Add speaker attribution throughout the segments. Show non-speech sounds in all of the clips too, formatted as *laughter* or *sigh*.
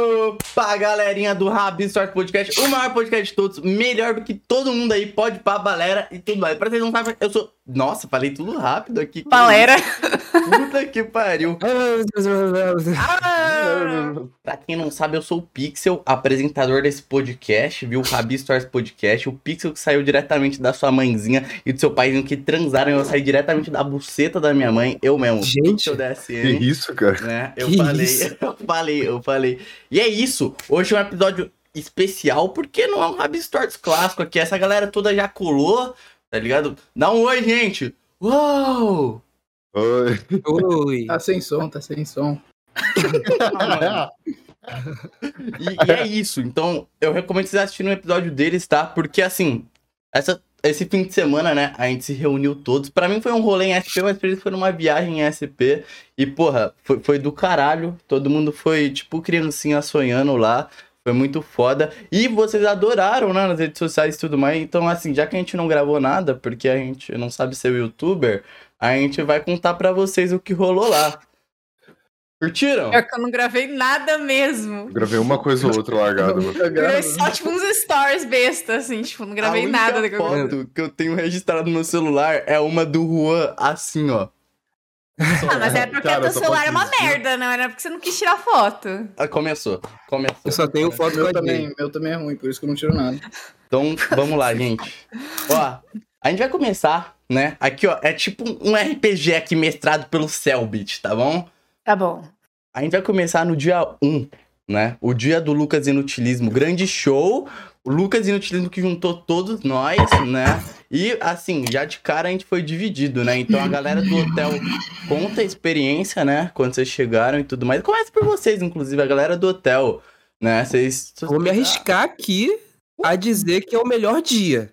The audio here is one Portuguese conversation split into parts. Speaker 1: Opa, galerinha do Rabin Sorte Podcast, o maior podcast de todos, melhor do que todo mundo aí, pode pá, balera e tudo mais. Pra vocês não sabem, eu sou. Nossa, falei tudo rápido aqui. que
Speaker 2: Palera.
Speaker 1: Puta que pariu. Pra quem não sabe, eu sou o Pixel, apresentador desse podcast, viu? Rabi Stories Podcast. O Pixel que saiu diretamente da sua mãezinha e do seu paizinho que transaram. Eu saí diretamente da buceta da minha mãe, eu mesmo.
Speaker 3: Gente,
Speaker 1: Pixel
Speaker 3: que
Speaker 1: DSM.
Speaker 3: isso, cara?
Speaker 1: né? Eu
Speaker 3: *laughs* Que
Speaker 1: falei,
Speaker 3: isso?
Speaker 1: *laughs* eu falei, eu falei. E é isso. Hoje é um episódio especial, porque não é um Rabi Stories clássico aqui. Essa galera toda já colou, tá ligado? Dá um oi, gente. Uou!
Speaker 3: Oi.
Speaker 4: Oi.
Speaker 5: Tá sem som, tá sem som.
Speaker 3: *laughs*
Speaker 1: E, e é isso. Então, eu recomendo vocês assistirem um episódio deles, tá? Porque, assim, essa, esse fim de semana, né? A gente se reuniu todos. Pra mim foi um rolê em SP, mas pra eles foi numa viagem em SP. E, porra, foi, foi do caralho. Todo mundo foi, tipo, criancinha sonhando lá. Foi muito foda. E vocês adoraram, né? Nas redes sociais e tudo mais. Então, assim, já que a gente não gravou nada, porque a gente não sabe ser youtuber, a gente vai contar pra vocês o que rolou lá. Curtiram?
Speaker 2: Pior É que eu não gravei nada mesmo.
Speaker 3: Gravei uma coisa ou outra largada, mano.
Speaker 2: Gravei só tipo uns stories besta, assim, tipo, não gravei
Speaker 1: a única
Speaker 2: nada do que eu gravei.
Speaker 1: Ah, foto que eu tenho registrado no meu celular é uma do Juan, assim, ó.
Speaker 2: Ah, mas é porque
Speaker 3: Cara,
Speaker 2: o teu
Speaker 3: essa
Speaker 2: celular
Speaker 3: foto
Speaker 2: é uma
Speaker 3: existe.
Speaker 2: merda, não era porque você não quis tirar foto.
Speaker 1: Ah, Começou, começou.
Speaker 4: Eu só tenho foto
Speaker 5: Meu
Speaker 4: com a Jay.
Speaker 5: também, meu também é ruim, por isso que eu não tiro nada.
Speaker 1: Então, vamos lá,
Speaker 2: *laughs*
Speaker 1: gente. Ó, a gente vai começar, né? Aqui, ó, é tipo um RPG aqui mestrado pelo Cellbit, tá bom?
Speaker 2: Tá bom.
Speaker 1: A gente vai começar no dia 1, né? O dia do Lucas Inutilismo. Grande show. O Lucas Inutilismo que juntou todos nós, né? E, assim, já de cara a gente foi dividido, né? Então a galera do hotel conta a experiência, né? Quando vocês chegaram e tudo mais. Começa por vocês, inclusive, a galera do hotel, né? Vocês.
Speaker 4: Vou me arriscar aqui a dizer que é o melhor dia.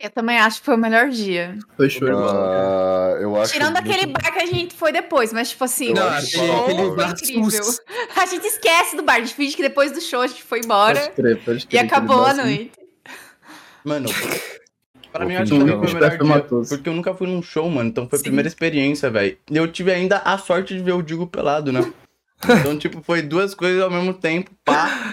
Speaker 2: Eu também acho que foi o melhor dia.
Speaker 5: Foi show, irmão.
Speaker 3: Ah, eu acho
Speaker 2: Tirando
Speaker 3: muito-
Speaker 2: aquele bar que a gente foi depois, mas tipo assim,
Speaker 3: Eu
Speaker 4: Não,
Speaker 2: o
Speaker 3: acho
Speaker 4: aquele,
Speaker 3: que-
Speaker 2: show
Speaker 4: aquele
Speaker 2: foi
Speaker 4: bar
Speaker 2: incrível.
Speaker 4: sus-
Speaker 2: A gente esquece do bar, a gente finge que depois do show a gente foi embora
Speaker 5: Pode crer, pode
Speaker 2: Né? e
Speaker 5: crer,
Speaker 2: acabou a
Speaker 5: aquele barzinho.
Speaker 2: noite. *laughs*
Speaker 1: Mano. Pra
Speaker 3: Vou
Speaker 1: mim, eu acho que também
Speaker 3: fingir que
Speaker 1: foi o
Speaker 5: não.
Speaker 1: melhor
Speaker 5: Vai filmar
Speaker 1: dia,
Speaker 5: todos.
Speaker 1: porque eu nunca fui num show, mano, então foi a
Speaker 2: Sim.
Speaker 1: primeira experiência, velho. E eu tive ainda a sorte de ver o Digo pelado, né? Então, tipo, foi duas coisas ao mesmo tempo, pá,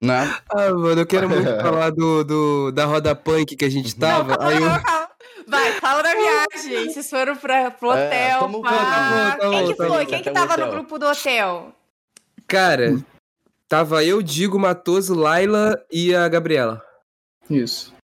Speaker 1: né?
Speaker 4: Ah, mano, eu quero
Speaker 5: *laughs*
Speaker 4: muito falar do, do- da roda punk que a gente tava. aí eu...
Speaker 2: Vai, fala da *laughs* viagem. Vocês foram pra, pro
Speaker 1: É,
Speaker 2: hotel.
Speaker 1: como
Speaker 2: pá.
Speaker 1: foi,
Speaker 4: tá bom,
Speaker 2: Quem que
Speaker 4: tá bom.
Speaker 2: foi? Quem que
Speaker 1: Até o
Speaker 2: tava no
Speaker 1: hotel.
Speaker 2: grupo do hotel?
Speaker 4: Cara, tava eu, Digo, Matoso, Laila e a Gabriela.
Speaker 5: Isso. *laughs*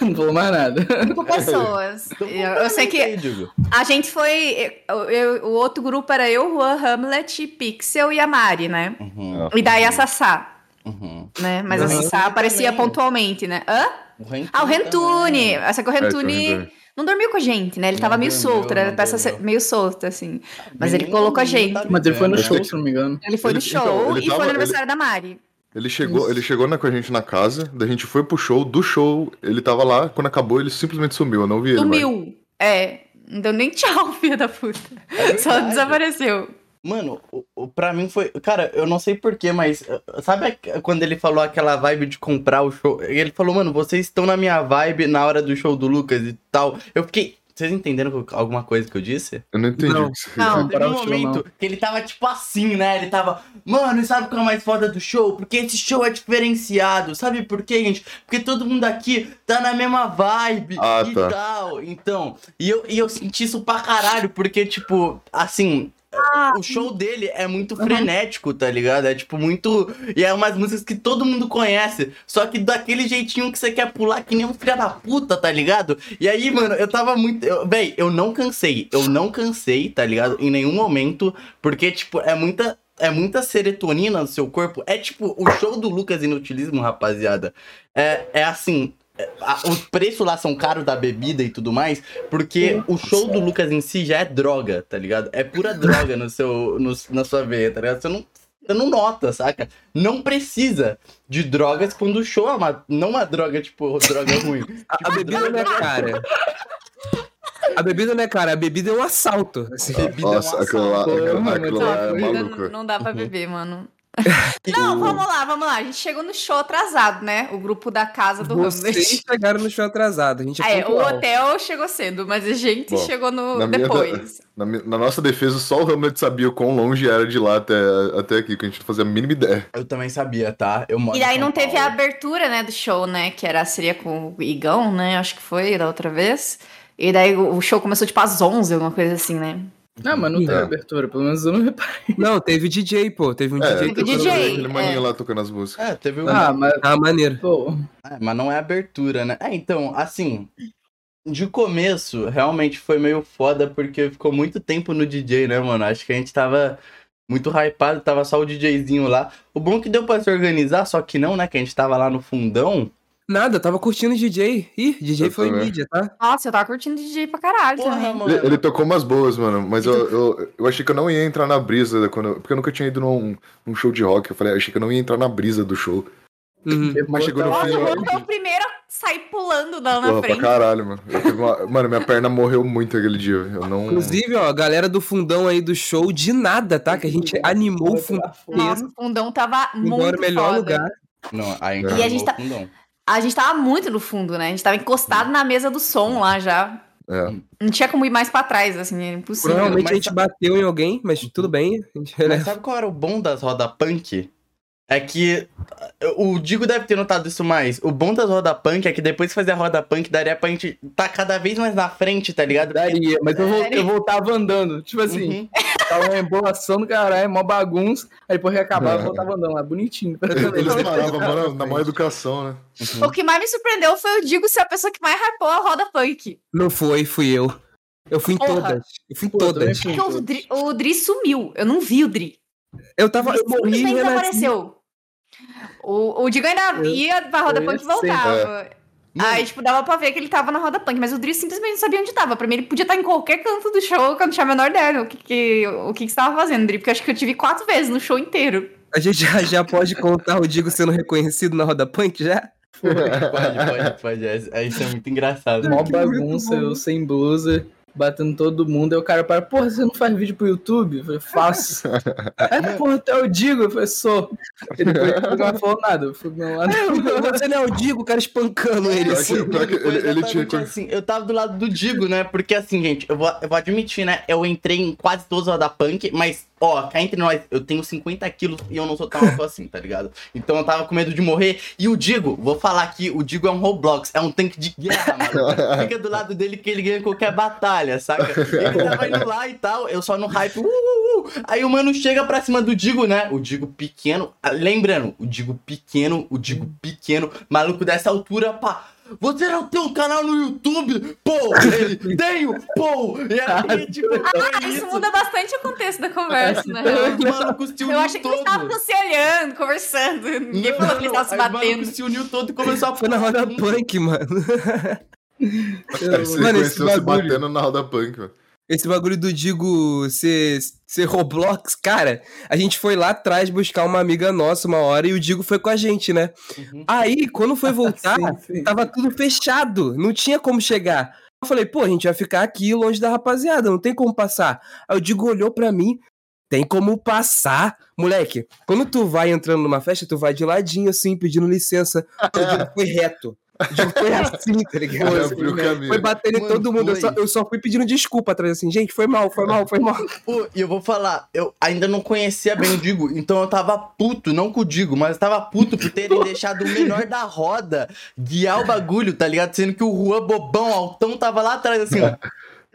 Speaker 5: Não vou mais nada.
Speaker 1: *laughs*
Speaker 2: Cinco pessoas. Eu, eu sei que
Speaker 1: Aí, Então, Digo.
Speaker 2: a gente foi. eu- eu- o outro grupo era eu, Juan, Hamlet, Pixel e a Mari, né?
Speaker 5: Ah.
Speaker 1: Uhum,
Speaker 2: E daí a Sassá,
Speaker 1: uhum.
Speaker 2: né? Mas a
Speaker 4: Uhum.
Speaker 2: Sassá aparecia
Speaker 1: também.
Speaker 2: pontualmente, né? Hã?
Speaker 1: O Rentune
Speaker 2: Ah, o Rentune!
Speaker 1: também.
Speaker 2: Essa que o
Speaker 3: É,
Speaker 2: Rentune.
Speaker 3: Torrentune.
Speaker 2: Não dormiu com a gente, né? Ele
Speaker 1: Não
Speaker 2: tava meio
Speaker 1: dormiu,
Speaker 2: solto, era
Speaker 1: não
Speaker 2: peça
Speaker 1: dormiu.
Speaker 2: meio solta, assim. Mas ele
Speaker 1: Menino,
Speaker 2: colocou a
Speaker 1: menino
Speaker 2: gente.
Speaker 1: tá
Speaker 5: Mas ele foi no
Speaker 1: vivendo,
Speaker 5: show,
Speaker 1: né?
Speaker 5: se não me engano.
Speaker 2: Ele foi
Speaker 3: Ele-
Speaker 2: no show
Speaker 3: então, ele
Speaker 2: e foi
Speaker 3: tava-
Speaker 2: no aniversário da Mari.
Speaker 3: Ele chegou, ele chegou na, com a gente na casa, da gente foi pro show, do show, ele tava lá, quando acabou ele simplesmente sumiu, eu não vi ele. mais.
Speaker 2: Sumiu. É. Não deu nem tchau, *laughs* filha da puta.
Speaker 1: É
Speaker 2: Só
Speaker 1: verdade.
Speaker 2: desapareceu.
Speaker 1: Mano, o, o, pra mim foi. Cara, eu não sei porquê, mas. uh, Sabe a- quando ele falou aquela vibe de comprar o show? Ele falou, mano, vocês estão na minha vibe na hora do show do Lucas e tal. Eu fiquei. Vocês entenderam co- alguma coisa que eu disse?
Speaker 3: Eu não entendi
Speaker 4: Não.
Speaker 3: o que você fez.
Speaker 2: Não.
Speaker 1: Teve
Speaker 5: Comprar
Speaker 1: um
Speaker 5: o show,
Speaker 1: momento que ele tava tipo assim, né? Ele tava, mano, e sabe o que é o mais foda do show? Porque esse show é diferenciado. Sabe por quê, gente? Porque todo mundo aqui tá na mesma vibe
Speaker 3: Ah,
Speaker 1: e
Speaker 3: tá.
Speaker 1: tal. Então, e eu, e eu senti isso pra caralho, porque, tipo, assim, o show dele é muito frenético, tá ligado? É tipo muito. E é umas músicas que todo mundo conhece, só que daquele jeitinho que você quer pular que nem um filho da puta, tá ligado? E aí, mano, eu tava muito. Eu, véi, eu não cansei. Eu não cansei, tá ligado? Em nenhum momento, porque, tipo, é muita. É muita serotonina no seu corpo. É tipo, o show do Lucas Inutilismo, rapaziada. É, é assim. é, a- os preços lá são caros da bebida e tudo mais, porque o show do Lucas em si já é droga, tá ligado? É pura droga no seu, no- na sua veia, tá ligado? Você não, você não nota, saca? Não precisa de drogas quando o show é uma, não uma droga, tipo, droga *laughs* ruim.
Speaker 4: A, a bebida não é cara. A bebida não é cara, a bebida é um assalto. assim.
Speaker 1: Bebida é um
Speaker 3: Nossa, aquilo lá,
Speaker 1: assalto.
Speaker 3: aquilo,
Speaker 5: Porra,
Speaker 3: aquilo
Speaker 5: mano,
Speaker 3: lá é
Speaker 5: tá
Speaker 2: Ainda
Speaker 3: maluco. *laughs*
Speaker 2: não dá pra beber, mano. Não, vamos lá, vamos lá. A gente chegou no show atrasado, né? O grupo da casa do
Speaker 4: Vocês
Speaker 2: Hamlet.
Speaker 4: chegaram no show atrasado, a gente é,
Speaker 2: *laughs* É, o
Speaker 4: pontual.
Speaker 2: hotel chegou cedo, mas a gente
Speaker 3: Bom,
Speaker 2: chegou no
Speaker 3: na minha-
Speaker 2: depois.
Speaker 3: *laughs* Na, mi- na nossa defesa, só o Hamlet sabia o quão longe era de lá até, até aqui, que a gente não fazia a mínima ideia.
Speaker 1: Eu também sabia, tá? Eu moro
Speaker 2: E
Speaker 1: em
Speaker 2: daí
Speaker 1: São
Speaker 2: não teve a
Speaker 1: Paulo.
Speaker 2: abertura, né, do show, né? Que era, seria com o Igão, né? Acho que foi da outra vez. E daí o o show começou tipo às 11, alguma coisa assim, né?
Speaker 5: Não, mas não teve
Speaker 3: É.
Speaker 5: abertura, pelo menos eu não reparei.
Speaker 4: Não, teve DJ, pô. Teve um
Speaker 3: É,
Speaker 4: DJ.
Speaker 2: teve
Speaker 3: tocando-
Speaker 2: DJ,
Speaker 3: aquele
Speaker 2: é.
Speaker 3: maninho lá tocando as músicas.
Speaker 1: É, teve o.
Speaker 5: Ah, mas.
Speaker 4: Ah, maneiro.
Speaker 5: Pô,
Speaker 1: É, mas não é abertura, né? É, então, assim. De começo, realmente foi meio foda, porque ficou muito tempo no DJ, né, mano? Acho que a gente tava muito hypado, tava só o DJzinho lá. O bom é que deu pra se organizar, só que não, né? Que a gente tava lá no fundão.
Speaker 4: Nada, eu tava curtindo o DJ. Ih, DJ
Speaker 3: Eu
Speaker 4: foi
Speaker 3: também.
Speaker 4: mídia, tá?
Speaker 2: Nossa, eu tava curtindo DJ pra caralho também.
Speaker 1: mano.
Speaker 3: Ele, ele tocou umas boas, mano, mas eu,
Speaker 2: Então-
Speaker 3: eu, eu achei que eu não ia entrar na brisa, quando, porque eu nunca tinha ido num, num show de rock. Eu falei, achei que eu não ia entrar na brisa do show.
Speaker 4: Uhum.
Speaker 3: Mas chegou no
Speaker 5: tá
Speaker 2: Nossa,
Speaker 3: fim,
Speaker 2: o
Speaker 3: eu-
Speaker 2: Juan
Speaker 5: *laughs*
Speaker 2: foi o primeiro a sair pulando lá na
Speaker 3: Porra, pra
Speaker 2: frente.
Speaker 3: caralho, mano. Eu tive uma- Mano, minha perna morreu muito aquele dia. Eu não. *laughs*
Speaker 4: Inclusive, ó, galera do fundão aí do show, de nada, tá? Que a gente animou o fundão.
Speaker 2: Nossa, o fundão tava
Speaker 4: Fundão era
Speaker 2: muito
Speaker 4: o melhor
Speaker 2: foda.
Speaker 4: lugar.
Speaker 1: Não, a gente
Speaker 3: E a
Speaker 1: tava
Speaker 2: gente
Speaker 1: no
Speaker 2: tá-
Speaker 1: fundão.
Speaker 2: A gente tava muito no fundo, né? A gente tava encostado na mesa do som lá já.
Speaker 3: Hum. É.
Speaker 2: Não tinha como ir mais pra trás, assim, era impossível.
Speaker 4: Provavelmente
Speaker 1: mas
Speaker 4: a gente
Speaker 1: tá-
Speaker 4: bateu em alguém, mas tudo bem. A gente
Speaker 1: Mas sabe qual era o bom das rodas punk? É que. O Digo deve ter notado isso mais. O bom das rodas punk é que depois que fazer a roda punk, daria pra gente tá cada vez mais na frente, tá ligado? Porque-
Speaker 5: Daria, mas eu, vol- eu voltava andando. Tipo assim,
Speaker 1: Uhum.
Speaker 5: tava uma embolação do caralho, mó bagunça. Aí depois que acabava, eu voltava andando lá, bonitinho.
Speaker 3: *laughs* Eles paravam mano, na maior
Speaker 4: *laughs*
Speaker 3: educação, né?
Speaker 2: O que mais me surpreendeu foi o Digo ser a pessoa que mais hypou a roda punk.
Speaker 4: Não foi, fui eu. Eu fui em
Speaker 2: Porra.
Speaker 4: todas. Eu fui em
Speaker 5: Pô, também
Speaker 4: todas.
Speaker 5: fui.
Speaker 2: Porque o Dri, o Dri sumiu. Eu não vi o Dri.
Speaker 4: Eu tava. Eu
Speaker 2: Ele
Speaker 4: morri né,
Speaker 2: simplesmente
Speaker 4: e É. renasci.
Speaker 2: desapareceu. O, o Digo ainda
Speaker 5: Eu-
Speaker 2: ia pra roda
Speaker 5: eu
Speaker 2: punk e
Speaker 5: ia sempre.
Speaker 2: voltava.
Speaker 1: É.
Speaker 2: Aí, tipo, dava pra ver que ele tava na roda punk, mas o Dri simplesmente não sabia onde tava. Pra mim, ele podia estar em qualquer canto do show, que eu não tinha a menor ideia. O que, que, o que, que você tava fazendo, Dri? Porque eu acho que eu tive quatro vezes no show inteiro.
Speaker 4: A gente já, já pode contar o Digo sendo reconhecido na roda punk já?
Speaker 1: Pode, pode, pode. É, é, isso é muito engraçado.
Speaker 5: Mó bagunça,
Speaker 4: bom.
Speaker 5: eu sem blusa, batendo todo mundo. Aí o cara para, porra, você não faz vídeo pro YouTube? Eu
Speaker 4: *laughs*
Speaker 5: falei, faço. Aí, porra, até eu digo, eu falei, sou. E depois ele não falou nada, eu fui pro
Speaker 4: *laughs*
Speaker 5: meu lado.
Speaker 4: Você não é o Digo, o cara espancando ele.
Speaker 3: Pior que-
Speaker 4: assim.
Speaker 3: pior que
Speaker 1: Foi
Speaker 3: ele, ele tinha.
Speaker 1: exatamente assim. Eu tava do lado do Digo, né? Porque assim, gente, eu vou, eu vou admitir, né? Eu entrei em quase todas as da punk, mas, ó, cá entre nós, eu tenho 50 quilos e eu não sou tão alto assim, tá ligado? Então eu tava com medo de morrer. E o Digo, vou falar aqui, o Digo é um Roblox, é um tanque de guerra, mano. Fica do lado dele que ele ganha qualquer batalha, saca? Ele tava indo lá e tal, eu só no hype, uh, uh, uh. Aí o mano chega pra cima do Digo, né? O Digo pequeno, ah, lembrando, o Digo pequeno, o Digo pequeno, maluco dessa altura, pá. Você não tem um canal no YouTube? Pô, ele tenho, pô! E aí, tipo,
Speaker 2: *laughs* Ah, isso muda bastante o contexto da conversa, né?
Speaker 1: o maluco se uniu
Speaker 2: Eu achei que eles
Speaker 1: todo.
Speaker 2: estavam se olhando, conversando. Ninguém
Speaker 1: Não,
Speaker 2: falou que eles
Speaker 1: não,
Speaker 2: estavam se
Speaker 1: aí O
Speaker 2: batendo.
Speaker 1: maluco se uniu todo e começou a um
Speaker 4: Foi na roda punk, mano.
Speaker 3: Você
Speaker 5: assim,
Speaker 4: Mano, esse
Speaker 3: conheceu se
Speaker 4: bagulho.
Speaker 3: batendo na roda punk, mano.
Speaker 4: Esse bagulho do Digo ser, ser Roblox, cara, a gente foi lá atrás buscar uma amiga nossa uma hora e o Digo foi com a gente, né?
Speaker 1: Uhum.
Speaker 4: Aí, quando foi voltar,
Speaker 5: *laughs* Sim, sim.
Speaker 4: tava tudo fechado, não tinha como chegar. Eu falei, pô, a gente vai ficar aqui longe da rapaziada, não tem como passar. Aí o Digo olhou pra mim, tem como passar. Moleque, quando tu vai entrando numa festa, tu vai de ladinho assim, pedindo licença. O Digo foi reto. O Digo *laughs* foi assim, tá ligado?
Speaker 3: Ele abriu o caminho.
Speaker 4: Foi batendo em
Speaker 1: Mano,
Speaker 4: todo mundo. Eu só,
Speaker 1: foi.
Speaker 4: eu só fui pedindo desculpa atrás, assim, gente, foi mal, foi mal, foi mal.
Speaker 1: Pô, tipo, e eu vou falar, eu ainda não conhecia bem o Digo, então eu tava puto, não com o Digo, mas eu tava puto por
Speaker 2: *laughs*
Speaker 1: terem deixado o menor da roda guiar o bagulho, tá ligado? Sendo que o Juan Bobão, altão, tava lá atrás, assim, ó.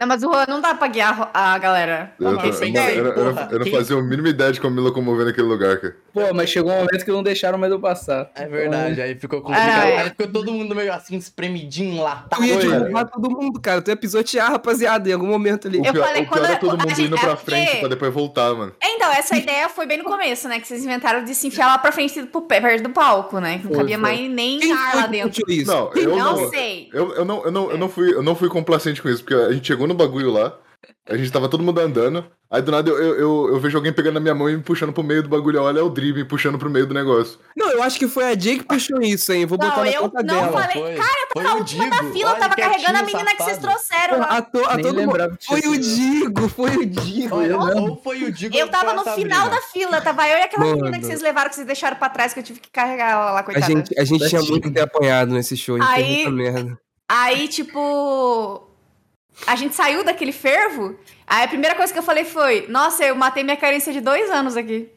Speaker 2: Não, mas o Juan não dá pra guiar a ro- a galera.
Speaker 3: Eu,
Speaker 1: Mano,
Speaker 3: tô-
Speaker 1: sem
Speaker 3: mano,
Speaker 1: ideia,
Speaker 3: eu- eu- eu
Speaker 1: porra.
Speaker 3: não
Speaker 1: Quem-
Speaker 3: fazia a mínima ideia de como me locomover naquele lugar, cara.
Speaker 5: Pô, mas chegou um momento que não deixaram mais eu passar. Então,
Speaker 1: É verdade, aí ficou
Speaker 2: Ah,
Speaker 1: complicado.
Speaker 2: é.
Speaker 1: Aí ficou todo mundo meio assim, espremidinho,
Speaker 2: Tá
Speaker 1: enlatado.
Speaker 4: Tu ia
Speaker 3: Foi,
Speaker 4: derrubar todo mundo, cara. Tu ia pisotear a rapaziada em algum momento ali.
Speaker 3: O
Speaker 2: Eu
Speaker 3: pior,
Speaker 2: falei
Speaker 3: o pior
Speaker 2: quando-
Speaker 3: é todo
Speaker 2: a
Speaker 3: mundo
Speaker 2: gente-
Speaker 3: indo
Speaker 2: é
Speaker 3: pra
Speaker 2: porque-
Speaker 3: frente pra depois voltar, mano.
Speaker 2: É, Então, essa ideia foi bem no começo, né? Que vocês inventaram de se enfiar lá pra frente do, pé- perto do palco, né? Que não
Speaker 5: Foi,
Speaker 2: cabia
Speaker 5: foi.
Speaker 2: mais nem
Speaker 4: Quem
Speaker 2: ar
Speaker 4: foi
Speaker 2: tá lá
Speaker 4: que
Speaker 2: dentro.
Speaker 4: curtiu isso?
Speaker 3: Não, eu
Speaker 2: não,
Speaker 3: não.
Speaker 2: sei.
Speaker 3: Eu, eu, não, eu, não, eu, não fui, eu não fui complacente com isso, porque a gente chegou no bagulho lá, a gente tava todo mundo andando, Aí do nada eu, eu, eu, eu vejo alguém pegando na minha mão e me puxando pro meio do bagulho. Olha é o drible me puxando pro meio do negócio.
Speaker 4: Não, eu acho que foi a Jay que puxou isso, hein? Vou botar
Speaker 2: Ah. Não,
Speaker 4: na
Speaker 2: eu
Speaker 4: conta
Speaker 2: não
Speaker 4: dela.
Speaker 2: falei-
Speaker 1: cara, eu
Speaker 2: Tá na última da fila, eu tava carregando a menina que vocês trouxeram lá.
Speaker 4: A, to, a
Speaker 5: Nem
Speaker 4: Ah,
Speaker 5: assim,
Speaker 4: todo mundo.
Speaker 5: lembrava que tinha
Speaker 4: Foi o
Speaker 5: sido.
Speaker 4: Digo, foi o Digo.
Speaker 1: Olha,
Speaker 5: Eu lembro.
Speaker 1: ou foi o Digo
Speaker 2: Eu tava no final da fila, tava eu e aquela
Speaker 4: Mano.
Speaker 2: menina que vocês levaram, que vocês deixaram pra trás, que eu tive que carregar ela lá,
Speaker 4: A
Speaker 2: coitada.
Speaker 4: gente, a gente tinha
Speaker 5: Tadinho.
Speaker 4: muito que ter apanhado nesse show, a gente
Speaker 2: Aí-
Speaker 4: fez muita merda.
Speaker 2: Aí, tipo. A gente saiu daquele fervo. Aí a primeira coisa que eu falei foi: Nossa, eu matei minha carência de dois anos aqui.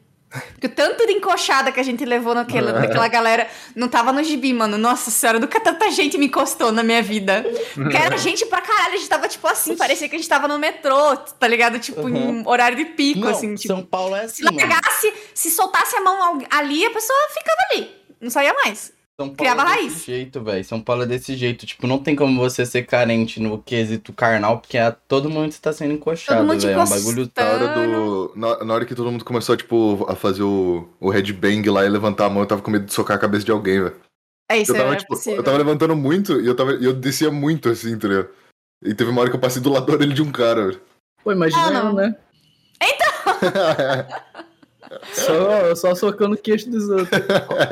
Speaker 2: Porque o tanto de encoxada que a gente levou
Speaker 3: Uhum.
Speaker 2: naquela, naquela galera não tava no gibi, mano. Nossa senhora, nunca tanta gente me encostou na minha vida. Porque era
Speaker 3: Uhum.
Speaker 2: gente pra caralho, a gente tava tipo assim, parecia que a gente tava no metrô, tá ligado? Tipo,
Speaker 3: Uhum.
Speaker 2: em horário de pico,
Speaker 1: Não,
Speaker 2: assim. Tipo,
Speaker 1: São Paulo é assim,
Speaker 2: se
Speaker 1: mano.
Speaker 2: largasse, se soltasse a mão al- ali, a pessoa ficava ali. Não saía mais.
Speaker 1: São Paulo
Speaker 2: criava
Speaker 1: é desse
Speaker 2: raiz.
Speaker 1: jeito, velho. São Paulo é desse jeito. Tipo, não tem como você ser carente no quesito carnal, porque a todo momento você tá sendo encoxado,
Speaker 2: Todo mundo te
Speaker 1: velho. É um bagulho
Speaker 2: encostando.
Speaker 3: Na hora do. Na, na hora que todo mundo começou, tipo, a fazer o, o headbang lá e levantar a mão, eu tava com medo de socar a cabeça de alguém, velho.
Speaker 2: É isso,
Speaker 3: Eu tava,
Speaker 2: era
Speaker 3: tipo,
Speaker 2: possível.
Speaker 3: eu tava levantando muito e eu, tava, e eu descia muito, assim, tá ligado? E teve uma hora que eu passei do lado da orelha de um cara. velho. *laughs*
Speaker 5: Pô, imagina
Speaker 2: Ah, não.
Speaker 5: eu, né? Só, só socando o queixo dos outros.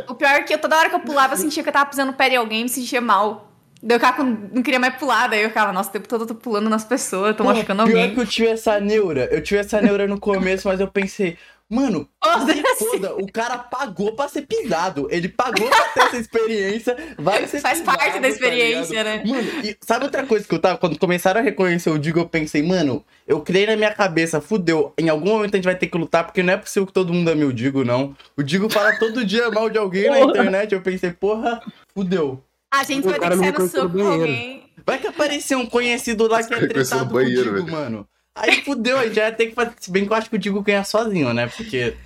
Speaker 2: O pior é que eu, toda hora que eu pulava, eu sentia que eu tava pisando no pé de alguém, me sentia mal. Daí eu ficava com, não queria mais pular, daí eu ficava, nossa, o tempo todo eu tô pulando nas pessoas, tô
Speaker 1: Pô,
Speaker 2: machucando
Speaker 1: Pior
Speaker 2: alguém.
Speaker 1: que eu tive essa neura. Eu tive essa neura no começo, mas eu pensei, mano,
Speaker 2: *laughs* Foda-se.
Speaker 1: foda, o cara pagou pra ser pisado. Ele pagou pra ter essa experiência. Vai ser
Speaker 2: Faz
Speaker 1: pisado,
Speaker 2: parte
Speaker 1: tá
Speaker 2: da experiência, né?
Speaker 1: ligado? Mano, e sabe outra coisa que eu tava? Quando começaram a reconhecer o Digo, eu pensei, mano, eu criei na minha cabeça, fudeu. Em algum momento a gente vai ter que lutar, porque não é possível que todo mundo ame o Digo, não. O Digo fala todo dia mal de alguém na
Speaker 5: Porra.
Speaker 1: internet. Eu pensei, porra, fudeu.
Speaker 2: A gente
Speaker 4: O
Speaker 2: vai ter
Speaker 4: cara
Speaker 2: que
Speaker 4: me
Speaker 2: sair no
Speaker 4: reconheceu
Speaker 2: soco
Speaker 4: no
Speaker 2: com
Speaker 4: banheiro.
Speaker 2: alguém.
Speaker 1: Vai que apareceu um conhecido lá que é
Speaker 3: Conheceu
Speaker 1: tretado
Speaker 3: no
Speaker 1: com o
Speaker 3: banheiro,
Speaker 1: Digo,
Speaker 3: velho.
Speaker 1: mano. Aí fudeu, a gente vai ter que fazer. Se bem que eu acho que o Digo ganha sozinho, né? Porque.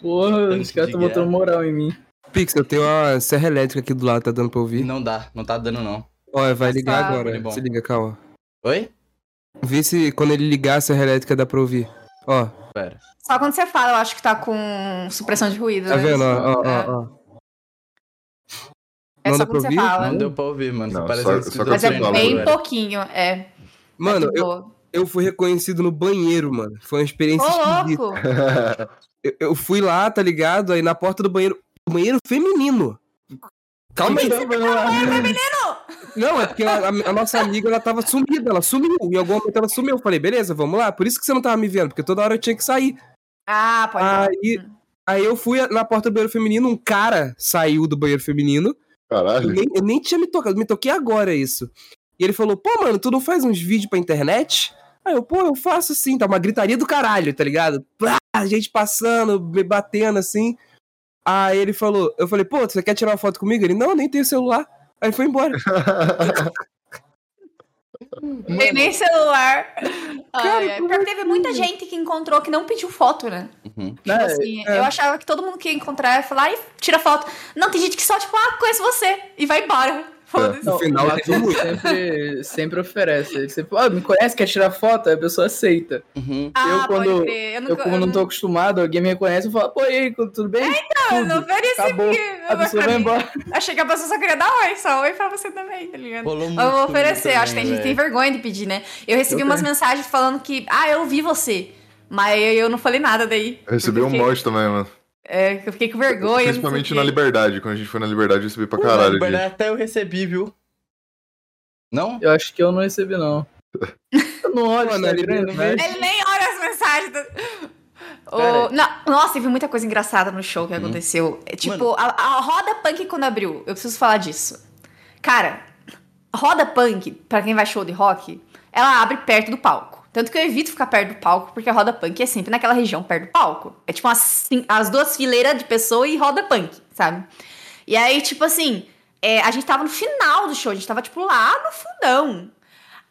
Speaker 5: Porra, os caras
Speaker 1: de
Speaker 5: estão botando
Speaker 1: guerra.
Speaker 5: moral em mim.
Speaker 4: Pix, eu tenho uma serra elétrica aqui do lado, tá dando pra ouvir.
Speaker 1: Não dá, não tá dando, não.
Speaker 4: Ó, vai ligar
Speaker 2: Tá.
Speaker 4: agora.
Speaker 1: Muito bom.
Speaker 4: Se liga, calma.
Speaker 1: Oi?
Speaker 4: Vê se quando ele ligar a serra elétrica dá pra ouvir. Ó, tá
Speaker 1: Pera.
Speaker 2: Só quando você fala, eu acho que tá com supressão de ruído.
Speaker 4: tá
Speaker 2: né?
Speaker 4: vendo? Ó, ó,
Speaker 2: É.
Speaker 4: ó, ó.
Speaker 2: É,
Speaker 4: Não
Speaker 2: só
Speaker 4: dá pra
Speaker 2: quando você
Speaker 4: ouvir?
Speaker 2: fala.
Speaker 1: Não deu pra ouvir, mano.
Speaker 3: Não,
Speaker 1: Você parece
Speaker 3: só-
Speaker 1: um
Speaker 3: só
Speaker 1: esquizofrênico,
Speaker 2: Mas é
Speaker 3: Quando você fala,
Speaker 2: bem
Speaker 1: velho.
Speaker 2: pouquinho, é.
Speaker 4: Mano,
Speaker 2: é de
Speaker 4: eu,
Speaker 2: boa.
Speaker 4: eu fui reconhecido no banheiro, mano. Foi uma
Speaker 2: Ô,
Speaker 4: experiência esquisita.
Speaker 2: louco!
Speaker 4: Eu, eu fui lá, tá ligado? Aí na porta do banheiro. Banheiro feminino. Calma aí. Não, é porque a, a- a nossa amiga, ela tava sumida, ela sumiu. Em algum momento ela sumiu. Eu falei, beleza, vamos lá. Por isso que você não tava me vendo, porque toda hora eu tinha que sair.
Speaker 2: Ah, pode.
Speaker 4: Aí, aí eu fui na porta do banheiro feminino, um cara saiu do banheiro feminino. Eu
Speaker 3: Caralho.
Speaker 4: *laughs* nem, eu nem tinha me tocado, me toquei agora isso. E ele falou, pô, mano, tu não faz uns vídeos pra internet? Aí eu, pô, eu faço sim, tá uma gritaria do caralho, tá ligado? Plá, gente passando, me batendo assim. Aí ele falou, eu falei, pô, você quer tirar uma foto comigo? Ele, não, nem tenho celular. Aí foi embora.
Speaker 2: Tem nem celular.
Speaker 4: Cara,
Speaker 2: Ai, ai.
Speaker 4: como assim?
Speaker 2: Pior que teve muita gente que encontrou que não pediu foto, né?
Speaker 1: Uhum.
Speaker 2: Tipo
Speaker 5: É,
Speaker 2: assim, eu achava que todo mundo que ia encontrar ia falar e tira foto. Não, tem gente que só, tipo, ah, conheço você. E vai
Speaker 5: É.
Speaker 2: embora. Foda-se.
Speaker 4: No final, né?
Speaker 5: o Matheus sempre, sempre oferece. Ele sempre fala, "Ah, me conhece, quer tirar foto? Aí a pessoa aceita.
Speaker 1: Uhum.
Speaker 2: Ah,
Speaker 5: quando-
Speaker 2: pode crer. Eu não,
Speaker 5: Eu, como não tô acostumado, alguém me reconhece, eu falo, pô, e aí, tudo bem?
Speaker 2: não, então, eu não
Speaker 5: tudo.
Speaker 2: ofereci
Speaker 5: Acabou.
Speaker 2: porque-
Speaker 5: A pessoa vai embora.
Speaker 2: Achei que a pessoa só queria dar oi, só oi pra você também, tá ligado?
Speaker 1: Rolou muito
Speaker 2: Eu vou oferecer,
Speaker 1: comigo
Speaker 2: acho que
Speaker 1: também,
Speaker 2: tem gente que tem
Speaker 1: velho.
Speaker 2: vergonha de pedir, né? Eu recebi
Speaker 5: Eu
Speaker 2: umas
Speaker 5: tenho.
Speaker 2: mensagens falando que, ah, eu vi você. Mas eu não falei nada daí.
Speaker 3: Eu recebi
Speaker 2: Eu
Speaker 3: um
Speaker 2: fiquei-
Speaker 3: monte também, mano.
Speaker 2: É, que eu fiquei com vergonha. não sei
Speaker 3: Principalmente
Speaker 2: o
Speaker 3: na
Speaker 2: quê.
Speaker 3: liberdade. Quando a gente foi na liberdade, eu recebi pra caralho.
Speaker 1: Pô,
Speaker 3: de-
Speaker 1: Bernardo, né, até eu recebi, viu? Não?
Speaker 5: Eu acho que eu não recebi, não. Eu não olho,
Speaker 4: Pô,
Speaker 5: Instagram, né?
Speaker 4: na
Speaker 5: não
Speaker 4: liberdade.
Speaker 5: vejo.
Speaker 2: Ele nem olha as mensagens. do-
Speaker 1: Cara.
Speaker 2: O- na- nossa, teve muita coisa engraçada no show que
Speaker 5: Uhum.
Speaker 2: aconteceu. É, Tipo, a, a roda punk quando abriu, eu preciso falar disso. Cara, roda punk, pra quem vai show de rock, ela abre perto do palco. Tanto que eu evito ficar perto do palco, porque a roda punk é sempre naquela região perto do palco. É tipo umas cin- as duas fileiras de pessoa e roda punk, sabe? E aí, tipo assim, é, a gente tava no final do show, a gente tava, tipo, lá no fundão.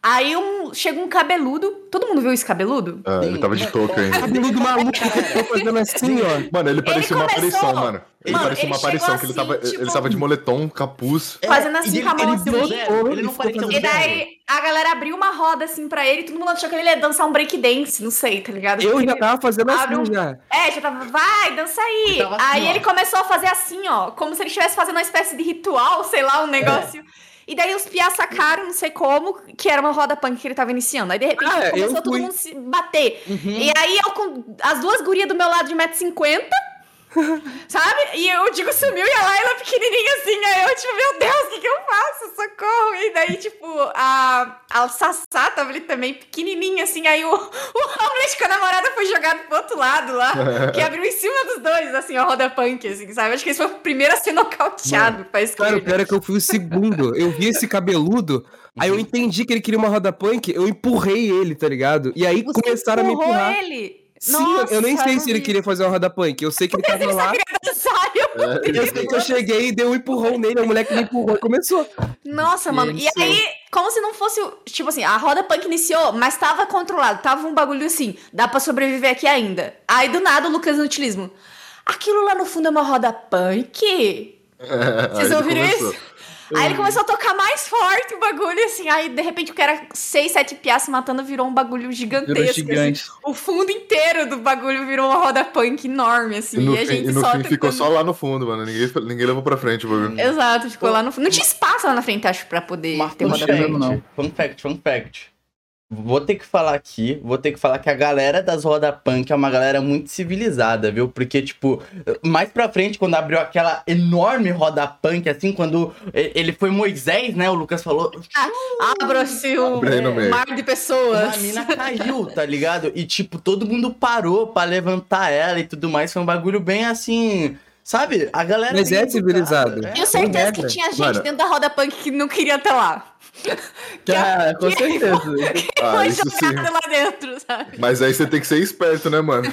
Speaker 2: Aí um, chega um cabeludo. Todo mundo viu esse cabeludo?
Speaker 3: Ah, ele tava de touca ainda.
Speaker 4: *laughs* Cabeludo maluco, tô fazendo assim, ó.
Speaker 3: Mano, ele parecia uma
Speaker 2: começou-
Speaker 3: aparição, mano. Ele
Speaker 2: Mano,
Speaker 3: parecia
Speaker 2: ele chegou
Speaker 3: uma aparição, que ele
Speaker 2: assim,
Speaker 3: tava,
Speaker 2: tipo-
Speaker 3: ele tava de moletom,
Speaker 2: *laughs*
Speaker 3: capuz.
Speaker 2: Fazendo assim
Speaker 1: e
Speaker 2: com a mão
Speaker 1: ele, ele,
Speaker 2: assim.
Speaker 1: zero, ele não
Speaker 4: Ele
Speaker 1: parecia um
Speaker 4: ficou
Speaker 2: E
Speaker 1: zero.
Speaker 2: daí a galera abriu uma roda assim pra ele, todo mundo achou que ele ia dançar um break dance, não sei, tá ligado?
Speaker 4: Eu já
Speaker 2: Porque-
Speaker 4: tava fazendo
Speaker 2: Abre um-
Speaker 4: assim, já.
Speaker 2: É, já tava, vai, dança aí.
Speaker 1: Ele tava assim,
Speaker 2: aí
Speaker 1: ó.
Speaker 4: É.
Speaker 2: ele começou a fazer assim, ó, como se ele estivesse fazendo uma espécie de ritual, sei lá, um negócio. E daí os piá sacaram, não sei como, que era uma roda punk que ele tava iniciando. Aí de repente
Speaker 4: Ah, é, eu
Speaker 2: começou todo
Speaker 4: fui. Uhum.
Speaker 2: mundo se bater. E aí eu com as duas gurias do meu lado de 1,50m, sabe? E eu digo sumiu e a Laila pequenininha assim. Aí eu tipo, meu Deus, o que, que eu faço? Socorro! E daí, tipo, a, a Sassá tava ali também pequenininha assim. Aí o, o Hamlet com a namorada foi jogado pro outro lado lá,
Speaker 4: *laughs*
Speaker 2: que abriu em cima dos dois, assim, a roda punk, assim, sabe? Acho que esse foi o primeiro a ser nocauteado pra escolher.
Speaker 4: Cara, o pior é que eu fui o segundo. Eu vi esse cabeludo, aí eu entendi que ele queria uma roda punk, eu empurrei ele, tá ligado? E aí
Speaker 2: Você
Speaker 4: começaram a me
Speaker 2: empurrou
Speaker 4: empurrar.
Speaker 2: ele.
Speaker 4: Sim, eu- eu nem
Speaker 2: Nossa,
Speaker 4: sei
Speaker 2: não
Speaker 4: se ele
Speaker 2: vi.
Speaker 4: queria fazer uma roda punk. Eu sei que ele
Speaker 2: Mas
Speaker 4: tava
Speaker 2: ele só
Speaker 4: lá.
Speaker 2: queria *laughs* dançar. eu-
Speaker 4: Eu
Speaker 2: assim,
Speaker 4: sei que eu cheguei e dei um empurrão nele, o moleque me empurrou e começou.
Speaker 2: Nossa, mano. E
Speaker 5: Isso.
Speaker 2: aí, como se não fosse. o- Tipo assim, a roda punk iniciou, mas tava controlado. Tava um bagulho assim. Dá pra sobreviver aqui ainda. Aí do nada o Lucas no utilismo. Aquilo lá no fundo é uma roda punk.
Speaker 3: É,
Speaker 2: Vocês ouviram isso? Aí ele começou a tocar mais forte o bagulho, assim. Aí, de repente, o que era seis, sete piás se matando virou um bagulho gigantesco.
Speaker 5: Virou
Speaker 2: assim.
Speaker 5: gigante.
Speaker 2: O fundo inteiro do bagulho virou uma roda punk enorme, assim.
Speaker 3: E no
Speaker 2: e a
Speaker 3: fim,
Speaker 2: gente
Speaker 3: e no
Speaker 2: só
Speaker 3: fim ficou
Speaker 2: tentando-
Speaker 3: só um. lá no fundo, mano. Ninguém, ninguém levou pra frente o
Speaker 2: *laughs*
Speaker 3: bagulho.
Speaker 2: Exato, ficou lá no fundo. Não tinha espaço lá na frente, acho, pra poder
Speaker 1: Mas
Speaker 2: ter
Speaker 1: fun
Speaker 2: roda punk.
Speaker 5: cheio.
Speaker 1: fact,
Speaker 5: problema, não.
Speaker 1: fun fact, fun fact. Vou ter que falar aqui, vou ter que falar que a galera das roda punk é uma galera muito civilizada, viu? Porque, tipo, mais pra frente, quando abriu aquela enorme roda punk, assim, quando e- ele foi Moisés, né? O Lucas falou,
Speaker 2: Abra-se um
Speaker 3: Abre aí no meio.
Speaker 2: mar de pessoas.
Speaker 1: a mina caiu, tá ligado? E, tipo, todo mundo parou pra levantar ela e tudo mais. Foi um bagulho bem assim, sabe? A galera.
Speaker 4: Mas
Speaker 1: bem
Speaker 4: é
Speaker 1: educada.
Speaker 4: civilizado.
Speaker 1: É.
Speaker 2: Tenho certeza que
Speaker 4: merda.
Speaker 2: tinha gente
Speaker 3: Mano.
Speaker 2: dentro da roda punk que não queria estar lá.
Speaker 5: Cara, com certeza.
Speaker 2: *laughs*
Speaker 3: Ah,
Speaker 2: Foi
Speaker 3: isso sim.
Speaker 2: jogado lá dentro, sabe?
Speaker 3: Mas aí você tem que ser esperto, né,
Speaker 2: *laughs*
Speaker 3: mano?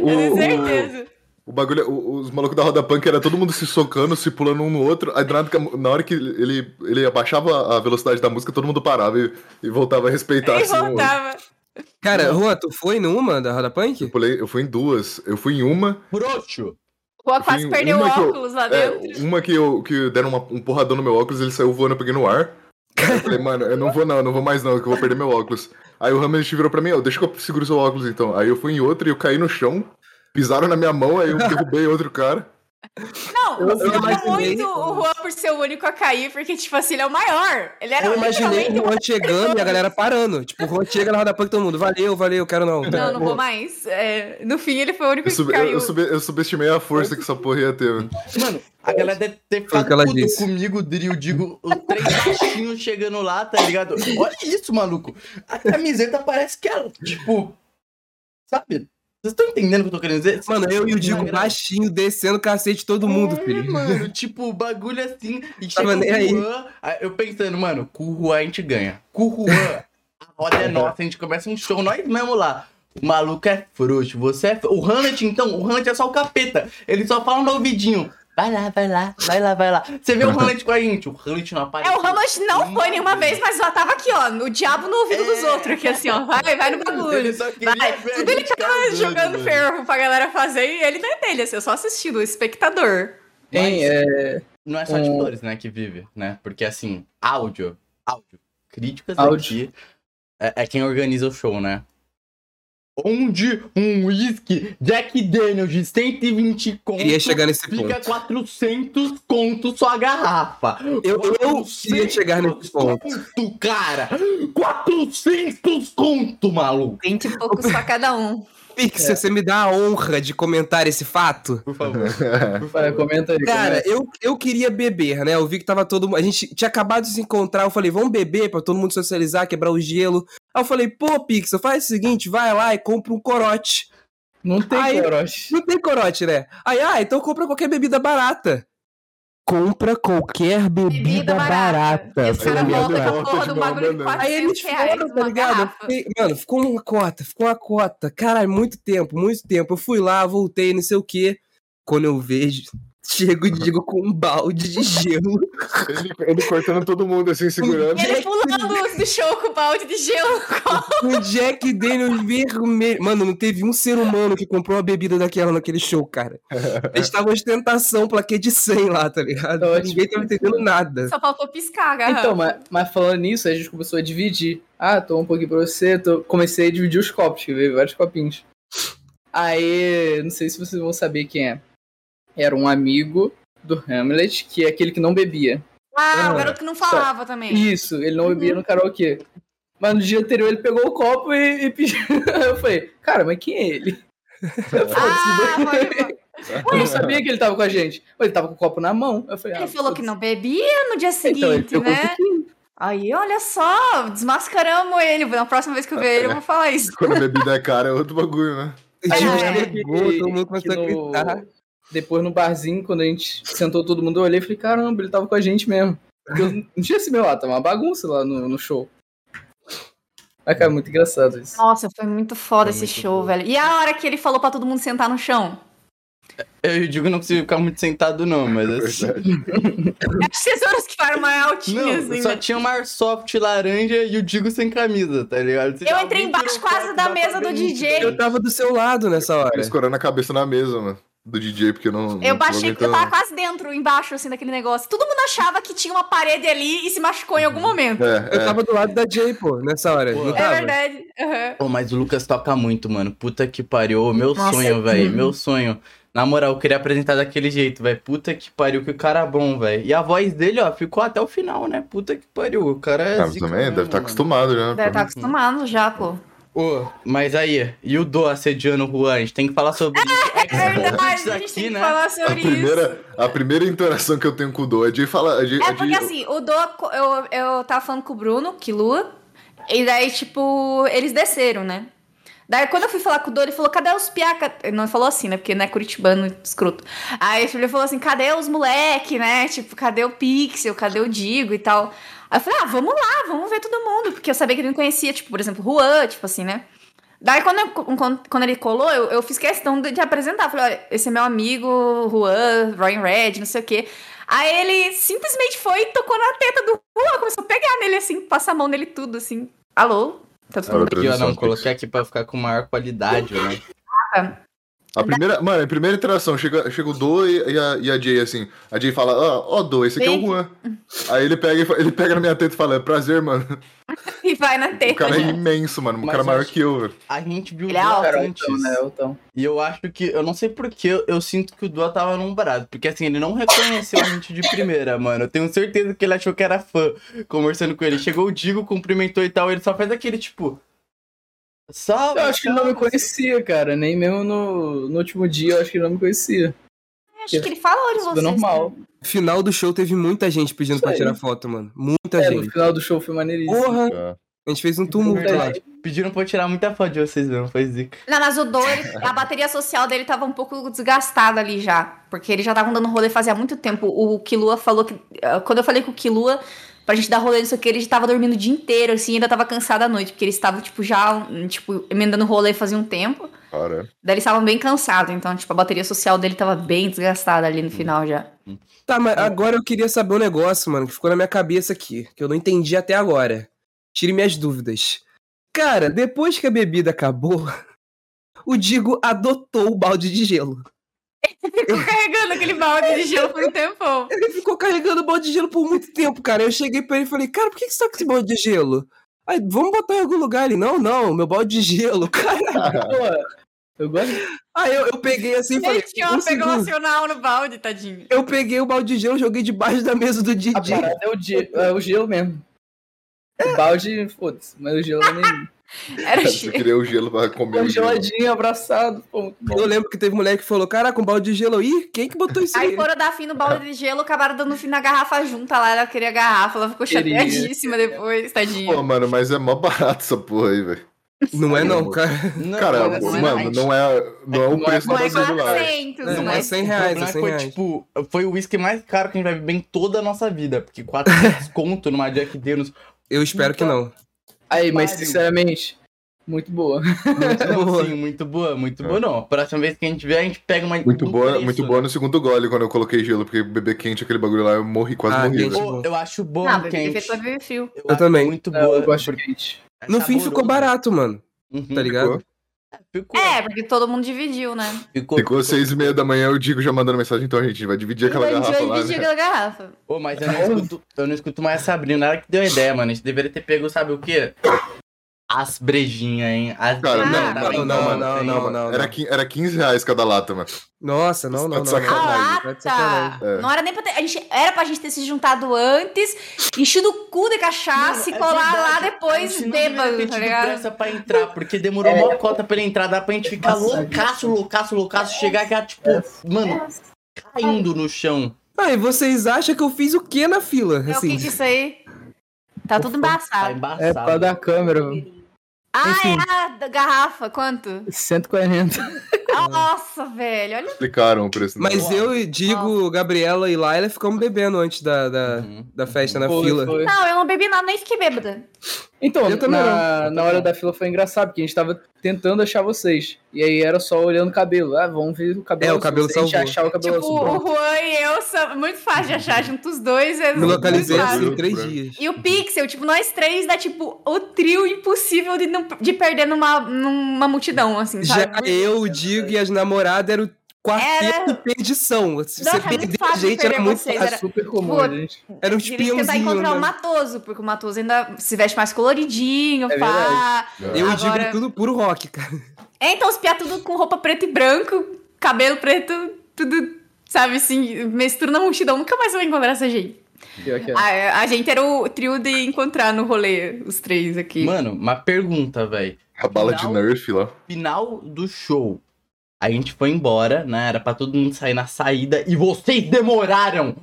Speaker 3: O,
Speaker 2: Tenho
Speaker 3: o,
Speaker 2: certeza.
Speaker 3: o bagulho, o- os malucos da roda punk era todo mundo se socando, se pulando um no outro. Aí, do nada, que a- na hora que ele, ele abaixava a velocidade da música, todo mundo parava e, e voltava a respeitar.
Speaker 2: E
Speaker 3: assim, o-
Speaker 2: voltava.
Speaker 4: Cara, Juan, tu foi numa da roda punk?
Speaker 3: pulei- eu fui em duas. Eu fui em uma.
Speaker 1: Frouxo.
Speaker 2: O Juan quase
Speaker 3: Tem
Speaker 2: perdeu o
Speaker 3: uma que eu-
Speaker 2: óculos lá
Speaker 3: é,
Speaker 2: dentro.
Speaker 3: uma que, eu, que deram uma- um porradão no meu óculos, ele saiu voando, eu peguei no ar. Aí Eu falei, mano, eu não vou não, eu não vou mais não, que eu vou perder meu óculos. Aí o Hamlet virou pra mim, ó, deixa que eu seguro seu óculos então. Aí eu fui em outra e eu caí no chão, pisaram na minha mão, aí eu derrubei outro cara.
Speaker 2: Não,
Speaker 4: eu- eu
Speaker 2: eu,
Speaker 4: imaginei- um-
Speaker 2: muito o Juan por ser o único a cair, porque, tipo assim, ele é o maior. Ele era
Speaker 4: Eu imaginei
Speaker 3: um
Speaker 2: literalmente
Speaker 4: o
Speaker 2: o
Speaker 4: um Juan chegando e a galera parando. Tipo, o Juan chega na roda punk todo mundo. Valeu, valeu, quero não.
Speaker 2: Não, não vou mais. É, no fim, ele foi o único
Speaker 3: né?
Speaker 2: que
Speaker 3: Eu, sub- eu-
Speaker 2: caiu.
Speaker 3: eu sub- eu subestimei a força que essa porra ia ter, mano.
Speaker 1: Mano, a galera deve ter
Speaker 4: Foi o que
Speaker 1: ficado
Speaker 4: ela
Speaker 1: puto
Speaker 4: disse.
Speaker 1: comigo, Dri, eu digo, os três baixinhos chegando lá, tá ligado? Olha isso, maluco. A camiseta parece que ela, tipo. Sabe? Vocês estão entendendo o que eu tô querendo dizer?
Speaker 4: Mano, eu e o Digo
Speaker 1: Na gra-
Speaker 4: baixinho, descendo o cacete de todo mundo,
Speaker 1: É,
Speaker 4: filho.
Speaker 1: mano, tipo, o bagulho assim. E
Speaker 4: Tava
Speaker 1: chega
Speaker 4: nem
Speaker 1: o
Speaker 4: aí.
Speaker 1: Juan, aí eu pensando, mano, com o Juan a gente ganha. Com o Juan, a roda
Speaker 4: Uhum.
Speaker 1: é nossa, a gente começa um show, nós mesmo lá. O maluco é frouxo, você é. fr- O Hamlet, então, o Hamlet é só o capeta. Ele só fala no ouvidinho. Vai lá, vai lá, vai lá, vai lá. Você
Speaker 4: *laughs*
Speaker 1: vê o Hamlet com a gente, o Hamlet não
Speaker 2: É,
Speaker 1: aparece.
Speaker 2: o Ramos não foi nenhuma vez, mas já tava aqui, ó, o diabo no ouvido
Speaker 4: É.
Speaker 2: dos outros, aqui assim, ó, vai, vai no
Speaker 1: Ele
Speaker 2: bagulho.
Speaker 1: só queria
Speaker 2: Vai.
Speaker 1: ver a
Speaker 2: Tudo ele
Speaker 1: gente
Speaker 2: tava
Speaker 1: casando,
Speaker 2: jogando
Speaker 1: mano.
Speaker 2: ferro pra galera fazer e ele não é dele, assim, eu só assistindo, o espectador.
Speaker 5: Hein, é,
Speaker 1: Não é só de
Speaker 5: Um-
Speaker 1: flores, né, que vive, né? Porque assim, áudio, áudio, críticas
Speaker 5: Áudio.
Speaker 1: aqui é, é quem organiza o show, né? Onde um whisky Jack Daniels de 120 conto
Speaker 4: Queria chegar nesse
Speaker 1: fica
Speaker 4: ponto.
Speaker 1: 400 conto só a garrafa.
Speaker 4: Eu- eu queria chegar nesse
Speaker 1: 400 Conto, cara! 400 conto,
Speaker 4: *laughs*
Speaker 1: maluco!
Speaker 2: 20 e pouco só cada um.
Speaker 4: Pix, você me dá a honra de comentar esse fato?
Speaker 1: Por favor. Por
Speaker 5: vai,
Speaker 1: favor.
Speaker 5: comenta aí.
Speaker 4: Cara,
Speaker 5: comenta.
Speaker 4: eu, eu queria beber, né? Eu vi que tava todo mundo. A gente tinha acabado de se encontrar. Eu falei, vamos beber pra todo mundo socializar, quebrar o gelo. Aí eu falei, pô, Pixel, faz o seguinte, vai lá e compra um corote.
Speaker 5: não tem
Speaker 4: Ai.
Speaker 5: corote.
Speaker 4: Não tem corote, né? Aí, ah, então compra qualquer bebida barata. Compra
Speaker 2: *laughs*
Speaker 4: qualquer
Speaker 2: Bebida barata. E os caras
Speaker 3: Bebida
Speaker 2: voltam com a
Speaker 3: barata
Speaker 2: porra
Speaker 3: de
Speaker 2: do
Speaker 3: uma
Speaker 2: bagulho de
Speaker 3: banana.
Speaker 4: Aí
Speaker 2: 400
Speaker 4: eles
Speaker 2: reais,
Speaker 4: foram, tá
Speaker 2: uma
Speaker 4: ligado?
Speaker 2: garrafa.
Speaker 4: Fiquei- mano, ficou uma cota, ficou uma cota. Caralho, muito tempo, muito tempo. Eu fui lá, voltei, não sei o quê. Quando eu vejo, *laughs* chego e digo com um balde de gelo.
Speaker 3: Ele, ele cortando todo mundo assim, segurando.
Speaker 2: E ele pulando do show com o balde de gelo.
Speaker 4: Um Jack Daniels vermelho. Mano, não teve um ser humano que comprou uma bebida daquela naquele show, cara. Eles estavam ostentação, plaquê de 100 lá, tá ligado?
Speaker 5: Ótimo.
Speaker 4: Ninguém tava entendendo nada.
Speaker 2: Só faltou piscar a garrafa.
Speaker 5: Então, mas, mas falando nisso, a gente começou a dividir. Ah, toma um pouquinho pra você. tô- Comecei a dividir os copos, que veio vários copinhos. Aí, não sei se vocês vão saber quem é. Era um amigo do Hamlet, que é aquele que não bebia.
Speaker 2: Ah, o garoto que não falava também.
Speaker 5: Isso, ele não bebia
Speaker 2: Uhum.
Speaker 5: no karaokê. Mas no dia anterior ele pegou o copo e, e pediu. *laughs* Eu falei, cara, mas quem é ele? Eu falei,
Speaker 2: Ah,
Speaker 5: "Esse
Speaker 2: pode,
Speaker 5: daí-
Speaker 2: pode.
Speaker 5: Eu não sabia que ele tava com a gente. Mas Ele tava com o copo na mão. Eu falei,
Speaker 2: Ele
Speaker 5: ah,
Speaker 2: falou
Speaker 5: putz.
Speaker 2: que não bebia no dia
Speaker 5: Então,
Speaker 2: seguinte,
Speaker 5: ele pegou um
Speaker 2: né?
Speaker 5: pouquinho.
Speaker 2: Aí, olha só, desmascaramos ele. Na próxima vez que eu ver ele, eu vou falar isso.
Speaker 3: Quando a bebida é cara, é outro bagulho, né?
Speaker 4: E
Speaker 2: É.
Speaker 4: tinha uns
Speaker 5: Eu
Speaker 4: que
Speaker 5: lembro
Speaker 4: pegou,
Speaker 5: que-
Speaker 4: Tipo, todo mundo
Speaker 5: que
Speaker 4: começou a
Speaker 5: no-
Speaker 4: gritar.
Speaker 5: Depois no barzinho, quando a gente sentou todo mundo, eu olhei e falei, caramba, ele tava com a gente mesmo. Porque Eu não tinha esse meu lá, tava uma bagunça lá no, no show. Mas, cara, muito engraçado isso.
Speaker 2: Nossa, foi muito foda
Speaker 1: Foi
Speaker 2: esse
Speaker 1: muito
Speaker 2: show,
Speaker 1: bom.
Speaker 2: velho. E a hora que ele falou pra todo mundo sentar no chão?
Speaker 1: Eu digo que não consigo ficar muito sentado, não, mas
Speaker 4: é.
Speaker 1: assim.
Speaker 3: Verdade.
Speaker 2: *laughs* As tesouras que ficaram mais altinhas,
Speaker 1: Não,
Speaker 2: assim,
Speaker 1: só
Speaker 2: né?
Speaker 1: tinha uma airsoft laranja e o Digo sem camisa, tá ligado? Você
Speaker 2: Eu
Speaker 1: já
Speaker 2: entrei
Speaker 1: alguém
Speaker 2: embaixo
Speaker 1: tirou
Speaker 2: quase
Speaker 1: foto,
Speaker 2: da
Speaker 1: dá pra ver
Speaker 2: mesa do
Speaker 1: muito
Speaker 2: DJ.
Speaker 1: bem.
Speaker 4: Eu tava do seu lado nessa hora.
Speaker 3: Tô escorando a cabeça na mesa, mano. Do DJ, porque não.
Speaker 2: Eu
Speaker 3: não
Speaker 2: baixei porque eu
Speaker 3: aguentando.
Speaker 2: tava quase dentro, embaixo, assim, daquele negócio. Todo mundo achava que tinha uma parede ali e se machucou em algum
Speaker 1: Uhum.
Speaker 2: momento.
Speaker 3: É,
Speaker 4: Eu
Speaker 3: é.
Speaker 4: tava do lado da Jay, pô, nessa hora.
Speaker 1: Pô.
Speaker 4: não
Speaker 2: É,
Speaker 4: tava?
Speaker 2: verdade. aham.
Speaker 1: Pô, mas o Lucas toca muito, mano. Puta que pariu. Ô, Meu
Speaker 2: Nossa,
Speaker 1: sonho, velho.
Speaker 2: hum.
Speaker 1: Meu sonho. Na moral, eu queria apresentar daquele jeito, velho. Puta que pariu, que o cara é bom, velho. E a voz dele, ó, ficou até o final, né? Puta que pariu. O cara é.
Speaker 3: Ah, mas
Speaker 1: zica
Speaker 3: também
Speaker 1: mesmo,
Speaker 3: deve estar
Speaker 1: mano.
Speaker 3: acostumado já. né?
Speaker 2: Deve tá
Speaker 3: pô.
Speaker 2: estar acostumado já, pô.
Speaker 1: Ô, mas aí, e o Do assediando o Juan? A gente tem que falar
Speaker 2: *laughs*
Speaker 1: sobre isso.
Speaker 2: É verdade,
Speaker 1: Isso
Speaker 2: a gente
Speaker 1: aqui,
Speaker 2: tem que
Speaker 1: né?
Speaker 2: falar
Speaker 3: A
Speaker 2: sobre isso.
Speaker 3: primeira, a primeira interação que eu tenho com o Do é de falar. É, de,
Speaker 2: É
Speaker 3: de-
Speaker 2: porque assim, o Do, eu, eu tava falando com o Bruno, que lua, e daí, tipo, eles desceram, né? Daí, quando eu fui falar com o Do, ele falou, cadê os piaca? Ele não falou assim, né? Porque não é curitibano, escroto. Aí ele falou assim, cadê os moleque, né? Tipo, cadê o Pixel, cadê o Digo e tal. Aí eu falei, ah, vamos lá, vamos ver todo mundo. Porque eu sabia que ele não conhecia, tipo, por exemplo, Juan, tipo assim, né? Daí, quando, eu- quando, quando ele colou, eu, eu fiz questão de, de apresentar. Falei, olha, esse é meu amigo, Juan, Ryan Red, não sei o quê. Aí ele simplesmente foi e tocou na teta do Juan, começou a pegar nele, assim, passar a mão nele tudo, assim. Alô? Tá tudo
Speaker 3: Alô,
Speaker 1: Aqui,
Speaker 2: bem?
Speaker 1: ó,
Speaker 3: Transição,
Speaker 1: não, coloquei aqui pra ficar com maior qualidade, né?
Speaker 3: A primeira, mano, a primeira interação, chega, chega o Do e, e a, e a Jay assim. A Jay fala, ó, ó, Do, esse aqui é o
Speaker 2: Bem-
Speaker 3: Juan. Aí ele pega, e fa- ele pega na minha teta e fala, é prazer, mano.
Speaker 2: E vai na
Speaker 3: O
Speaker 2: teta.
Speaker 3: cara é
Speaker 2: né?
Speaker 3: imenso, mano. O
Speaker 5: Mas
Speaker 3: cara é maior
Speaker 5: acho-
Speaker 3: que eu, velho.
Speaker 1: A gente viu
Speaker 2: Ele é alto.
Speaker 5: Cara, o
Speaker 1: antes.
Speaker 5: Elton, né? o Elton.
Speaker 1: E eu acho que, eu não sei porquê, eu, eu sinto que o Dua tava assombrado. Porque assim, ele não reconheceu a gente de primeira, mano. Eu tenho certeza que ele achou que era fã conversando com ele. Chegou o Digo, cumprimentou e tal. Ele só faz aquele tipo. Salve!
Speaker 5: Eu acho que ele não me conhecia, cara. Nem mesmo no, no último dia eu acho que ele não me conhecia.
Speaker 2: Acho que ele falou de
Speaker 5: Isso é
Speaker 2: vocês.
Speaker 5: normal.
Speaker 2: né?
Speaker 4: Final do show teve muita gente pedindo
Speaker 5: Isso
Speaker 4: pra
Speaker 5: aí.
Speaker 4: tirar foto, mano. Muita
Speaker 5: É, no
Speaker 4: gente.
Speaker 5: final do show foi maneiríssimo.
Speaker 4: Porra!
Speaker 3: Tá.
Speaker 4: A gente fez um tumulto
Speaker 5: Muita
Speaker 4: lá.
Speaker 5: gente.
Speaker 1: Pediram pra eu tirar muita foto de vocês mesmo, foi zica.
Speaker 2: Não, mas o Do, ele- a bateria social dele tava um pouco desgastada ali já. Porque ele já tava dando rolê fazia muito tempo. O Kilua falou que. eh, Quando eu falei com o Kilua pra gente dar rolê nisso aqui, ele já tava dormindo o dia inteiro, assim, e ainda tava cansado à noite. Porque eles estavam, tipo, já, hum, tipo, emendando rolê fazia um tempo.
Speaker 3: Cara.
Speaker 2: *laughs* Daí eles estavam bem cansados. Então, tipo, a bateria social dele tava bem desgastada
Speaker 3: Hum.
Speaker 2: ali no final já.
Speaker 4: Tá, mas agora eu queria saber um negócio, mano, que ficou na minha cabeça aqui, que eu não entendi até agora. Tire minhas dúvidas. Cara, depois que a bebida acabou, *laughs* o Digo adotou o balde de gelo.
Speaker 2: Ficou carregando aquele balde de gelo por um tempão.
Speaker 4: Ele ficou carregando o balde de gelo por muito tempo, cara. Eu cheguei pra ele e falei, cara, por que que você tá com esse balde de gelo? Aí, vamos botar em algum lugar. Ele, não, não, meu balde de gelo, *laughs* cara.
Speaker 5: Pô, eu gosto.
Speaker 4: Aí eu, eu peguei assim e falei,
Speaker 2: Gente, ó, pegou
Speaker 4: um segundo.
Speaker 2: nacional no balde, tadinho.
Speaker 4: Eu peguei o balde de gelo, joguei debaixo da mesa do
Speaker 5: A
Speaker 4: Didi.
Speaker 5: parada é o, ge- é o gelo mesmo.
Speaker 4: É.
Speaker 5: O balde, foda-se, mas o gelo
Speaker 4: *laughs*
Speaker 5: é nem.
Speaker 2: Era
Speaker 3: Cara, você
Speaker 2: cheio.
Speaker 3: queria o gelo pra
Speaker 2: É
Speaker 3: comer
Speaker 2: um
Speaker 3: o gelo.
Speaker 5: Congeladinho, abraçado, pô, muito bom.
Speaker 4: Eu lembro que teve mulher que falou, caraca, um balde de gelo. Ih, quem que botou isso aí?
Speaker 2: Aí foram dar fim no balde de gelo, acabaram dando fim na garrafa junta lá. Ela queria a garrafa, ela ficou
Speaker 5: Queria.
Speaker 2: chateadíssima depois,
Speaker 3: Pô,
Speaker 2: tadinha.
Speaker 3: mano, mas é mó barato essa porra aí, velho.
Speaker 4: Não é não, cara.
Speaker 1: Não,
Speaker 3: Cara,
Speaker 1: mas,
Speaker 2: não é
Speaker 3: mano,
Speaker 1: mais.
Speaker 3: não é, não é o
Speaker 5: Não é
Speaker 3: preço
Speaker 2: Não
Speaker 3: do
Speaker 2: é
Speaker 3: bagulho lá.
Speaker 2: 400,
Speaker 4: Não,
Speaker 2: né?
Speaker 4: é 100
Speaker 1: O
Speaker 4: reais, é
Speaker 1: problema
Speaker 4: 100
Speaker 1: foi,
Speaker 4: reais.
Speaker 1: tipo, foi o uísque mais caro que a gente vai beber em toda a nossa vida. Porque *laughs* 400 conto numa Jack Daniels.
Speaker 4: Eu espero que
Speaker 2: Então,
Speaker 4: não.
Speaker 2: é
Speaker 5: Aí, mas
Speaker 1: Pariu.
Speaker 5: sinceramente, muito boa.
Speaker 1: Muito
Speaker 4: boa.
Speaker 1: boa. Sim, tipo assim, muito boa, muito boa não. Próxima vez que a gente vier, a gente pega
Speaker 4: é
Speaker 1: uma.
Speaker 3: Muito
Speaker 4: um
Speaker 1: do
Speaker 3: boa,
Speaker 1: preço,
Speaker 3: muito
Speaker 1: né?
Speaker 3: boa no segundo gole quando eu coloquei gelo, porque beber quente aquele bagulho lá, eu morri, quase
Speaker 4: Ah,
Speaker 3: morri.
Speaker 4: quente.
Speaker 3: velho.
Speaker 1: Pô, eu acho é bom
Speaker 2: Não, bebida
Speaker 1: quente.
Speaker 2: feita pra beber frio.
Speaker 1: Eu,
Speaker 4: Eu
Speaker 1: acho
Speaker 4: também.
Speaker 1: Muito
Speaker 5: É,
Speaker 1: boa.
Speaker 5: eu gosto
Speaker 1: porque
Speaker 5: de quente.
Speaker 1: é
Speaker 4: No fim
Speaker 1: saboroso.
Speaker 4: ficou barato, mano.
Speaker 1: Uhum,
Speaker 4: Tá ligado?
Speaker 1: Ficou.
Speaker 2: É, porque todo mundo dividiu, né?
Speaker 1: ficou.
Speaker 3: Ficou
Speaker 1: ficou.
Speaker 3: seis e meia da manhã, eu digo já mandando mensagem, então a gente vai dividir aquela
Speaker 2: Ele
Speaker 3: garrafa lá.
Speaker 2: dividiu
Speaker 3: né?
Speaker 2: aquela garrafa.
Speaker 1: Ô, mas eu não, escuto, eu não escuto mais a Sabrina. Ela que deu a ideia, mano. A gente deveria ter pego, sabe o quê? As brejinhas, hein? As
Speaker 3: Cara, não,
Speaker 2: Ah,
Speaker 3: não, não, não, mano,
Speaker 4: não,
Speaker 3: tem,
Speaker 4: não,
Speaker 3: mano.
Speaker 4: não, não.
Speaker 3: Era, quin- era 15 reais cada lata, mano.
Speaker 4: Nossa, não, não,
Speaker 3: Tá de
Speaker 4: não, não.
Speaker 3: sacanagem.
Speaker 2: A
Speaker 4: Tá de sacanagem.
Speaker 2: lata!
Speaker 3: É.
Speaker 2: Ah, Não era nem pra ter. A gente, era pra gente ter se juntado antes, enchido o cu de cachaça e
Speaker 1: Mano, é
Speaker 2: Ah, colar lá
Speaker 1: verdade. A
Speaker 2: depois
Speaker 1: gente não
Speaker 2: bêbado,
Speaker 1: devia ter
Speaker 2: tá
Speaker 1: tido
Speaker 2: ligado? É.
Speaker 1: pressa pra entrar, porque demorou uma cota pra ele entrar, dá pra gente ficar
Speaker 5: Nossa,
Speaker 1: loucaço, loucaço, loucaço, chegar já, tipo,
Speaker 2: É.
Speaker 1: mano, caindo no chão.
Speaker 4: Ah, e vocês acham que eu fiz o que na fila?
Speaker 2: É o que
Speaker 4: Assim,
Speaker 2: que é isso aí? Tá tudo
Speaker 1: Tá
Speaker 2: embaçado.
Speaker 1: embaçado.
Speaker 5: É, por causa da câmera, mano.
Speaker 2: Ah,
Speaker 5: Enfim.
Speaker 2: é a da garrafa, quanto?
Speaker 5: 140.
Speaker 4: É.
Speaker 2: Nossa, velho, olha.
Speaker 3: Explicaram o preço. né? do
Speaker 4: mas
Speaker 3: negócio.
Speaker 4: eu e digo, Gabriela e Laila ficamos bebendo antes da, da,
Speaker 1: Uhum.
Speaker 4: da festa Tá na
Speaker 5: Foi,
Speaker 4: fila.
Speaker 5: foi.
Speaker 2: Não, eu não bebi nada, nem fiquei bêbada.
Speaker 5: Então,
Speaker 4: Eu também
Speaker 5: na, na hora da fila foi engraçado, porque a gente tava tentando achar vocês. E aí era só olhando o cabelo. Ah, vamos ver o cabelo.
Speaker 4: É, o
Speaker 5: azul.
Speaker 4: cabelo
Speaker 5: Se a gente
Speaker 4: salvou.
Speaker 5: achar o cabelo
Speaker 2: tipo,
Speaker 4: tá
Speaker 5: azul.
Speaker 2: o
Speaker 5: pronto.
Speaker 2: Juan e eu são muito fácil de achar junto os dois. É
Speaker 4: Me
Speaker 2: muito
Speaker 4: localizei
Speaker 2: fácil.
Speaker 4: assim
Speaker 3: Claro.
Speaker 4: em três dias.
Speaker 2: E o Pixel, tipo, nós três dá tipo o trio impossível de, não, de perder numa, numa multidão, assim,
Speaker 4: Já é,
Speaker 2: sabe?
Speaker 4: eu, o Digo e as namoradas eram o quarteto perdição. Se
Speaker 2: Nossa,
Speaker 4: você
Speaker 2: é muito
Speaker 4: perder a
Speaker 2: fácil
Speaker 4: gente,
Speaker 2: perder
Speaker 4: era muito
Speaker 2: vocês,
Speaker 4: fácil.
Speaker 5: É
Speaker 2: era-
Speaker 5: super comum,
Speaker 2: Tipo,
Speaker 5: gente.
Speaker 4: Era um
Speaker 2: Tinha que tentar
Speaker 4: espiãozinho,
Speaker 2: encontrar o
Speaker 4: né?
Speaker 2: Matoso, porque o Matoso ainda se veste mais coloridinho,
Speaker 5: É
Speaker 2: pá.
Speaker 4: Eu e
Speaker 2: Agora-
Speaker 4: digo tudo puro rock, cara.
Speaker 2: É, então os piá tudo com roupa preta e branco, cabelo preto, tudo, sabe assim, mistura na multidão. Nunca mais eu vou encontrar essa gente.
Speaker 5: Pior que é.
Speaker 2: A, a gente era o trio de encontrar no rolê, os três aqui.
Speaker 1: Mano, uma pergunta, velho.
Speaker 3: A bala de
Speaker 1: Não.
Speaker 3: Nerf lá.
Speaker 1: Final do show, a gente foi embora, né? Era pra todo mundo sair na saída e vocês demoraram!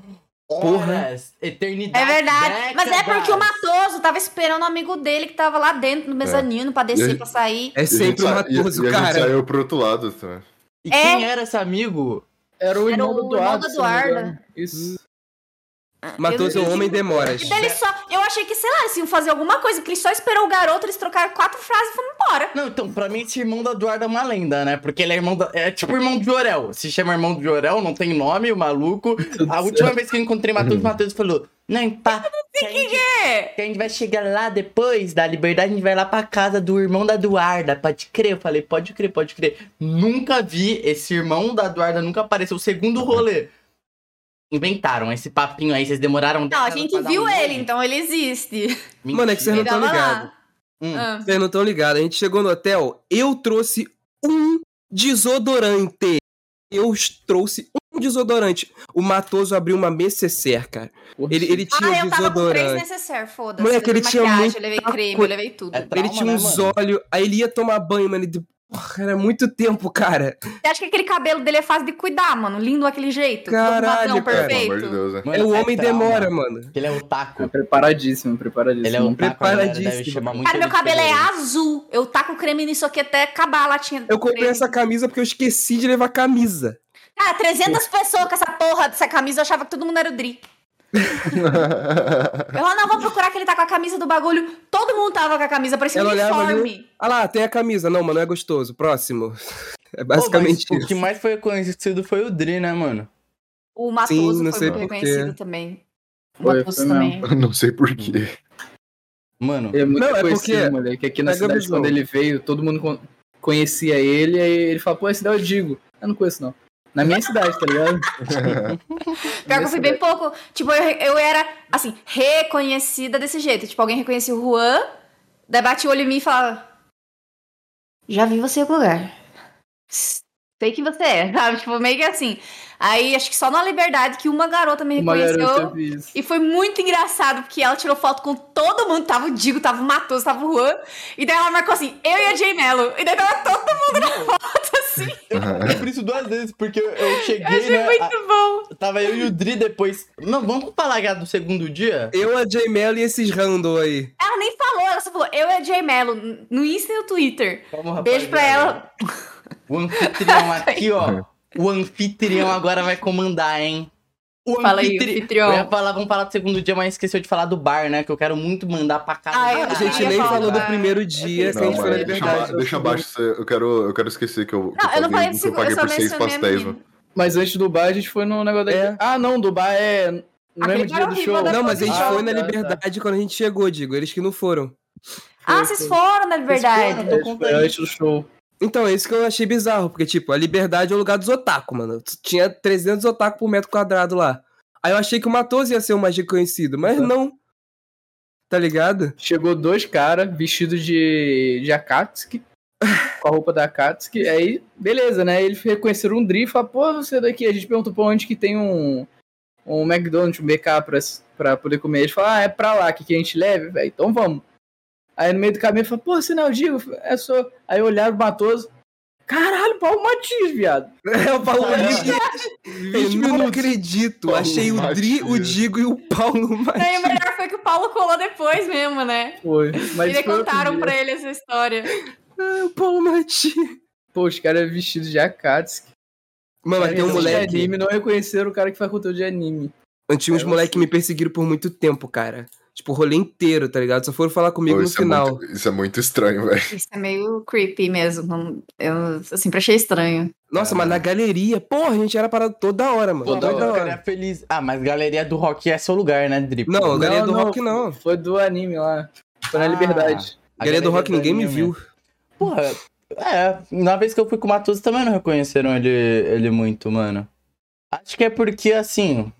Speaker 4: Porra.
Speaker 1: Horas, eternidade.
Speaker 2: É verdade. Mas é porque o
Speaker 1: uma
Speaker 2: Matoso tava esperando o amigo dele que tava lá dentro no mezanino pra descer,
Speaker 3: E-
Speaker 2: pra sair.
Speaker 4: É
Speaker 3: E a gente
Speaker 4: sempre o
Speaker 3: sa- e-
Speaker 4: Matoso,
Speaker 3: e a gente
Speaker 4: cara.
Speaker 3: saiu pro outro lado tá? também.
Speaker 1: E
Speaker 2: É.
Speaker 1: quem era esse amigo?
Speaker 5: Era o
Speaker 2: Era
Speaker 5: irmão
Speaker 2: o
Speaker 5: do
Speaker 2: irmão do
Speaker 5: Eduardo. se não me
Speaker 2: Eduardo.
Speaker 5: engano. Isso.
Speaker 4: Matoso é
Speaker 2: Eu-
Speaker 4: o homem demoras.
Speaker 2: E daí eles só. Eu achei que, sei lá, eles iam fazer alguma coisa, porque eles só esperou o garoto, eles trocaram quatro frases e foram embora.
Speaker 1: Não, então, pra mim, esse irmão da Eduarda é uma lenda, né? Porque ele é irmão da. É tipo irmão de Jorel. Se chama irmão de Jorel, não tem nome, o maluco.
Speaker 4: Hum.
Speaker 5: Tudo
Speaker 4: é
Speaker 1: A
Speaker 5: certo.
Speaker 1: última vez que eu encontrei Matheus, o Matheus falou: Não, tá, pá. que a gente-
Speaker 2: É.
Speaker 1: que a gente vai chegar lá depois da liberdade, a gente vai lá pra casa do irmão da Eduarda, pode crer. Eu falei, pode crer, pode crer. Nunca vi esse irmão da Eduarda, nunca apareceu. O segundo rolê. Inventaram esse papinho aí, vocês demoraram
Speaker 2: Não, a
Speaker 1: décadas
Speaker 2: gente
Speaker 1: pra dar um
Speaker 2: viu
Speaker 1: nome.
Speaker 2: ele, então ele existe.
Speaker 1: Mentira.
Speaker 4: Mano, é que vocês não
Speaker 2: Ele
Speaker 4: estão
Speaker 2: tava
Speaker 4: ligados.
Speaker 2: lá.
Speaker 1: Hum.
Speaker 2: Ah.
Speaker 4: Vocês não estão ligados. A gente chegou no hotel, eu trouxe um desodorante. Eu trouxe um desodorante. O Matoso abriu uma Messecer, cara.
Speaker 5: Porra,
Speaker 4: Ele, ele
Speaker 3: um
Speaker 4: tinha
Speaker 2: Ah, eu tava com três
Speaker 4: desodorante.
Speaker 2: necessaires, foda-se.
Speaker 4: Moleque,
Speaker 2: Eu
Speaker 4: ele
Speaker 2: levei
Speaker 4: tinha
Speaker 2: maquiagem,
Speaker 4: muita
Speaker 2: eu levei creme, eu
Speaker 4: coisa.
Speaker 2: levei tudo.
Speaker 1: É
Speaker 4: Ele
Speaker 1: trauma,
Speaker 4: tinha
Speaker 1: né,
Speaker 4: uns
Speaker 1: mano?
Speaker 4: olhos. Aí ele ia tomar banho, mano. Ele... Porra, era muito tempo, cara.
Speaker 2: Você acha que aquele cabelo dele é fácil de cuidar, mano? Lindo daquele jeito.
Speaker 4: Caralho,
Speaker 2: bombadão,
Speaker 4: cara.
Speaker 3: É,
Speaker 2: perfeito.
Speaker 3: pelo amor de Deus, né?
Speaker 1: Mano,
Speaker 4: É o
Speaker 1: é
Speaker 4: homem
Speaker 1: trauma.
Speaker 4: demora, mano.
Speaker 1: Ele é o taco.
Speaker 5: Preparadíssimo, preparadíssimo.
Speaker 1: Ele é um taco, a galera deve
Speaker 4: Preparadíssimo.
Speaker 1: chamar muito
Speaker 2: Cara, meu
Speaker 1: ele de
Speaker 2: cabelo é
Speaker 1: pedreiro.
Speaker 2: azul. Eu taco creme nisso aqui até acabar a latinha. do
Speaker 4: Eu comprei
Speaker 2: creme.
Speaker 4: essa camisa porque eu esqueci de levar camisa.
Speaker 2: Cara, 300 pessoas com essa porra dessa camisa. Eu achava que todo mundo era o Dri.
Speaker 3: né?
Speaker 2: *laughs* Eu falava, não, vou procurar que ele tá com a camisa do bagulho. Todo mundo tava com a camisa, parecia um
Speaker 4: Ela olhava ali-
Speaker 2: uniforme.
Speaker 4: Ah lá, tem a camisa. Não, mano, é gostoso. Próximo. *laughs* É
Speaker 1: Pô, mas
Speaker 4: basicamente
Speaker 1: O
Speaker 4: isso.
Speaker 1: que mais foi reconhecido foi o Dri, né, mano?
Speaker 2: O Matoso
Speaker 4: Sim, não sei
Speaker 2: foi
Speaker 4: por quê.
Speaker 2: reconhecido também. O
Speaker 5: Foi,
Speaker 2: Matoso
Speaker 5: foi
Speaker 2: também.
Speaker 3: Não sei porquê.
Speaker 1: Mano,
Speaker 5: Ele é muito
Speaker 4: Não, é
Speaker 5: conhecido,
Speaker 4: porque-
Speaker 5: moleque. Aqui
Speaker 4: Pega
Speaker 5: na
Speaker 4: a
Speaker 5: cidade,
Speaker 4: visão.
Speaker 5: quando ele veio, todo mundo con- conhecia ele, aí ele fala, pô, esse daí eu digo. Eu não conheço, não.
Speaker 2: *laughs*
Speaker 5: Na minha cidade, tá ligado?
Speaker 2: Pior que eu fui bem pouco. Tipo, eu, eu era, assim, reconhecida desse jeito. Tipo, alguém reconhecia o Juan, daí bate o olho em mim e fala: Já vi você em algum lugar. Sei que você é, *laughs* sabe? Tipo, meio que assim. Aí acho que só na liberdade que uma garota me
Speaker 5: Uma
Speaker 2: reconheceu.
Speaker 5: garota eu vi isso.
Speaker 2: E foi muito engraçado, porque ela tirou foto com todo mundo. Tava o Digo, tava o Matoso, tava o Juan. E daí ela marcou assim, eu e a Jay Mello. E daí tava todo mundo na foto, assim.
Speaker 1: eu fiz isso duas vezes, porque eu,
Speaker 2: *laughs*
Speaker 1: eu cheguei,
Speaker 2: Eu achei
Speaker 1: né, a-
Speaker 2: muito bom.
Speaker 1: Tava eu e o Dri depois. Não, vamos falar já do segundo dia?
Speaker 4: Eu, a J. Mello e esses random aí.
Speaker 2: Ela nem falou, ela só falou, eu e a Jay Mello, no Insta e no Twitter.
Speaker 1: Vamos, rapaziada.
Speaker 2: Beijo
Speaker 5: é,
Speaker 2: pra
Speaker 5: né?
Speaker 2: ela.
Speaker 1: O
Speaker 2: *laughs*
Speaker 1: anfitrião aqui, ó. O anfitrião agora vai comandar, hein? O
Speaker 2: Fala aí,
Speaker 1: anfitri-
Speaker 2: anfitrião.
Speaker 1: Eu ia falar, vamos falar do segundo dia, mas esqueceu de falar do bar, né? Que eu quero muito mandar pra casa.
Speaker 2: Ah, eu
Speaker 4: A gente
Speaker 1: é
Speaker 2: ia
Speaker 4: nem
Speaker 2: falar
Speaker 4: falou
Speaker 2: do
Speaker 4: do
Speaker 2: bar.
Speaker 4: primeiro dia que a
Speaker 3: Não,
Speaker 4: gente foi na
Speaker 3: mano, deixa, ba
Speaker 4: liberdade.
Speaker 3: deixa abaixo. isso aí. Eu quero, eu quero esquecer que eu, que
Speaker 2: Não, eu não falei
Speaker 3: que
Speaker 2: do
Speaker 3: eu
Speaker 2: segundo, eu
Speaker 3: paguei
Speaker 2: só
Speaker 3: por seis
Speaker 2: mencionei a
Speaker 3: pastéis,
Speaker 2: menina.
Speaker 3: mano.
Speaker 5: Mas antes do bar, a gente foi num negócio daí.
Speaker 4: É.
Speaker 5: Ah, não, do bar é no
Speaker 2: Aquele
Speaker 5: mesmo
Speaker 2: bar
Speaker 5: dia do
Speaker 2: horrível
Speaker 5: show.
Speaker 2: da
Speaker 4: Não, mas a gente
Speaker 2: Ah,
Speaker 4: foi na
Speaker 5: tá, tá.
Speaker 4: liberdade quando a gente chegou, digo. Eles que não foram.
Speaker 2: Ah, vocês foram, na
Speaker 1: Vocês
Speaker 2: verdade.
Speaker 1: foram? Então
Speaker 5: É,
Speaker 1: conta
Speaker 5: foi
Speaker 1: aí.
Speaker 5: antes do show.
Speaker 4: Então, é isso que eu achei bizarro, porque, tipo, a liberdade é o lugar dos otaku, mano. Tinha 300 otaku por metro quadrado lá. Aí eu achei que o Matoso ia ser o mais reconhecido, mas
Speaker 5: Exato.
Speaker 4: não. tá ligado? *laughs*
Speaker 5: Chegou dois caras vestidos de, de Akatsuki, com a roupa da Akatsuki. Aí, beleza, né? Eles reconheceram um Dri e falaram, pô, você daqui. A gente perguntou pra onde que tem um, um McDonald's, um BK pra, pra poder comer. Eles falaram, ah, é pra lá que, que a gente leve, velho. Então vamos. Aí no meio do caminho, falou, pô, você não é o Digo? Eu falei, É só. Aí olharam o Matoso. Caralho, Paulo Matias, viado.
Speaker 4: É o Paulo Matias. Eu
Speaker 5: 20
Speaker 4: não
Speaker 5: minutos.
Speaker 4: acredito.
Speaker 3: Paulo
Speaker 4: Achei o Dri, o
Speaker 3: Matias.
Speaker 4: Digo e o Paulo
Speaker 2: Daí o
Speaker 4: Matias.
Speaker 2: melhor foi que o Paulo colou depois mesmo, né?
Speaker 5: Foi. Mas
Speaker 2: e daí
Speaker 5: foi outro
Speaker 2: contaram
Speaker 5: dia.
Speaker 2: pra ele essa história.
Speaker 4: É o Paulo Matias.
Speaker 5: Pô, os caras vestidos de Akatsuki.
Speaker 4: Mano, mas tem um
Speaker 5: Caras de
Speaker 4: moleque.
Speaker 5: anime não reconheceram o cara que faz conteúdo de anime.
Speaker 4: Tinha uns
Speaker 5: Eu
Speaker 4: moleques que me perseguiram por muito tempo, cara. Tipo, o rolê inteiro, tá ligado? Só foram falar comigo
Speaker 3: Pô,
Speaker 4: no
Speaker 3: isso, é
Speaker 4: final.
Speaker 3: muito, isso é muito estranho, velho.
Speaker 2: Isso é meio creepy mesmo. não- Eu
Speaker 3: assim,
Speaker 2: sempre achei estranho.
Speaker 4: Nossa, mas na galeria, porra, a gente era parado toda hora, mano.
Speaker 1: Pô,
Speaker 4: Toda,
Speaker 1: mas eu
Speaker 4: hora.
Speaker 1: ficaria feliz. Ah, mas galeria do rock é seu lugar, né, Drip?
Speaker 4: Não, a
Speaker 1: a
Speaker 4: galeria do rock não.
Speaker 5: Foi do anime lá. Foi na
Speaker 1: Ah.
Speaker 5: Liberdade.
Speaker 4: Galeria é do rock ninguém me
Speaker 1: anime.
Speaker 4: viu.
Speaker 1: Porra, é. Na vez que eu fui com o Matuso também não reconheceram ele, ele muito, mano. Acho que é porque, assim.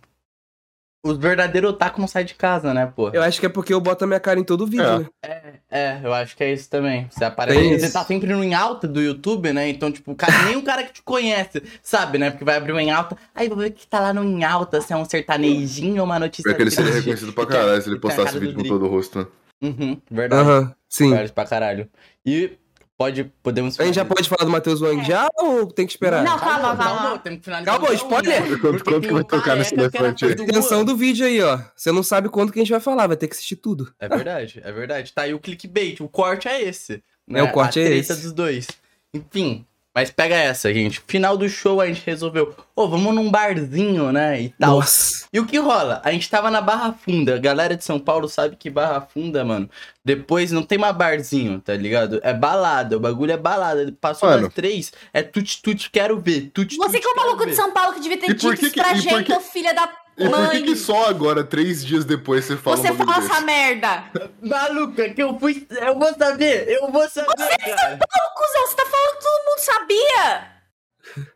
Speaker 1: Os verdadeiros otaku não saem de casa, né, pô?
Speaker 4: Eu acho que é porque eu boto a minha cara em todo vídeo,
Speaker 3: É.
Speaker 4: né?
Speaker 1: É, eu acho que é isso também. Você aparece.
Speaker 4: Tem
Speaker 1: Você
Speaker 4: É isso.
Speaker 1: tá sempre no em alta do YouTube, né? Então, tipo, o cara- nem o cara que te conhece, sabe, né? Porque vai abrir um em alta. Aí vou ver o que tá lá no em alta, se é um sertanejinho ou uma notícia.
Speaker 3: Pior que ele seria
Speaker 1: triste.
Speaker 3: reconhecido pra
Speaker 1: E tem a-
Speaker 3: caralho se
Speaker 1: e
Speaker 3: ele
Speaker 1: tem a
Speaker 3: postasse
Speaker 1: cara do
Speaker 3: vídeo com
Speaker 1: Dri.
Speaker 3: todo o rosto, né?
Speaker 1: Uhum, verdade.
Speaker 4: Aham, sim.
Speaker 1: Vários pra caralho. E pode. Podemos.
Speaker 4: A gente já pode falar do Matheus Wang já ou tem que esperar?
Speaker 2: Não, calma, calma.
Speaker 1: Temos que finalizar.
Speaker 4: Calma,
Speaker 1: o
Speaker 4: spoiler.
Speaker 1: jogo, né?
Speaker 3: Quanto-
Speaker 1: Porque
Speaker 3: quanto que vai
Speaker 1: tem
Speaker 3: tocar
Speaker 1: uma
Speaker 3: nesse
Speaker 1: época que era
Speaker 3: elefante aí?
Speaker 1: todo mundo-
Speaker 4: Atenção do vídeo aí, ó. Você não sabe quando que a gente vai falar, vai ter que assistir tudo.
Speaker 1: É verdade, é verdade. Tá aí o clickbait, o corte é esse.
Speaker 4: É, o corte
Speaker 1: a
Speaker 4: é
Speaker 1: treta
Speaker 4: esse.
Speaker 1: dos dois. Enfim, mas pega essa, gente. Final do show a gente resolveu, ô, vamos num barzinho, né, e tal.
Speaker 4: Nossa.
Speaker 1: E o que rola? A gente tava na Barra Funda. A galera de São Paulo sabe que Barra Funda, mano, depois não tem mais barzinho, tá ligado? É balada, o bagulho é balada. Passou
Speaker 3: Mano.
Speaker 1: das três, é tut-tut, quero ver, tut-tut,
Speaker 2: Você que é o
Speaker 1: quero
Speaker 2: maluco
Speaker 1: ver.
Speaker 2: de São Paulo que devia ter
Speaker 3: E por
Speaker 2: dito
Speaker 3: que
Speaker 2: isso
Speaker 3: que-
Speaker 2: pra
Speaker 3: e por
Speaker 2: gente,
Speaker 3: que-
Speaker 2: ô filha da
Speaker 3: E por que, que
Speaker 2: mãe.
Speaker 3: só agora, três dias depois, você fala
Speaker 2: Você
Speaker 3: um bagulho
Speaker 2: fala
Speaker 3: desse?
Speaker 2: essa merda.
Speaker 1: Maluca, que eu fui... Eu vou saber, eu vou saber, cara.
Speaker 2: Ô, cuzão, você tá falando que todo mundo sabia.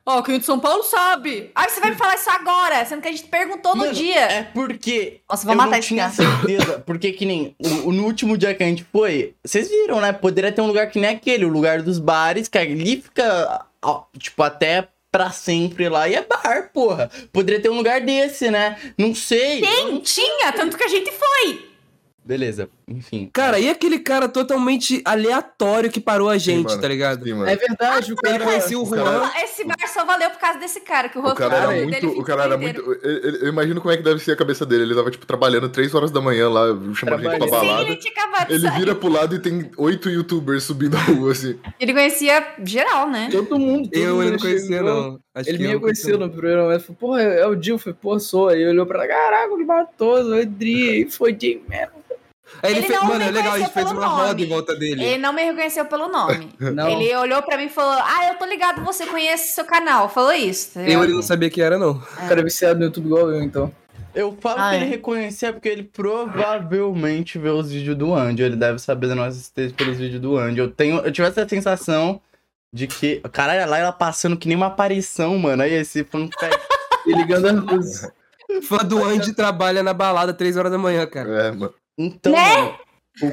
Speaker 2: Ó, quem é de São Paulo sabe. Aí você vai me falar isso agora, sendo que a gente perguntou no
Speaker 1: Mano,
Speaker 2: dia.
Speaker 1: É porque
Speaker 2: Nossa, vou
Speaker 1: eu
Speaker 2: matar
Speaker 1: não
Speaker 2: esse
Speaker 1: tinha
Speaker 2: cara.
Speaker 1: certeza, porque que nem o, o- no último dia que a gente foi, vocês viram, né? Poderia ter um lugar que nem aquele, o lugar dos bares, que ali fica, ó, tipo, até pra sempre lá, e é bar, porra. Poderia ter um lugar desse, né? Não sei.
Speaker 2: Tem, tinha, tanto que a gente foi.
Speaker 1: Beleza, enfim.
Speaker 4: Cara, e aquele cara totalmente aleatório que parou a gente,
Speaker 3: mano.
Speaker 4: tá ligado?
Speaker 3: Sim, mano.
Speaker 5: É verdade, o
Speaker 4: Ele
Speaker 5: cara
Speaker 4: conhecia o
Speaker 3: o cara-
Speaker 4: Juan.
Speaker 2: Esse bar só valeu por causa desse cara, que o
Speaker 3: O
Speaker 2: rosto
Speaker 3: cara era
Speaker 2: dele
Speaker 3: muito.
Speaker 2: fica
Speaker 3: O cara era
Speaker 2: inteiro.
Speaker 3: muito. eu- eu- Eu imagino como é que deve ser a cabeça dele. Ele tava, tipo, trabalhando três horas da manhã lá, chamando gente pra
Speaker 5: Trabalhando.
Speaker 2: Sim,
Speaker 3: balada.
Speaker 2: ele tinha acabado de
Speaker 3: Ele
Speaker 2: sair.
Speaker 3: vira pro lado e tem oito youtubers subindo a rua, assim.
Speaker 2: Ele conhecia geral, né?
Speaker 5: Todo mundo. todo
Speaker 4: Eu,
Speaker 5: mundo
Speaker 4: eu não conhecia,
Speaker 5: chegou.
Speaker 4: não. Acho
Speaker 5: ele
Speaker 4: que
Speaker 5: me
Speaker 4: eu não conhecia,
Speaker 5: reconheceu no primeiro momento, falou, porra, é o Dil, foi, porra, sou. Aí olhou pra lá, caraca, ele matou, o Adri, foi de merda.
Speaker 4: Aí ele,
Speaker 2: Ele
Speaker 4: fez,
Speaker 2: não
Speaker 4: mano,
Speaker 2: me
Speaker 4: é legal, a gente
Speaker 2: conheceu
Speaker 4: fez
Speaker 2: pelo
Speaker 4: uma roda
Speaker 2: nome.
Speaker 4: em volta dele.
Speaker 2: Ele não me reconheceu pelo nome.
Speaker 3: *laughs*
Speaker 5: Não,
Speaker 2: Ele olhou pra mim e falou: Ah, eu tô ligado, você conhece seu canal. Falou isso. tá
Speaker 4: Eu
Speaker 2: ligado?
Speaker 4: ele não sabia que
Speaker 2: *laughs*
Speaker 4: era, não.
Speaker 5: o cara é viciado no YouTube igual eu, então.
Speaker 1: Eu falo
Speaker 2: Ah,
Speaker 1: pra ele
Speaker 2: é.
Speaker 1: reconhecer porque ele provavelmente vê os vídeos do Andy. Ele deve saber da nossa existência pelos vídeos do Andy. Eu, tenho, eu tive essa sensação de que. Caralho, a Laila passando que nem uma aparição, mano. Aí esse fun fact.
Speaker 5: E ligando as luzes.
Speaker 4: Fã do Andy trabalha na balada três horas da manhã, cara.
Speaker 3: É, mano.
Speaker 1: Então.
Speaker 2: Né?
Speaker 1: mano,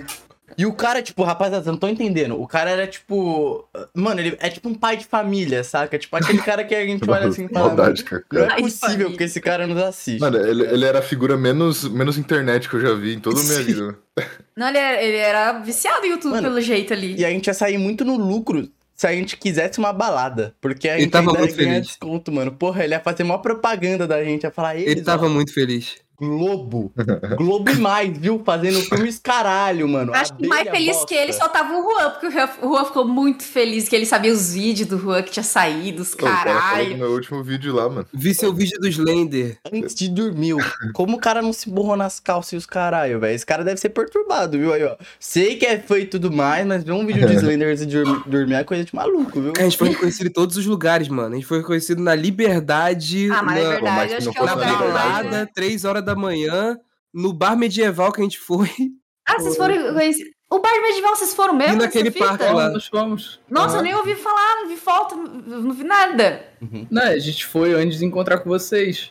Speaker 1: o- E o cara, tipo, rapaziada, vocês não tô entendendo. O cara era tipo. Mano, ele é tipo um pai de família, saca? Tipo aquele cara que a
Speaker 3: *laughs*
Speaker 1: gente olha assim e fala.
Speaker 3: Maldade, cara.
Speaker 1: Não é
Speaker 2: Pai de
Speaker 1: possível
Speaker 2: família.
Speaker 1: porque esse cara nos assiste.
Speaker 3: Mano, ele, ele era a figura menos, menos internet que eu já vi em toda a minha
Speaker 4: Sim.
Speaker 3: vida. né?
Speaker 2: Não, ele era, ele era viciado no YouTube
Speaker 1: Mano,
Speaker 2: pelo jeito ali.
Speaker 1: E a gente ia sair muito no lucro se a gente quisesse uma balada. Porque a
Speaker 4: Ele
Speaker 1: gente
Speaker 4: tava
Speaker 1: ainda ia
Speaker 4: muito
Speaker 1: ganhar
Speaker 4: feliz.
Speaker 1: desconto, mano. Porra, ele ia fazer maior propaganda da gente. Ia falar, eles,
Speaker 4: Ele tava
Speaker 1: ó,
Speaker 4: muito feliz. *laughs*
Speaker 1: Globo. Globo e mais, viu? Fazendo filmes caralho, mano.
Speaker 2: Acho que mais
Speaker 1: Abelha
Speaker 2: feliz
Speaker 1: bosta.
Speaker 2: que ele só tava o Juan, porque o Juan- o Juan ficou muito feliz que ele sabia os vídeos do Juan que tinha saído, os
Speaker 3: Pô, o cara falou no
Speaker 2: caralho.
Speaker 3: meu último vídeo lá, mano.
Speaker 4: Vi seu vídeo do Slender.
Speaker 1: Antes de dormir, o- como o cara não se borrou nas calças e os caralho, velho? Esse cara deve ser perturbado, viu? Aí, ó. Sei que é feio e tudo mais, mas ver um vídeo
Speaker 4: *laughs*
Speaker 1: de Slender antes de dormir, dormir é coisa de maluco, viu?
Speaker 4: A gente foi reconhecido em todos os lugares, mano. A gente foi reconhecido na Liberdade,
Speaker 2: Ah, mas é
Speaker 4: na,
Speaker 2: verdade,
Speaker 3: mas que
Speaker 2: acho
Speaker 3: não
Speaker 2: que é o
Speaker 4: na
Speaker 3: fosse na
Speaker 2: lugar mais.
Speaker 3: Liberdade,
Speaker 4: balada, três horas da manhã, no bar medieval que a gente
Speaker 5: *laughs*
Speaker 4: foi.
Speaker 3: né?
Speaker 2: Ah, vocês foram conhecer. O Bar Medieval, vocês foram mesmo?
Speaker 4: E
Speaker 2: nessa
Speaker 4: naquele
Speaker 2: fita?
Speaker 4: parque lá.
Speaker 5: Então, nós fomos.
Speaker 2: Nossa, eu nem ouvi falar, não vi foto, não não vi nada.
Speaker 5: Não, a gente foi antes de encontrar com vocês.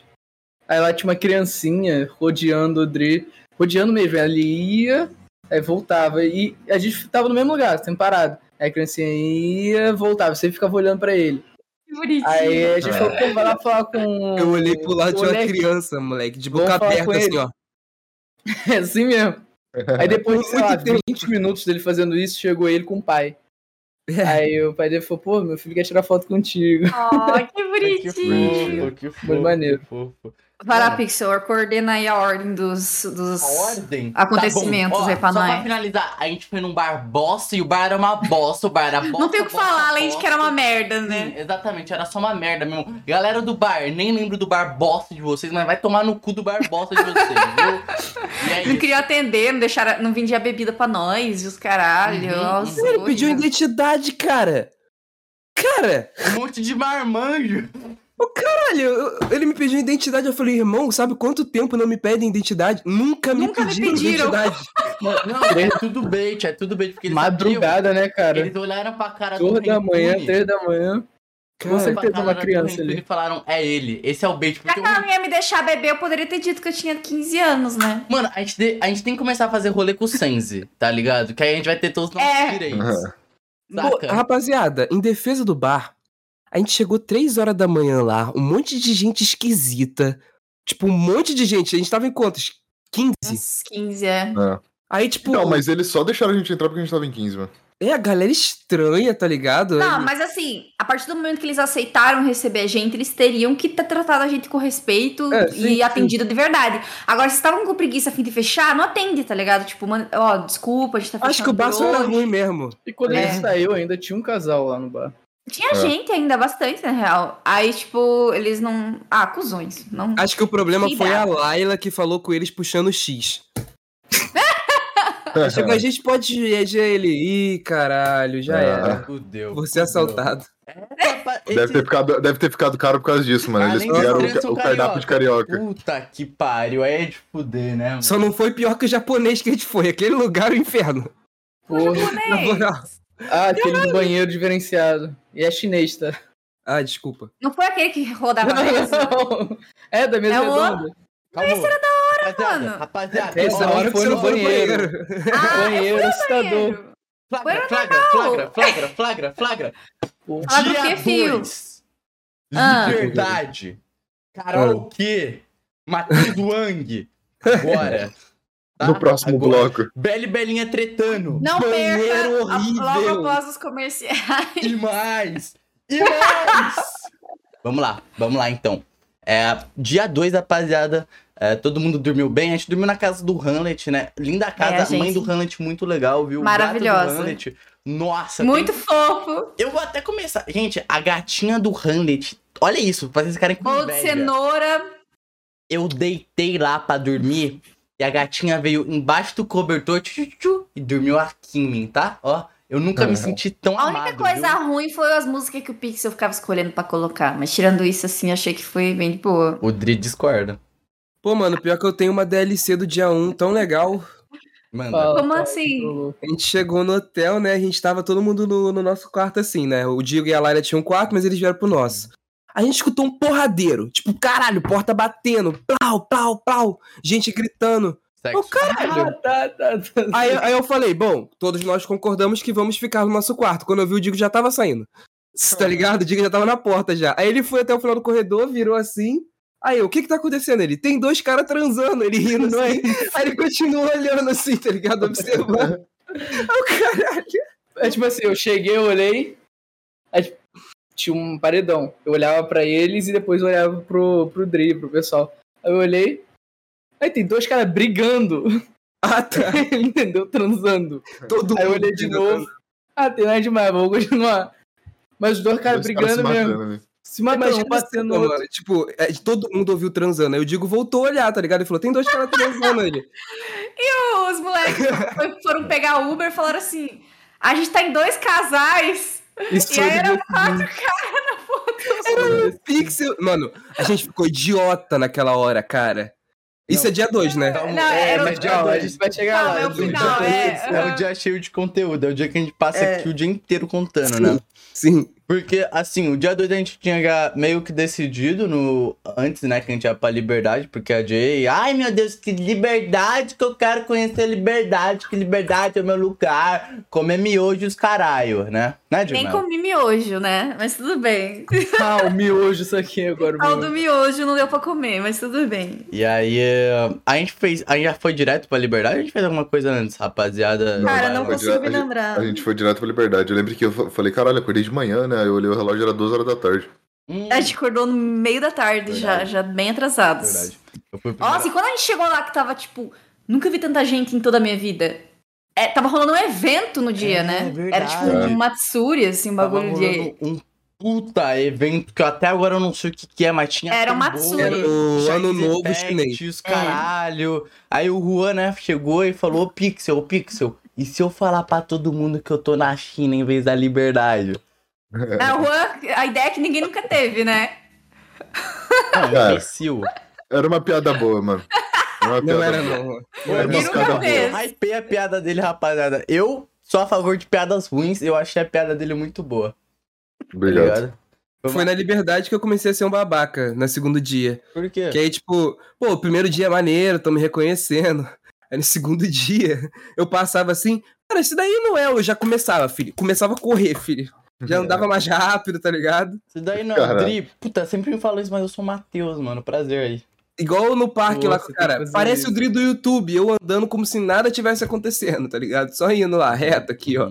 Speaker 5: Aí lá tinha uma criancinha rodeando o Dri. Rodeando mesmo, ela ia, Aí voltava. E a gente tava no mesmo lugar, sempre parado. Aí a criancinha ia, voltava, você ficava olhando pra ele.
Speaker 2: Que bonitinho.
Speaker 5: Aí a gente falou, pô, vai lá falar com.
Speaker 4: Eu olhei pro lado de uma
Speaker 5: moleque.
Speaker 4: criança, moleque, de
Speaker 5: Vamos
Speaker 4: boca
Speaker 5: falar
Speaker 4: aberta,
Speaker 5: com
Speaker 4: assim,
Speaker 5: ele.
Speaker 4: ó.
Speaker 5: *laughs* É assim mesmo. Aí depois de, sei
Speaker 4: Muito
Speaker 5: lá,
Speaker 4: tempo.
Speaker 5: 20 minutos dele fazendo isso, chegou ele com o pai. Aí o pai dele falou, pô, meu filho quer tirar foto contigo.
Speaker 2: Oh, que
Speaker 1: Que
Speaker 2: bonitinho.
Speaker 1: fofo, que fofo.
Speaker 5: Muito maneiro.
Speaker 1: que fofo.
Speaker 2: Vai lá, Pixel, coordena aí a ordem dos. dos...
Speaker 1: A ordem.
Speaker 2: Acontecimentos
Speaker 1: tá bom. Ó,
Speaker 2: aí pra
Speaker 1: Só
Speaker 2: nós.
Speaker 1: pra finalizar, a gente foi num bar bosta e o bar era uma bosta. O bar era bosta.
Speaker 2: Não tem o que
Speaker 1: bosta,
Speaker 2: falar, além de
Speaker 1: bosta.
Speaker 2: que era uma merda, né?
Speaker 1: Sim, exatamente, era só uma merda mesmo. Galera do bar, nem lembro do bar bosta de vocês, mas vai tomar no cu do bar bosta de vocês,
Speaker 2: *laughs*
Speaker 1: viu? E é
Speaker 2: Não
Speaker 1: isso.
Speaker 2: queriam atender, não deixaram, não vendia bebida pra nós e os caralho.
Speaker 1: Uhum,
Speaker 2: Nossa,
Speaker 1: uhum.
Speaker 4: Ele pediu um
Speaker 2: horrível.
Speaker 4: identidade, cara. Cara,
Speaker 1: Um monte de marmanjo.
Speaker 4: Caralho, eu- ele me pediu identidade. Eu falei, irmão, sabe quanto tempo não me pedem identidade? Nunca me
Speaker 2: Nunca me
Speaker 4: pediram,
Speaker 2: pediram. *laughs*
Speaker 4: identidade.
Speaker 1: Não, é tudo bem, é tudo bem. Porque eles sabiam,
Speaker 5: Madrugada, né, cara?
Speaker 1: Eles olharam pra cara do
Speaker 5: Duas da manhã,
Speaker 1: Rentune,
Speaker 5: três da manhã. Com
Speaker 1: olharam
Speaker 4: Cara,
Speaker 1: pra
Speaker 5: certeza
Speaker 1: cara
Speaker 5: uma
Speaker 1: do
Speaker 5: criança
Speaker 1: Rentune
Speaker 5: ali.
Speaker 1: E falaram, é ele, esse é o bait.
Speaker 2: Já
Speaker 1: Porque
Speaker 2: que
Speaker 1: o
Speaker 2: ela não ia me deixar beber, eu poderia ter dito que eu tinha 15 anos, né?
Speaker 1: Mano, a gente, de- a gente tem que começar a fazer rolê com o Senzi, tá ligado? Que aí a gente vai ter todos os nossos
Speaker 2: É.
Speaker 1: direitos.
Speaker 3: *laughs*
Speaker 4: pô,
Speaker 1: Saca?
Speaker 4: rapaziada, em defesa do bar, a gente chegou três horas da manhã lá, um monte de gente esquisita. Tipo, um monte de gente. A gente tava em quantos? 15?
Speaker 2: Uns 15, é.
Speaker 4: Aí, tipo,
Speaker 3: Não, mas eles só deixaram a gente entrar porque a gente tava em 15, mano.
Speaker 4: é a galera estranha, tá ligado?
Speaker 2: Não,
Speaker 4: Ele-
Speaker 2: mas assim, a partir do momento que eles aceitaram receber a gente, eles teriam que ter tratado a gente com respeito
Speaker 4: É, sim,
Speaker 2: e
Speaker 4: sim.
Speaker 2: atendido de verdade. Agora, se estavam com preguiça a fim de fechar, não atende, tá ligado? Tipo, mano, ó, desculpa, a gente tá fechando.
Speaker 4: Acho que o bar só
Speaker 2: por
Speaker 4: era
Speaker 2: hoje.
Speaker 4: ruim mesmo.
Speaker 5: E quando
Speaker 2: É.
Speaker 5: ele saiu, ainda tinha um casal lá no bar.
Speaker 2: Tinha
Speaker 3: É.
Speaker 2: gente ainda, bastante, na real. Aí, tipo, eles não. Ah, cuzões. Não...
Speaker 4: Acho que o problema
Speaker 2: Que
Speaker 4: foi
Speaker 2: dá.
Speaker 4: a Laila que falou com eles puxando o X. Chegou, a gente pode eleger ele. Ih, caralho, já
Speaker 3: Ah.
Speaker 4: era.
Speaker 1: Fudeu.
Speaker 4: Vou ser assaltado.
Speaker 3: *laughs* Deve ter, ficado, deve ter ficado caro por causa disso, mano. Eles
Speaker 1: Além dos
Speaker 3: criaram
Speaker 1: três,
Speaker 3: o,
Speaker 1: são
Speaker 3: o cardápio de carioca.
Speaker 1: Puta que pariu, aí é de fuder, né, mano?
Speaker 4: Só não foi pior que o japonês que a gente foi. Aquele lugar é o inferno.
Speaker 5: Porra.
Speaker 2: É
Speaker 4: Na moral.
Speaker 5: Ah, aquele do banheiro diferenciado. E é chinês, tá?
Speaker 4: Ah, desculpa.
Speaker 2: Não foi aquele que rodava
Speaker 5: Não,
Speaker 2: mesmo.
Speaker 4: *laughs*
Speaker 5: não. *laughs* É da mesma
Speaker 2: É o-
Speaker 5: redonda.
Speaker 1: Calma. Esse era da hora, rapaziada,
Speaker 2: mano.
Speaker 1: Rapaziada,
Speaker 5: Essa
Speaker 1: ó,
Speaker 5: hora
Speaker 1: ó,
Speaker 5: foi
Speaker 4: você
Speaker 5: no
Speaker 4: não
Speaker 5: banheiro.
Speaker 2: Ah, eu
Speaker 5: banheiro
Speaker 2: fui no
Speaker 5: assustador.
Speaker 2: banheiro.
Speaker 1: Flagra,
Speaker 2: Foi
Speaker 1: flagra, flagra, flagra, flagra, flagra.
Speaker 5: Pô.
Speaker 2: Flagra o quê,
Speaker 1: Dia
Speaker 2: fio?
Speaker 1: 2.
Speaker 2: Ah.
Speaker 1: Liberdade. Karaokê. Matheus Wang. Agora. Tá?
Speaker 3: No próximo
Speaker 1: Agora.
Speaker 3: bloco.
Speaker 1: Bela e Belinha tretando.
Speaker 2: Não
Speaker 4: Banheiro
Speaker 2: perca a-
Speaker 4: horrível.
Speaker 2: logo após os comerciais.
Speaker 1: E mais! E mais! *laughs* vamos lá, vamos lá então. É, dia 2, rapaziada. é, todo mundo dormiu bem. A gente dormiu na casa do Hamlet, né? Linda casa,
Speaker 2: É, a gente-
Speaker 1: mãe do Hamlet, muito legal, viu? O
Speaker 2: Maravilhosa.
Speaker 1: gato do Hamlet. Nossa,
Speaker 2: *laughs* Muito
Speaker 1: tem-
Speaker 2: fofo.
Speaker 1: Eu vou até começar. Gente, a gatinha do Hamlet. Olha isso, pra vocês ficarem com
Speaker 2: Bolo de
Speaker 1: inveja.
Speaker 2: cenoura.
Speaker 1: Eu deitei lá pra dormir e a gatinha veio embaixo do cobertor tchu, tchu, tchu, e dormiu aqui em mim, tá? Ó, eu nunca me
Speaker 3: Uhum.
Speaker 1: senti tão
Speaker 2: A
Speaker 1: amado.
Speaker 2: única
Speaker 1: viu?
Speaker 2: coisa ruim foi as músicas que o Pixel ficava escolhendo pra colocar. Mas tirando isso, assim, achei que foi bem de boa.
Speaker 1: O Dri discorda.
Speaker 4: Pô, mano, pior que eu tenho uma DLC do dia 1 tão legal.
Speaker 1: Manda.
Speaker 5: Fala,
Speaker 2: Como
Speaker 5: cara,
Speaker 2: assim?
Speaker 5: que louco.
Speaker 4: A gente chegou no hotel, né? A gente tava todo mundo no, no nosso quarto assim, né? O Diego e a Laila tinham um quarto, mas eles vieram pro nosso. A gente escutou um porradeiro. Tipo, caralho, porta batendo. Plau, plau, plau. Gente gritando.
Speaker 1: Sexo.
Speaker 4: Ô, caralho.
Speaker 5: Ah, tá, tá, tá.
Speaker 4: Aí, aí eu falei, bom, todos nós concordamos que vamos ficar no nosso quarto. Quando eu vi, o Digo já tava saindo. Tá ligado? O Digo já tava na porta já. Aí ele foi até o final do corredor, virou assim. Aí eu, o que que tá acontecendo? Ele, tem dois caras transando, ele rindo
Speaker 5: Não é
Speaker 4: assim. Aí ele continua olhando assim, tá ligado? Observando.
Speaker 5: *laughs*
Speaker 4: Aí o caralho.
Speaker 5: É tipo assim, eu cheguei, eu olhei. aí, tipo, tinha um paredão. Eu olhava pra eles e depois eu olhava pro, pro Dri, pro pessoal. Aí eu olhei. Aí tem dois caras brigando. *laughs*
Speaker 4: Ah, tá.
Speaker 5: Ele entendeu? Transando.
Speaker 4: Todo
Speaker 5: Aí eu
Speaker 4: mundo
Speaker 5: olhei de
Speaker 4: rindo,
Speaker 5: novo. Ah, tem nada demais, vou continuar. Mas os dois caras
Speaker 3: Dois caras
Speaker 5: brigando
Speaker 3: se
Speaker 5: mesmo.
Speaker 3: matando ali.
Speaker 5: Se matando, um
Speaker 4: Imagina
Speaker 5: batendo no
Speaker 4: só,
Speaker 5: outro.
Speaker 4: mano, Tipo, é, todo mundo ouviu transando. Aí o Digo voltou a olhar, tá ligado? Ele falou: tem dois caras transando
Speaker 5: *laughs*
Speaker 4: ali.
Speaker 2: Os moleques foi- foram pegar o Uber e falaram assim: a gente tá em dois casais.
Speaker 4: Isso
Speaker 2: E aí
Speaker 5: é
Speaker 2: eram
Speaker 4: divertido.
Speaker 2: quatro
Speaker 4: Pixel. Mano, a gente ficou idiota naquela hora, cara. Isso
Speaker 1: Não.
Speaker 4: é dia 2, né?
Speaker 2: Não,
Speaker 5: É,
Speaker 2: era
Speaker 5: mas
Speaker 2: o-
Speaker 5: calma, a gente vai chegar
Speaker 2: Não,
Speaker 5: lá.
Speaker 2: é o
Speaker 5: gente.
Speaker 2: final, é.
Speaker 1: É um dia cheio de conteúdo, é o dia que a gente passa
Speaker 4: É.
Speaker 1: aqui o dia inteiro contando,
Speaker 4: Sim.
Speaker 1: né?
Speaker 4: Sim.
Speaker 1: Porque, assim, o dia 2 a gente tinha já meio que decidido no antes, né? Que a gente ia pra liberdade, porque a Jay. Ai, meu Deus, que liberdade que eu quero conhecer liberdade, que liberdade é o meu lugar. Comer miojo e os caralho, né? Né,
Speaker 2: *laughs* Nem
Speaker 1: Dilma?
Speaker 2: comi miojo, né? Mas tudo bem.
Speaker 5: Ah, o miojo isso aqui agora.
Speaker 2: Pau
Speaker 5: mano.
Speaker 2: do miojo não deu pra comer, mas tudo bem.
Speaker 1: E aí, eh, a gente fez. A gente já foi direto pra liberdade? A gente fez alguma coisa antes, rapaziada? Hum,
Speaker 3: Não,
Speaker 2: Cara,
Speaker 3: vai,
Speaker 2: não
Speaker 3: vai
Speaker 2: consigo
Speaker 3: direto,
Speaker 2: me
Speaker 3: a gente-
Speaker 2: lembrar.
Speaker 3: A gente foi direto pra liberdade. Eu lembro que eu fa- falei, caralho, acordei de manhã, né? Eu olhei o relógio, era 12 horas da tarde.
Speaker 1: Hum,
Speaker 2: A gente acordou no meio da tarde já,
Speaker 1: Verdade.
Speaker 2: já bem atrasados.
Speaker 1: verdade. Eu fui primeiro-
Speaker 2: Nossa, e quando a gente chegou lá que tava, tipo, nunca vi tanta gente em toda a minha vida. É, tava rolando um evento no dia,
Speaker 1: É,
Speaker 2: né? Era
Speaker 1: verdade.
Speaker 2: tipo um Matsuri, assim, um
Speaker 1: Tava
Speaker 2: bagulho de.
Speaker 1: rolando um puta evento que eu até agora eu não sei o que, que é, mas tinha.
Speaker 2: Era o
Speaker 1: tambor,
Speaker 2: Matsuri.
Speaker 4: Era o
Speaker 1: Jack
Speaker 4: ano novo
Speaker 1: Effect,
Speaker 4: chinês.
Speaker 1: os caralho. Aí o Juan, né, chegou e falou: "Ô, Pixel, ô, Pixel, e se eu falar pra todo mundo que eu tô na China em vez da liberdade?
Speaker 2: Na rua, a ideia é que ninguém nunca teve, né?
Speaker 1: Não,
Speaker 3: Cara.
Speaker 1: imbecil.
Speaker 3: Era uma piada boa, mano. Era uma
Speaker 4: Não
Speaker 3: piada
Speaker 4: era,
Speaker 3: boa.
Speaker 4: não.
Speaker 3: Era
Speaker 2: Ninguém
Speaker 3: umas
Speaker 2: nunca
Speaker 3: piadas
Speaker 2: fez.
Speaker 3: boas.
Speaker 2: boa.
Speaker 1: Hypei a piada dele, rapaziada. Eu sou a favor de piadas ruins, eu achei a piada dele muito boa. tá
Speaker 3: Obrigado.
Speaker 1: ligado?
Speaker 4: Foi na liberdade que eu comecei a ser um babaca, no segundo dia.
Speaker 1: Por
Speaker 5: É.
Speaker 1: quê?
Speaker 4: Que aí, tipo, pô, o primeiro dia é maneiro, tô me reconhecendo. Aí no segundo *laughs* dia, eu passava assim, cara, isso daí não é, eu já começava, filho. Começava a correr, filho. Já
Speaker 5: Uhum.
Speaker 4: andava mais rápido, tá ligado?
Speaker 1: Isso daí não,
Speaker 3: Caralho.
Speaker 1: Dri. Puta, sempre me falam isso, mas eu sou o Matheus, mano. Prazer aí.
Speaker 4: Igual no parque lá
Speaker 5: Nossa,
Speaker 4: com o
Speaker 5: que
Speaker 4: cara.
Speaker 5: coisa
Speaker 4: Parece
Speaker 5: isso.
Speaker 4: o drill do YouTube, eu andando como se nada tivesse acontecendo, tá ligado? Só indo lá, reto aqui, *laughs* ó.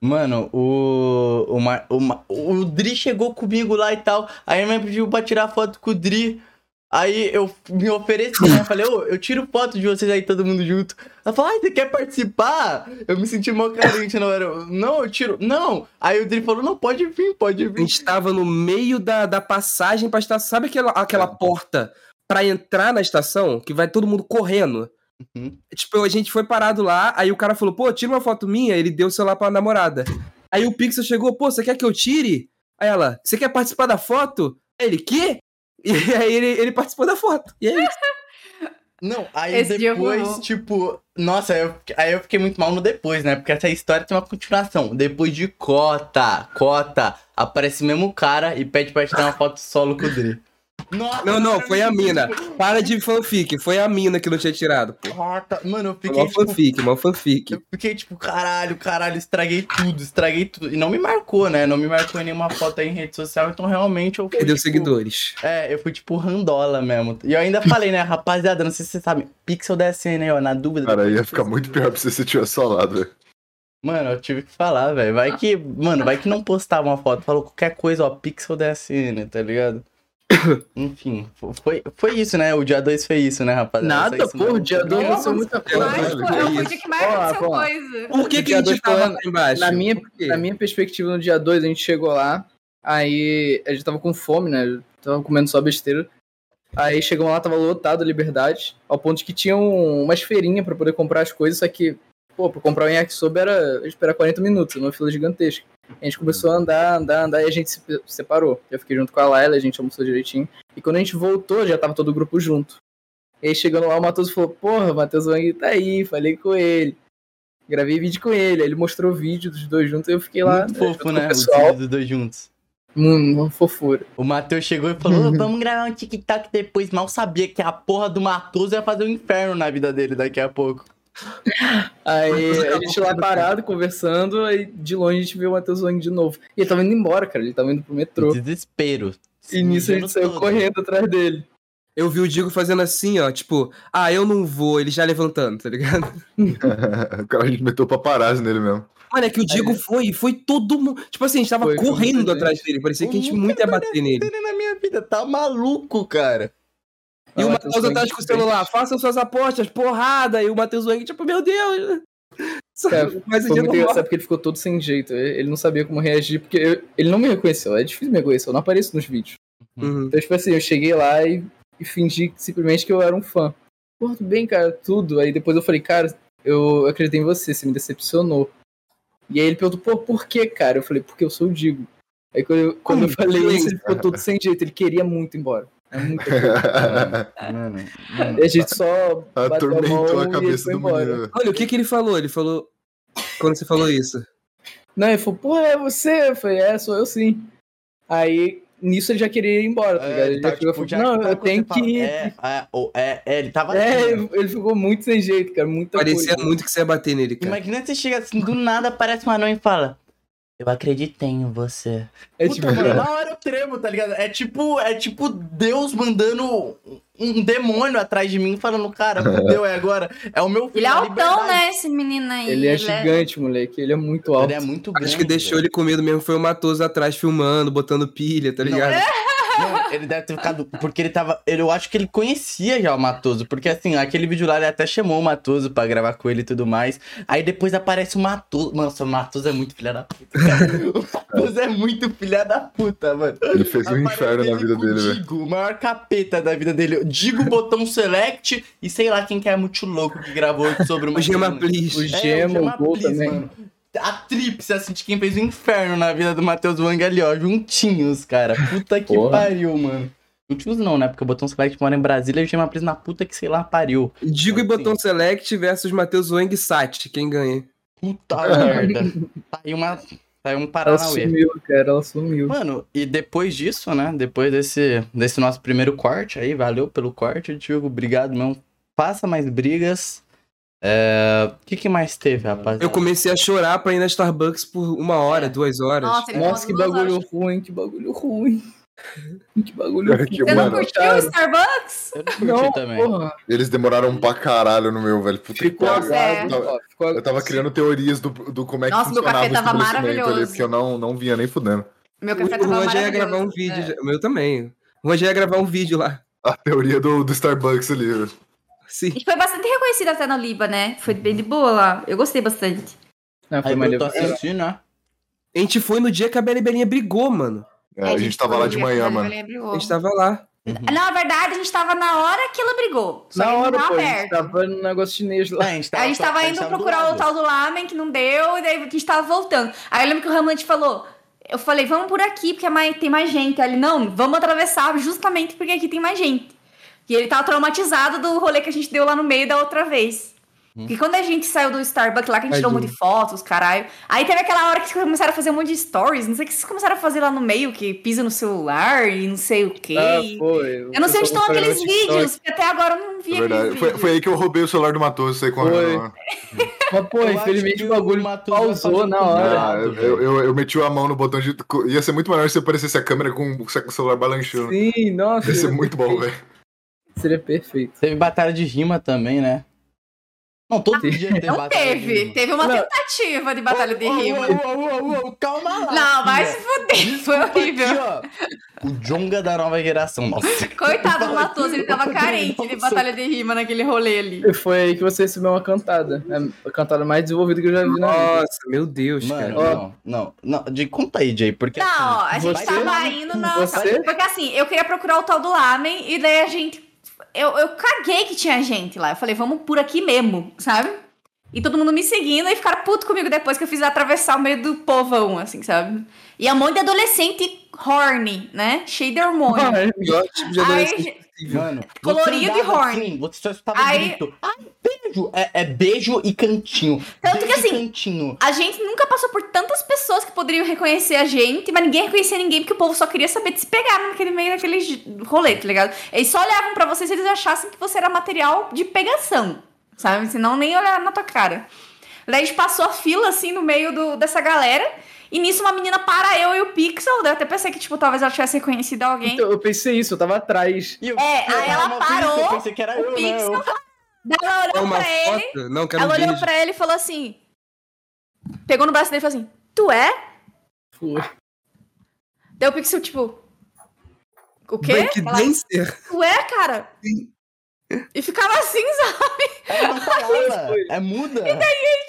Speaker 1: Mano, o, o, Mar- o, Ma- o Dri chegou comigo lá e tal. Aí ele me pediu pra tirar foto com o Dri. Aí eu me ofereci, né? Falei, ô, eu tiro foto de vocês aí, todo mundo junto. Ela falou, ai, você quer participar? Eu me senti mó carente na hora. Eu, Não, eu tiro. Não! Aí o Dri falou, não, pode vir, pode
Speaker 4: A
Speaker 1: vir.
Speaker 4: gente tava no meio da, da passagem pra estação. Sabe aquela, aquela porta pra entrar na estação? Que vai todo mundo correndo.
Speaker 1: Uhum.
Speaker 4: Tipo, a gente foi parado lá, aí o cara falou, pô, tira uma foto minha. Ele deu o celular pra namorada. Aí o Pixel chegou, pô, você quer que eu tire? Aí ela, você quer participar da foto? Aí ele, quê? E *laughs* aí ele, ele participou da foto. E é aí,
Speaker 1: Não, aí
Speaker 2: Esse dia
Speaker 1: depois,
Speaker 2: rolou.
Speaker 1: tipo, nossa, aí eu, aí eu fiquei muito mal no depois, né? Porque essa história tem uma continuação. Depois de Cota, Cota, aparece mesmo o cara e pede pra tirar uma foto solo com o Dri. Nossa,
Speaker 4: não, não,
Speaker 1: cara,
Speaker 4: foi a
Speaker 1: eu- tipo,
Speaker 4: mina. Para de fanfic, foi a mina que não tinha tirado, pô.
Speaker 1: Cota. Mano, eu
Speaker 4: Foi
Speaker 1: fiquei,
Speaker 4: Mó
Speaker 1: tipo,
Speaker 4: fanfic, mó fanfic.
Speaker 1: eu fiquei tipo, caralho, caralho, estraguei tudo, estraguei tudo. E não me marcou, né? Não me marcou em nenhuma foto aí em rede social, então realmente eu fui,
Speaker 4: Perdeu
Speaker 1: tipo,
Speaker 4: seguidores.
Speaker 1: É, eu fui tipo randola mesmo. E eu ainda falei, né, rapaziada, não sei se vocês sabem, Pixel DSN aí, ó, na dúvida.
Speaker 3: Cara, ia ficar muito pior pra você se tivesse falado, velho.
Speaker 1: Mano, eu tive que falar, velho. Vai que, mano, vai que não postava uma foto. Falou qualquer coisa, ó, pixel DSN, tá
Speaker 5: *coughs*
Speaker 1: ligado? Enfim, fo- foi, foi isso, né? O dia 2 foi isso, né, rapaziada? Foi
Speaker 5: Nada,
Speaker 1: isso
Speaker 5: pô,
Speaker 1: mesmo.
Speaker 5: o dia 2
Speaker 2: Nossa,
Speaker 5: aconteceu muita coisa.
Speaker 2: Mas pô,
Speaker 3: Caralho, que
Speaker 2: é o
Speaker 3: isso.
Speaker 2: dia que mais aconteceu
Speaker 5: Ó, ó.
Speaker 2: coisa.
Speaker 4: Por que, que a
Speaker 5: Porque a
Speaker 4: gente
Speaker 5: dois foi
Speaker 4: tava
Speaker 5: lá-
Speaker 4: lá embaixo?
Speaker 5: Na minha,
Speaker 4: Por quê?
Speaker 5: na minha perspectiva, no dia 2, a gente chegou lá, aí a gente tava com fome, né? Tava comendo só besteira. Aí chegamos lá, tava lotado a Liberdade, ao ponto que tinha um, umas feirinhas pra poder comprar as coisas, só que, pô, pra comprar um yakisoba era esperar 40 minutos, numa fila gigantesca. A gente começou a andar, andar, andar, e a gente se pe- separou. Eu fiquei junto com a Laila, a gente almoçou direitinho. E quando a gente voltou, já tava todo o grupo junto. E aí chegando lá, o Matheus falou, porra, Matheus Wang tá aí, falei com ele. Gravei vídeo com ele, aí ele mostrou vídeo dos dois juntos, eu fiquei lá.
Speaker 1: Muito
Speaker 5: junto com
Speaker 1: fofo,
Speaker 5: o
Speaker 1: né? Os
Speaker 5: Pessoal,
Speaker 1: vídeos dos dois juntos.
Speaker 5: Hum, uma fofura.
Speaker 1: O Matheus chegou e falou: "Ô,
Speaker 5: Uhum.
Speaker 1: vamos gravar um TikTok depois. Mal sabia que a porra do Matoso ia fazer um inferno na vida dele daqui a pouco.
Speaker 5: Aí a gente lá parado, conversando, aí de longe a gente viu o Matheus Wang de novo. E ele tava indo embora, cara, ele tava indo pro metrô.
Speaker 1: Desespero.
Speaker 5: E nisso a gente saiu
Speaker 1: Todo.
Speaker 5: correndo atrás dele.
Speaker 4: Eu vi o Diego fazendo assim, ó, tipo, ah, eu não vou, ele já levantando, tá ligado? *laughs*
Speaker 3: o cara a gente meteu paparazzi nele
Speaker 5: *laughs*
Speaker 3: mesmo. *laughs*
Speaker 4: Olha, é que o Diego foi, foi todo mundo. Tipo assim, a gente tava
Speaker 5: É. Foi, foi
Speaker 4: correndo
Speaker 5: muita
Speaker 4: atrás dele, parecia que a gente
Speaker 1: Nunca
Speaker 4: muito ia bater nele.
Speaker 1: Na minha vida, tá maluco, cara.
Speaker 4: E o
Speaker 5: Lá,
Speaker 4: Matheus
Speaker 1: tá
Speaker 5: Wang
Speaker 4: atrás com o
Speaker 5: de frente.
Speaker 4: celular, façam suas apostas, porrada, e o Matheus Wang, tipo, meu Deus. *laughs*
Speaker 5: Cara,
Speaker 4: Sabe? Mas é o
Speaker 5: É, Foi
Speaker 4: Diego
Speaker 5: muito
Speaker 4: morre.
Speaker 5: engraçado porque ele ficou todo sem jeito. Ele ele não sabia como reagir, porque eu- ele não me reconheceu. É difícil me reconhecer, eu não apareço nos vídeos.
Speaker 4: Uhum.
Speaker 5: Então, tipo assim, eu cheguei lá e, e fingi que- simplesmente que eu era um fã. Pô, tudo bem, cara, tudo. Aí depois eu falei, cara, eu acreditei em você, você me decepcionou. E aí ele perguntou, pô, por que, cara? Eu falei, porque eu sou o Digo. Aí quando eu, quando eu
Speaker 4: Hum,
Speaker 5: falei
Speaker 4: que
Speaker 5: isso, ele ficou todo sem jeito, ele queria muito ir embora.
Speaker 4: *laughs*
Speaker 5: É muito É.
Speaker 1: Mano,
Speaker 5: e a gente só bateu a
Speaker 3: Atormentou
Speaker 5: mão
Speaker 3: a
Speaker 5: e ele
Speaker 3: cabeça
Speaker 5: foi
Speaker 3: do
Speaker 5: embora.
Speaker 3: menino.
Speaker 4: Olha, o que que ele falou? Ele falou. Quando você falou isso?
Speaker 5: Não, ele falou, pô, é você? Eu falei, é, sou eu sim. Aí, nisso ele já queria ir embora, tá
Speaker 1: É,
Speaker 5: ligado?
Speaker 1: ele
Speaker 5: Ele
Speaker 1: tá,
Speaker 5: já chegou e
Speaker 1: tipo,
Speaker 5: falou,
Speaker 1: já
Speaker 5: não,
Speaker 1: sabe
Speaker 5: eu
Speaker 1: quando
Speaker 5: tenho
Speaker 1: você fala,
Speaker 5: que ir.
Speaker 1: É, é, ou é, é, ele tava.
Speaker 5: É,
Speaker 1: assim, né?
Speaker 5: ele ele ficou muito sem jeito, cara, muita
Speaker 4: Parecia
Speaker 5: coisa.
Speaker 4: muito que você ia bater nele, cara.
Speaker 1: Imagina você chega assim, do nada aparece um anão e fala. Eu acreditei em você.
Speaker 5: É
Speaker 1: Puta,
Speaker 5: tipo,
Speaker 1: mano, na hora eu tremo, tá ligado? É tipo, é tipo Deus mandando um demônio atrás de mim falando, cara, fudeu, é agora. É o meu filho.
Speaker 2: Ele é
Speaker 1: a
Speaker 2: altão,
Speaker 1: liberdade.
Speaker 2: né, esse menino aí.
Speaker 5: ele é gigante, moleque, ele é muito alto.
Speaker 1: Ele é muito grande.
Speaker 4: Acho que deixou
Speaker 1: velho.
Speaker 4: ele com medo mesmo foi o Matoso atrás filmando, botando pilha, tá
Speaker 1: Não,
Speaker 4: ligado?
Speaker 5: é?
Speaker 1: Não, ele deve ter ficado. Porque ele tava. ele- eu acho que ele conhecia já o Matoso. Porque assim, aquele vídeo lá ele até chamou o Matoso pra gravar com ele e tudo mais. Aí depois aparece o Matoso. Nossa, o Matoso é muito filha da puta. *laughs* cara. O Matoso é muito filha da puta, mano.
Speaker 3: Ele fez um
Speaker 1: Aparece
Speaker 3: inferno na
Speaker 1: ele
Speaker 3: vida
Speaker 1: com
Speaker 3: dele,
Speaker 1: o
Speaker 3: velho.
Speaker 1: Digo, o maior capeta da vida dele. Digo botão select e sei lá quem que é muito louco que gravou sobre
Speaker 4: *laughs*
Speaker 1: É,
Speaker 4: O Gema Please.
Speaker 5: O Gema, o Gol
Speaker 1: Please,
Speaker 5: também.
Speaker 1: mano. A tríplice, assim, de quem fez o inferno na vida do Matheus Wang ali, ó. Juntinhos, cara. Puta que
Speaker 5: Porra.
Speaker 1: pariu, mano. Juntinhos não, né? Porque o Botão Select mora em Brasília e o Gema Please na puta que, sei lá, pariu.
Speaker 4: Digo e
Speaker 1: Sim.
Speaker 4: Botão Select versus Matheus Wang e Sati, quem ganha? *laughs*
Speaker 1: Puta merda. Tá aí uma... Tá aí um
Speaker 5: Ela
Speaker 1: Paranauê.
Speaker 5: sumiu, cara, ela sumiu.
Speaker 1: Mano, e depois disso, né? Depois desse, desse nosso primeiro corte aí, valeu pelo corte, Diego. Obrigado mesmo. Faça mais brigas. É, O que, que mais teve, rapaz?
Speaker 4: Eu comecei a chorar pra ir na Starbucks por uma hora, duas horas.
Speaker 2: É. Nossa, ele
Speaker 5: Nossa,
Speaker 2: falou
Speaker 5: que
Speaker 2: duas
Speaker 5: bagulho
Speaker 2: horas.
Speaker 5: ruim, que bagulho ruim. *laughs* Que bagulho
Speaker 3: Cara,
Speaker 5: ruim.
Speaker 3: que
Speaker 2: Você não
Speaker 3: Mano,
Speaker 2: curtiu o Starbucks?
Speaker 1: Eu não curti
Speaker 5: Não,
Speaker 1: também.
Speaker 5: porra.
Speaker 3: Eles demoraram pra caralho no meu, velho. Puta que
Speaker 5: Ficou
Speaker 3: pariu.
Speaker 2: é.
Speaker 5: agado,
Speaker 3: Eu tava-
Speaker 5: ó, ficou
Speaker 3: Eu tava
Speaker 5: agado.
Speaker 3: criando teorias do, do como é que
Speaker 2: Nossa, meu
Speaker 3: funcionava
Speaker 2: café
Speaker 3: o
Speaker 2: tava
Speaker 3: estabelecimento ali,
Speaker 2: maravilhoso.
Speaker 3: porque eu não, não vinha nem fudendo.
Speaker 2: Meu
Speaker 4: o
Speaker 2: café tava
Speaker 4: Juan já ia
Speaker 2: maravilhoso.
Speaker 4: gravar um vídeo,
Speaker 2: É.
Speaker 4: já- o meu também. O Juan já ia gravar um vídeo lá. *laughs* assim.
Speaker 3: A teoria do, do Starbucks ali. velho.
Speaker 2: *laughs*
Speaker 4: Sim.
Speaker 2: E foi bastante reconhecido até na Liba, né? Foi bem de boa lá. Eu gostei bastante.
Speaker 5: Ah, foi
Speaker 1: Aí eu tô
Speaker 5: maneiro.
Speaker 1: assistindo, né?
Speaker 4: A gente foi no dia que a Bela e Belinha brigou, mano.
Speaker 3: É, a gente tava
Speaker 2: um
Speaker 3: lá de manhã, mano.
Speaker 2: é
Speaker 4: A gente tava lá.
Speaker 2: Na verdade, a gente tava na hora que ela brigou. Só
Speaker 5: Na
Speaker 2: que
Speaker 5: hora,
Speaker 2: não
Speaker 5: pô,
Speaker 2: tava
Speaker 5: a gente
Speaker 2: aberto.
Speaker 5: tava no negócio chinês lá.
Speaker 1: É, a gente
Speaker 2: A gente tava indo procurar o tal do lamen que não deu, e daí a gente tava voltando. Aí eu lembro que o Ramante falou. Eu falei, vamos por aqui, porque é mais- tem mais gente. Aí ele, não, vamos atravessar justamente porque aqui tem mais gente. E ele tava traumatizado do rolê que a gente deu lá no meio da outra vez.
Speaker 5: Hum.
Speaker 2: Porque quando a gente saiu do Starbucks lá, que a gente tirou um monte de fotos, caralho. Aí teve aquela hora que vocês começaram a fazer um monte de stories. Não sei o que vocês começaram a fazer lá no meio, que pisa no celular e não sei o quê.
Speaker 5: Ah, foi.
Speaker 2: eu não sei onde estão
Speaker 5: pessoal
Speaker 2: aqueles
Speaker 5: mostrando no TikTok.
Speaker 2: vídeos, porque até agora eu não vi
Speaker 3: É
Speaker 2: aqueles
Speaker 3: verdade.
Speaker 2: vídeos.
Speaker 3: Foi, foi aí que eu roubei o celular do Matoso, saí correndo. lá.
Speaker 5: Mas, pô,
Speaker 1: Eu acho
Speaker 5: infelizmente
Speaker 1: que
Speaker 5: o
Speaker 1: o
Speaker 5: bagulho
Speaker 1: Matheus vai fazer
Speaker 5: pausou na
Speaker 1: tudo.
Speaker 5: hora.
Speaker 3: Ah, eu, eu, eu meti a mão no botão de. Ia ser muito melhor se aparecesse a câmera com o celular balançando.
Speaker 5: Sim, nossa.
Speaker 3: Ia ser é muito bom, velho.
Speaker 5: Seria perfeito.
Speaker 1: Teve batalha de rima também, né? Não, todo dia teve
Speaker 2: Ah, Não
Speaker 1: batalha de
Speaker 2: teve.
Speaker 1: rima.
Speaker 2: Teve uma
Speaker 5: Não.
Speaker 2: tentativa de batalha de
Speaker 1: Ô, ô,
Speaker 2: rima.
Speaker 1: ô, ô, ô, ô, Calma lá.
Speaker 2: Não, vai
Speaker 1: filha.
Speaker 2: se fuder. Foi
Speaker 1: Desculpa
Speaker 2: horrível.
Speaker 1: aqui, ó. O Jonga da nova geração. Nossa,
Speaker 2: Coitado do Matoso, ele tava carente de
Speaker 1: Nossa.
Speaker 2: batalha de rima naquele rolê ali.
Speaker 5: E foi aí que você recebeu uma cantada. É A cantada mais desenvolvida que eu já vi na vida.
Speaker 4: Nossa, meu Deus,
Speaker 1: Mano,
Speaker 4: cara.
Speaker 1: não, não, não. De, conta aí, Jay,
Speaker 4: é
Speaker 1: porque. assim,
Speaker 2: Não, ó,
Speaker 4: assim,
Speaker 2: a gente
Speaker 1: vai
Speaker 2: tava
Speaker 1: tomar
Speaker 2: indo na.
Speaker 5: Você?
Speaker 2: Porque assim, eu queria procurar o tal do lamen e daí a gente. Eu, eu caguei que tinha gente lá. Eu falei, vamos por aqui mesmo, sabe? E todo mundo me seguindo e ficaram puto comigo depois que eu fiz atravessar o meio do povão, assim, sabe? E é um monte de adolescente horny, né? Cheio de hormônio.
Speaker 5: Ai,
Speaker 4: O pior tipo de adolescente
Speaker 2: Aí,
Speaker 4: possível.
Speaker 1: Mano,
Speaker 2: Colorido
Speaker 1: você
Speaker 2: e
Speaker 1: andava
Speaker 2: horny.
Speaker 1: assim, você só escutava
Speaker 2: Aí-
Speaker 1: grito. Ai, beijo! É, é beijo e cantinho.
Speaker 2: Tanto que
Speaker 1: Beijo e
Speaker 2: assim,
Speaker 1: Cantinho.
Speaker 2: A gente nunca passou por tantas pessoas que poderiam reconhecer a gente, mas ninguém reconhecia ninguém porque o povo só queria saber de se pegaram naquele meio daquele j- rolê, tá ligado? Eles só olhavam pra você se eles achassem que você era material de pegação, sabe? Senão nem olharam na tua cara. Daí a gente passou a fila assim no meio do- dessa galera. E nisso uma menina para eu e o Pixel. Daí eu até pensei que, tipo, talvez ela tivesse reconhecido alguém.
Speaker 5: Então, eu pensei isso, eu tava atrás.
Speaker 1: E eu-
Speaker 2: É,
Speaker 1: eu tava
Speaker 2: aí ela
Speaker 1: mal feliz,
Speaker 2: parou,
Speaker 1: Eu pensei que era
Speaker 2: o
Speaker 1: eu, né?
Speaker 2: Pixel.
Speaker 1: Eu-
Speaker 2: Daí ela
Speaker 4: É
Speaker 2: olhou
Speaker 4: uma
Speaker 2: pra ele.
Speaker 4: foto? Não, quero um
Speaker 2: Ela olhou
Speaker 4: beijo.
Speaker 2: pra ele e falou assim. Pegou no braço dele e falou assim: Tu é?
Speaker 5: Pô,
Speaker 2: Daí o Pixel, tipo. O quê?
Speaker 4: Break
Speaker 2: Ela,
Speaker 4: dancer?
Speaker 2: Ué, cara? E ficava assim, *laughs* sabe?
Speaker 1: Ela não
Speaker 2: *laughs*
Speaker 1: falava. É muda.
Speaker 2: Então,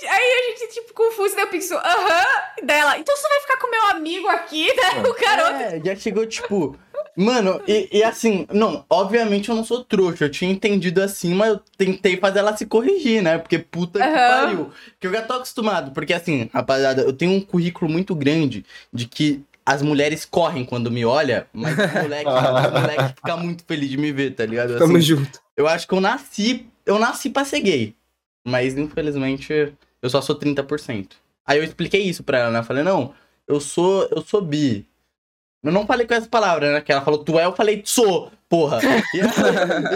Speaker 2: Aí a gente, tipo, confuso, daí o Pixel, aham, E daí ela, então você vai ficar com meu amigo aqui, né? O garoto.
Speaker 1: É, já chegou, tipo. Mano, e, e assim, não, obviamente eu não sou trouxa, eu tinha entendido assim, mas eu tentei fazer ela se corrigir, né? Porque puta que
Speaker 2: Aham.
Speaker 1: pariu. Que eu já tô acostumado, porque assim, rapaziada, eu tenho um currículo muito grande de que as mulheres correm quando me olham, mas o moleque, o moleque fica muito feliz de me ver, tá ligado? Assim,
Speaker 4: Tamo junto.
Speaker 1: eu acho que eu nasci, eu nasci pra ser gay, mas infelizmente eu só sou 30%. Aí eu expliquei isso pra ela, né? Eu falei, não, eu sou, eu sou bi. Eu não falei com essa palavra, né? Que ela falou tu é, eu falei sou, porra. E aí, e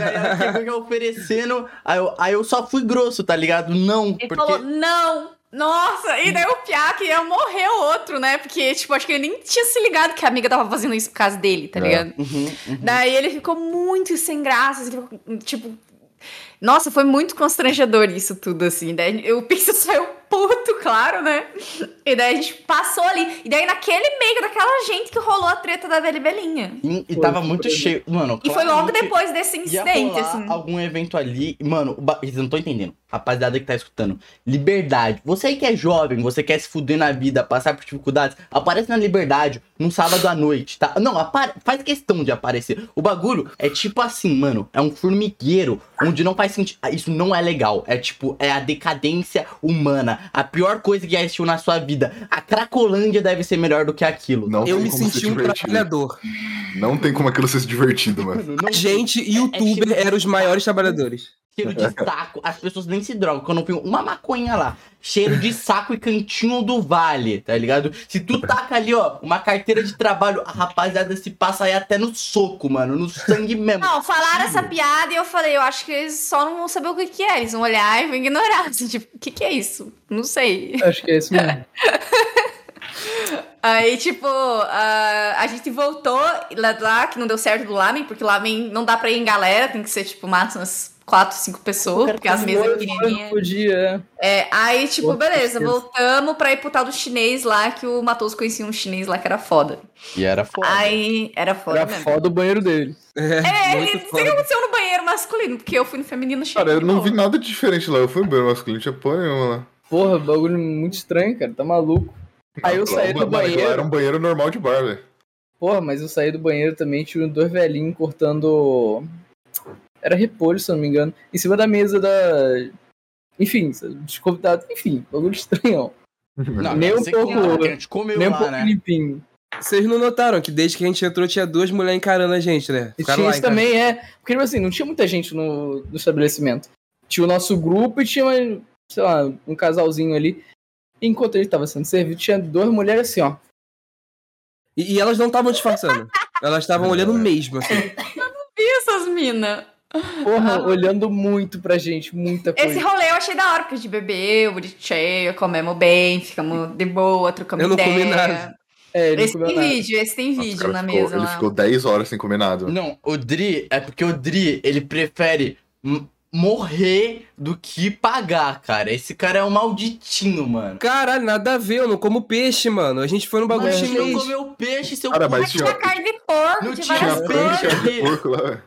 Speaker 1: aí ela
Speaker 5: *laughs*
Speaker 1: chegou já oferecendo, aí eu, aí eu só fui grosso, tá ligado? Não,
Speaker 2: Ele
Speaker 1: porque...
Speaker 2: falou, não! Nossa, e daí o Piak ia morrer o outro, né? Porque, tipo, acho que ele nem tinha se ligado que a amiga tava fazendo isso por causa dele, tá
Speaker 3: É.
Speaker 2: ligado?
Speaker 1: Uhum, uhum.
Speaker 2: Daí ele ficou muito sem graça, assim, ficou, tipo. Nossa, foi muito constrangedor isso tudo, assim. Daí eu penso, *laughs* saiu puto, claro, né? E daí a gente passou ali. E daí naquele meio daquela gente que rolou a treta da velha Belinha.
Speaker 1: E, e tava
Speaker 5: Foi,
Speaker 1: muito
Speaker 5: foi.
Speaker 1: cheio, mano.
Speaker 2: E foi logo
Speaker 1: claramente-
Speaker 2: depois desse
Speaker 1: ia
Speaker 2: incidente,
Speaker 1: rolar
Speaker 2: assim.
Speaker 1: algum evento ali. E, Mano, o ba- vocês não estão entendendo. Rapaziada que tá escutando. Liberdade. Você aí que é jovem, você quer se fuder na vida, passar por dificuldades, aparece na liberdade num sábado à noite, tá? Não, apare- faz questão de aparecer. O bagulho é tipo assim, mano. É um formigueiro onde não faz sentido. Ah, Isso não é legal. É tipo, é a decadência humana. A pior coisa que já existiu na sua vida. A Cracolândia deve ser melhor do que aquilo.
Speaker 3: Não
Speaker 4: Eu
Speaker 3: tem
Speaker 4: me
Speaker 3: como ser
Speaker 4: senti um
Speaker 3: divertido.
Speaker 4: trabalhador.
Speaker 3: Não tem como aquilo ser divertido, mano.
Speaker 1: Mano,
Speaker 4: A gente
Speaker 2: É
Speaker 4: e youtuber
Speaker 2: tipo
Speaker 4: eram os maiores trabalhadores.
Speaker 1: Cheiro
Speaker 3: *laughs*
Speaker 1: de saco. As pessoas nem se drogam, quando eu ponho uma maconha lá. Cheiro de saco e cantinho do vale, tá ligado? Se tu taca ali, ó, uma carteira de trabalho, a rapaziada se passa aí até no soco, mano. No sangue mesmo.
Speaker 2: Não, falaram essa piada e eu falei, eu acho que eles só não vão saber o que, que é. Eles vão olhar e vão ignorar. Assim, tipo, o que, que é isso? Não sei.
Speaker 5: Acho que é
Speaker 1: *laughs*
Speaker 5: isso mesmo.
Speaker 2: Aí, tipo, ah, a gente voltou lá, lá, que não deu certo do lamen, porque lamen não dá pra ir em galera, tem que ser, tipo, mata umas quatro, cinco pessoas, porque as mesas é
Speaker 5: Não
Speaker 2: pequenininhas.
Speaker 5: podia. né?
Speaker 2: É, aí, tipo,
Speaker 5: Pô,
Speaker 2: beleza,
Speaker 5: tristeza.
Speaker 2: voltamos pra ir pro tal do chinês lá, que o Matoso conhecia um chinês lá que era foda.
Speaker 1: *laughs* E era foda.
Speaker 2: Aí, era foda
Speaker 5: Era
Speaker 2: mesmo.
Speaker 5: foda o banheiro dele.
Speaker 2: *laughs* É, ele,
Speaker 4: Muito
Speaker 2: não sei o que aconteceu no banheiro masculino, porque eu fui no feminino cheio.
Speaker 3: Cara, eu
Speaker 2: de
Speaker 3: não
Speaker 2: boa.
Speaker 3: vi nada de diferente lá. Eu fui bem masculino, não tinha porra nenhuma lá.
Speaker 5: Porra, bagulho muito estranho, cara. Tá maluco. Aí eu
Speaker 3: Aquilo
Speaker 5: saí
Speaker 3: lá,
Speaker 5: do
Speaker 3: mano, aquilo lá
Speaker 5: banheiro.
Speaker 3: Era um banheiro normal de bar, velho.
Speaker 5: Porra, mas eu saí do banheiro também, tinha dois velhinhos cortando. Era repolho, se eu não me engano. Em cima da mesa da. Enfim, dos convidados. Enfim, bagulho estranhão.
Speaker 1: Não,
Speaker 5: nem
Speaker 1: eu
Speaker 5: um
Speaker 1: sei que
Speaker 5: pouco-
Speaker 1: não, porque a gente comeu
Speaker 5: Nem um
Speaker 1: lá,
Speaker 5: pouco
Speaker 1: né?
Speaker 5: limpinho.
Speaker 4: Vocês não notaram que desde que a gente entrou tinha duas mulheres encarando a gente, né?
Speaker 5: E
Speaker 4: Ficaram
Speaker 5: tinha
Speaker 4: lá,
Speaker 5: isso
Speaker 4: encarando.
Speaker 5: também, é. Porque, tipo assim, não tinha muita gente no, no estabelecimento. Tinha o nosso grupo e tinha, uma- sei lá, um casalzinho ali. E enquanto ele tava sendo servido, tinha duas mulheres assim, ó.
Speaker 4: E, e elas não estavam disfarçando. Elas estavam olhando mesmo, assim.
Speaker 2: E essas minas?
Speaker 5: Porra, olhando muito pra gente, muita coisa.
Speaker 2: Ah. Esse rolê eu achei da hora, porque a gente bebeu, bonitinho, comemos bem, ficamos de boa, trocamos
Speaker 4: Eu não
Speaker 2: ideia.
Speaker 4: comi nada.
Speaker 5: É, ele
Speaker 2: Esse
Speaker 5: não
Speaker 2: tem
Speaker 5: comeu nada.
Speaker 2: vídeo, esse tem
Speaker 3: Nossa, o
Speaker 2: vídeo
Speaker 3: cara
Speaker 2: na
Speaker 3: ficou-
Speaker 2: mesa
Speaker 3: Ele
Speaker 2: lá.
Speaker 3: ficou 10 horas sem comer nada. velho.
Speaker 1: Não, o Dri é porque o Dri, ele prefere m- morrer do que pagar, cara. Esse cara é um malditinho, mano.
Speaker 4: Caralho, nada a ver, eu não como peixe, mano. A gente foi no bagulho
Speaker 1: Mas
Speaker 5: Mas
Speaker 1: se eu
Speaker 4: chinês.
Speaker 2: um
Speaker 1: comeu peixe, seu é
Speaker 3: Cara, mas
Speaker 2: Mas tinha
Speaker 3: tinha-
Speaker 2: carne de porco,
Speaker 1: Não
Speaker 2: de
Speaker 1: tinha
Speaker 2: várias
Speaker 3: Tinha frango,
Speaker 1: coisas.
Speaker 2: coisas.
Speaker 3: tinha porco lá, velho.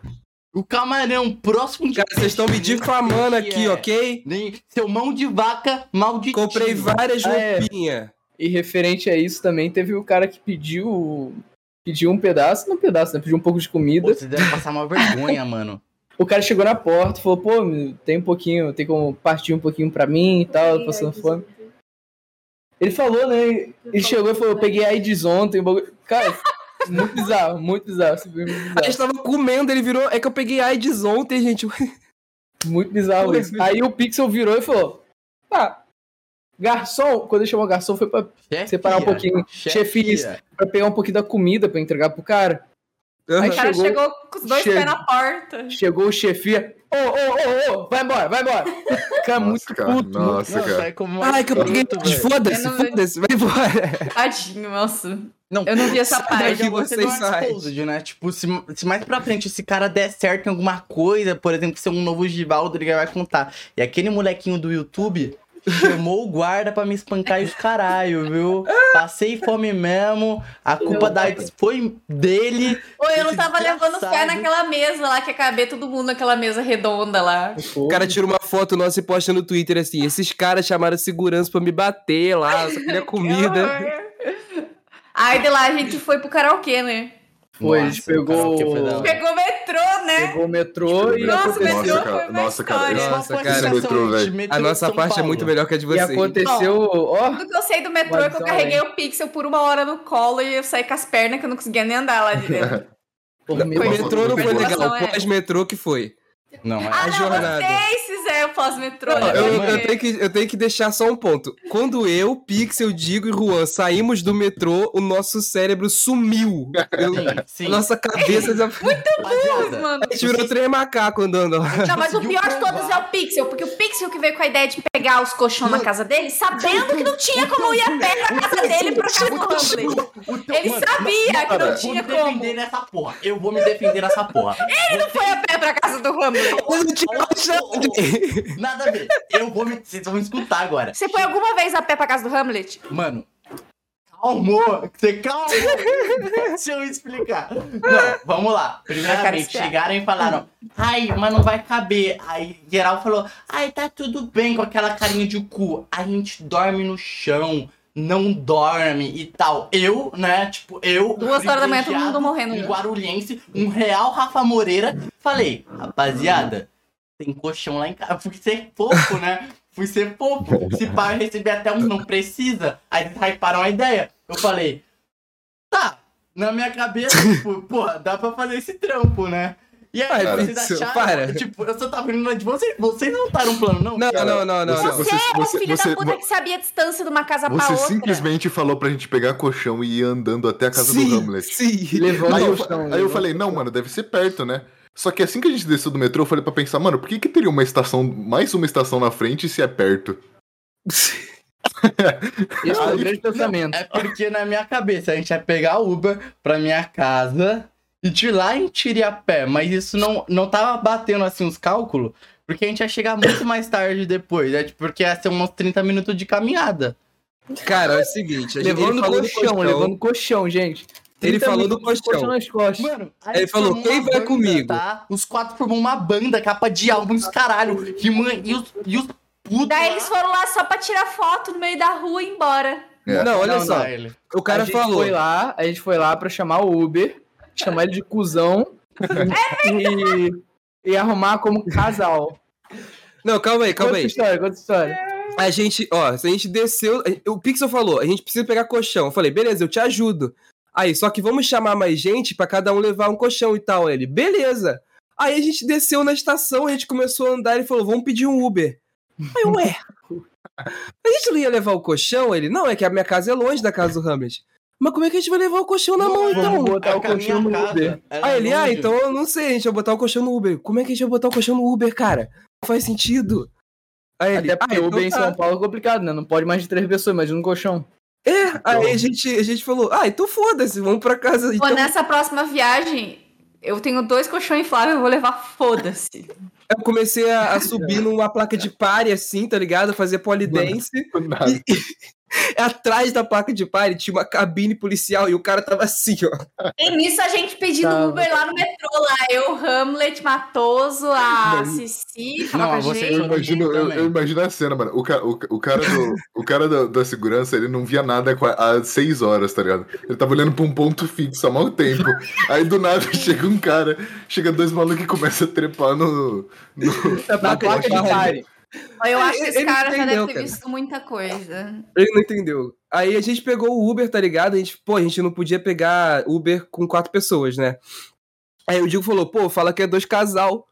Speaker 1: O camarão próximo de.
Speaker 4: Cara, vocês estão me difamando aqui,
Speaker 2: um
Speaker 1: É.
Speaker 4: ok?
Speaker 1: Nem seu mão de vaca maldito.
Speaker 4: Comprei várias
Speaker 5: Ah, é.
Speaker 4: roupinhas.
Speaker 5: E referente a isso também, teve o cara que pediu pediu um pedaço, não um pedaço, né? Pediu um pouco de
Speaker 1: Pô,
Speaker 5: comida.
Speaker 1: Vocês devem passar uma vergonha, mano.
Speaker 5: O cara chegou na porta, falou, pô, meu, tem um pouquinho, tem como partir um pouquinho pra mim e tal, tô passando fome. Ele falou, né? Ele chegou e falou, eu peguei AIDS ontem, o bagulho. Cara, muito bizarro, muito bizarro. esse filme é Muito
Speaker 4: A
Speaker 5: bizarro,
Speaker 4: gente tava comendo, ele virou. É que eu peguei AIDS ontem, gente.
Speaker 5: muito bizarro isso. Aí o Pixel virou e falou, tá, garçom, quando ele chamou o garçom foi pra,
Speaker 1: Chefia,
Speaker 5: Separar um pouquinho. Chefia. pra pegar um pouquinho da comida pra entregar pro cara.
Speaker 4: Aham.
Speaker 2: O cara
Speaker 5: Chegou-
Speaker 2: chegou com os dois
Speaker 5: chegou-
Speaker 2: pés na porta.
Speaker 5: Chegou o chefia. Ô, ô, ô, ô, vai embora, vai embora. Cara,
Speaker 3: Nossa,
Speaker 5: muito
Speaker 3: cara,
Speaker 5: puto. muito-
Speaker 3: Nossa,
Speaker 1: Não,
Speaker 3: cara.
Speaker 1: sai como uma-
Speaker 4: Ai, que eu peguei AIDS. Foda-se,
Speaker 2: Eu não-
Speaker 4: foda-se, vai embora.
Speaker 2: *laughs* Tadinho, nossa.
Speaker 1: Não,
Speaker 2: Eu não vi essa
Speaker 1: Mas
Speaker 4: daqui.
Speaker 2: parte.
Speaker 1: eu vou ser do
Speaker 4: vocês saem.
Speaker 1: Exposed, né? Tipo, se, se mais pra frente esse cara der certo em alguma coisa, por exemplo, ser um novo Givaldo, ele vai contar. E aquele molequinho do YouTube chamou o guarda pra me espancar e os caralho, viu? Passei fome mesmo, a culpa da AIDS foi dele.
Speaker 2: Ou eu não tava
Speaker 1: Esse
Speaker 2: levando fé
Speaker 1: desgraçado.
Speaker 2: naquela mesa lá, que ia caber todo mundo naquela mesa redonda lá.
Speaker 4: O cara tira uma foto nossa e posta no Twitter assim: esses caras chamaram segurança pra me bater lá,
Speaker 2: *laughs*
Speaker 4: só queria comida.
Speaker 2: Aí de lá a gente foi pro karaokê, né?
Speaker 5: Foi, a gente
Speaker 1: Nossa, o
Speaker 5: pegou-
Speaker 1: karaokê foi da hora.
Speaker 2: Pegou o metrô, né?
Speaker 5: Pegou o metrô e
Speaker 2: Nossa,
Speaker 5: aconteceu,
Speaker 2: metrô
Speaker 3: cara,
Speaker 2: foi uma
Speaker 3: nossa, cara,
Speaker 2: história.
Speaker 4: nossa,
Speaker 1: Qual foi
Speaker 4: cara.
Speaker 1: sensação
Speaker 3: Metrô,
Speaker 1: de
Speaker 3: velho.
Speaker 1: metrô
Speaker 4: A
Speaker 1: de
Speaker 4: nossa
Speaker 1: São
Speaker 4: parte é
Speaker 1: Paulo?
Speaker 4: muito melhor que a de
Speaker 5: e
Speaker 4: vocês.
Speaker 5: aconteceu, ó,
Speaker 2: Tudo que eu sei do metrô é que eu
Speaker 5: Vazão,
Speaker 2: carreguei
Speaker 5: hein?
Speaker 2: o pixel por uma hora no colo e eu saí com as pernas que eu não conseguia nem andar lá de dentro.
Speaker 5: por
Speaker 3: Não,
Speaker 5: meio
Speaker 4: O
Speaker 3: Nossa,
Speaker 4: metrô não foi
Speaker 2: foi
Speaker 4: legal,
Speaker 2: boa.
Speaker 4: o pós-metrô que foi.
Speaker 1: Não, é.
Speaker 2: é. ah,
Speaker 4: a
Speaker 2: não,
Speaker 4: jornada.
Speaker 2: vocês fizeram. pós-metrô.
Speaker 4: Não,
Speaker 2: né?
Speaker 4: eu,
Speaker 2: Porque-
Speaker 4: eu tenho que, eu tenho que deixar só um ponto. Quando eu, Pixel, Digo e Juan saímos do metrô, o nosso cérebro sumiu. Eu-
Speaker 1: assim, Sim.
Speaker 4: nossa cabeça já
Speaker 1: Rapaziada,
Speaker 2: Mano.
Speaker 4: tirou três macacos andando lá.
Speaker 2: Não, mas o
Speaker 1: conseguiu
Speaker 2: pior de
Speaker 1: provar.
Speaker 2: todos é o Pixel, porque o Pixel que veio com a ideia de pegar os colchão na
Speaker 1: Mano,
Speaker 2: casa dele, sabendo que não tinha como ir a pé pra casa dele pro Charles Humbley.
Speaker 1: o teu-
Speaker 2: Ele
Speaker 1: mano,
Speaker 2: sabia que
Speaker 3: cara,
Speaker 2: não
Speaker 1: eu vou
Speaker 2: tinha
Speaker 1: me
Speaker 2: como.
Speaker 1: defender nessa porra. Eu vou me defender nessa
Speaker 2: *laughs*
Speaker 1: porra. Ele não
Speaker 2: Foi a pé pra casa do Humbley.
Speaker 4: Eu não tinha chance.
Speaker 1: Nada a ver. Eu vou me. Vocês vão me escutar agora.
Speaker 2: Você foi alguma vez a pé pra casa do Hamlet?
Speaker 1: Mano. Calmou, você calmou. Deixa eu explicar. Não, vamos lá. Primeiramente,
Speaker 2: esperar.
Speaker 1: chegaram e falaram: Ai, mas não vai caber. Aí geral falou: Ai, tá tudo bem com aquela carinha de cu. A gente dorme no chão, não dorme e tal. Eu, né? Tipo, eu.
Speaker 2: Duas horas da manhã, todo mundo
Speaker 1: privilegiado,
Speaker 2: morrendo
Speaker 4: É.
Speaker 1: Um
Speaker 2: já.
Speaker 1: guarulhense, um real Rafa Moreira. Falei: Rapaziada, tem colchão lá em casa. Fui ser fofo, né? Fui ser fofo. Se pá, eu recebi até um não precisa. Aí eles hyparam a ideia. Eu falei, tá, na minha
Speaker 4: *laughs*
Speaker 1: cabeça, tipo, porra, dá pra fazer esse trampo, né? E aí,
Speaker 4: Ai,
Speaker 1: vocês
Speaker 4: Pixel,
Speaker 1: acharam,
Speaker 4: para.
Speaker 1: tipo, eu só tava rindo de vocês, vocês não taram um plano, não?
Speaker 4: Não,
Speaker 3: Cara,
Speaker 4: não, não, não.
Speaker 3: você-
Speaker 4: não.
Speaker 2: Você, é o
Speaker 3: você-
Speaker 2: filho
Speaker 3: você-
Speaker 2: da puta
Speaker 3: vo-
Speaker 2: que sabia a distância de uma casa Tá pra
Speaker 3: Você
Speaker 2: outra.
Speaker 3: simplesmente falou pra gente pegar colchão e ir andando até a casa do
Speaker 4: Sim,
Speaker 3: Hamlet.
Speaker 4: sim.
Speaker 5: Levando
Speaker 3: Aí eu,
Speaker 5: colchão,
Speaker 3: aí eu
Speaker 5: levando
Speaker 3: falei, não, mano, deve ser perto, né? Só que assim que a gente desceu do metrô, eu falei pra pensar, mano, por que, que teria uma estação, mais uma estação na frente se é perto?
Speaker 5: Esse é
Speaker 3: Aí-
Speaker 5: o grande pensamento.
Speaker 1: É porque na minha cabeça a gente ia pegar o Uber pra minha casa e de lá a gente iria a pé, mas isso não, não tava batendo assim os cálculos, porque a gente ia chegar muito mais tarde depois, né? Tipo, porque ia ser uns 30 minutos de caminhada.
Speaker 4: Cara, é o seguinte. a gente-
Speaker 5: Levando
Speaker 4: ele falou do
Speaker 5: colchão, levando colchão, gente.
Speaker 4: Ele
Speaker 5: 30
Speaker 4: falou do
Speaker 5: minutos de
Speaker 4: colchão.
Speaker 5: nas costas.
Speaker 1: Mano, aí
Speaker 4: Ele
Speaker 1: eles
Speaker 4: falou,
Speaker 1: formam
Speaker 4: "Quem
Speaker 1: uma
Speaker 4: vai comigo?"
Speaker 1: Tá? Os quatro formam uma banda, capa de álbum, os caralho. E, mãe, e os, e os putos.
Speaker 2: Daí
Speaker 1: lá.
Speaker 2: eles foram lá só pra tirar foto no meio da rua e ir embora.
Speaker 3: É.
Speaker 4: Não, olha
Speaker 1: Não,
Speaker 4: só.
Speaker 1: não, ele.
Speaker 4: O cara
Speaker 5: a gente
Speaker 4: falou.
Speaker 5: Foi lá, a gente foi lá pra chamar o Uber, chamar ele de cuzão e, e *laughs* arrumar como casal.
Speaker 4: Não, calma aí, calma
Speaker 5: Conta
Speaker 4: aí.
Speaker 5: essa história, conta essa história.
Speaker 4: A gente, ó, se a gente desceu. O Pixel falou, a gente precisa pegar colchão. Eu falei, beleza, eu te ajudo. Aí, só que vamos chamar mais gente pra cada um levar um colchão e tal. Ele, beleza. Aí a gente desceu na estação, a gente começou a andar, ele falou, vamos pedir um Uber. Aí, ué. A gente não ia levar o colchão? Ele, não, é que a minha casa é longe da casa do Hamlet. Mas como é que a gente vai levar o colchão na mão, então?
Speaker 5: Vamos botar
Speaker 1: A
Speaker 5: o colchão no
Speaker 1: minha casa,
Speaker 5: Uber.
Speaker 1: ela
Speaker 4: Aí ele, ah,
Speaker 1: longe.
Speaker 4: então eu não sei, a gente vai botar o colchão no Uber. Como é que a gente vai botar o colchão no Uber, cara? Não faz sentido. Aí ele,
Speaker 5: Até porque
Speaker 4: ah, então
Speaker 5: Uber em
Speaker 4: tá.
Speaker 5: São Paulo é complicado, né? Não pode mais de três pessoas, imagina um colchão.
Speaker 4: É, aí a gente, a gente falou, ah, então foda-se, vamos pra casa.
Speaker 2: Pô,
Speaker 4: Então,
Speaker 2: nessa próxima viagem, eu tenho dois colchões infláveis, eu vou levar foda-se.
Speaker 4: eu comecei *laughs* a, a subir numa placa de pare, assim, tá ligado? Fazer polidense.
Speaker 3: Nada.
Speaker 4: Atrás da placa de pare tinha uma cabine policial e o cara tava assim, *laughs* ó.
Speaker 2: E nisso a gente pedindo
Speaker 5: Tá.
Speaker 2: Uber lá no metrô, lá. Eu, Hamlet, Matoso, a
Speaker 4: Não.
Speaker 2: Cici,
Speaker 1: Não,
Speaker 2: tava com a
Speaker 1: você-
Speaker 2: gente.
Speaker 3: Eu imagino, eu,
Speaker 2: né?
Speaker 3: eu imagino a cena, mano. O, ca- o, ca- o cara, do, o cara da, da segurança, ele não via nada há qua- há seis horas, tá ligado? Ele tava olhando pra um ponto fixo há mau tempo. Aí do nada *laughs* chega um cara, chega dois malucos e começa a trepar no. no...
Speaker 5: Na
Speaker 4: placa de pare.
Speaker 2: Eu
Speaker 4: Ele-
Speaker 2: acho que esse
Speaker 4: ele
Speaker 2: cara já
Speaker 4: entendeu,
Speaker 2: deve ter
Speaker 4: cara.
Speaker 2: visto muita coisa.
Speaker 4: Ele não entendeu. Aí a gente pegou o Uber, tá ligado? A gente, pô, a gente não podia pegar Uber com quatro pessoas, né? Aí o Digo falou, pô, fala que é dois casal.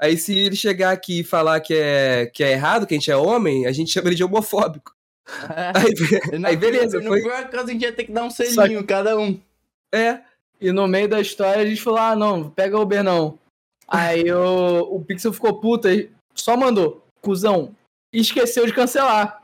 Speaker 4: Aí se ele chegar aqui e falar que é, que é errado, que a gente é homem, a gente chama ele de *laughs* homofóbico. Aí, *laughs*
Speaker 1: Na-
Speaker 4: aí beleza,
Speaker 1: No
Speaker 4: foi-
Speaker 1: pior caso, a gente ia ter que dar um
Speaker 5: Só
Speaker 1: selinho, cada um.
Speaker 4: é,
Speaker 5: E no meio da história a gente falou: ah, não, pega o Uber não. Aí o, o Pixel ficou puta e só mandou, cuzão, e esqueceu de cancelar.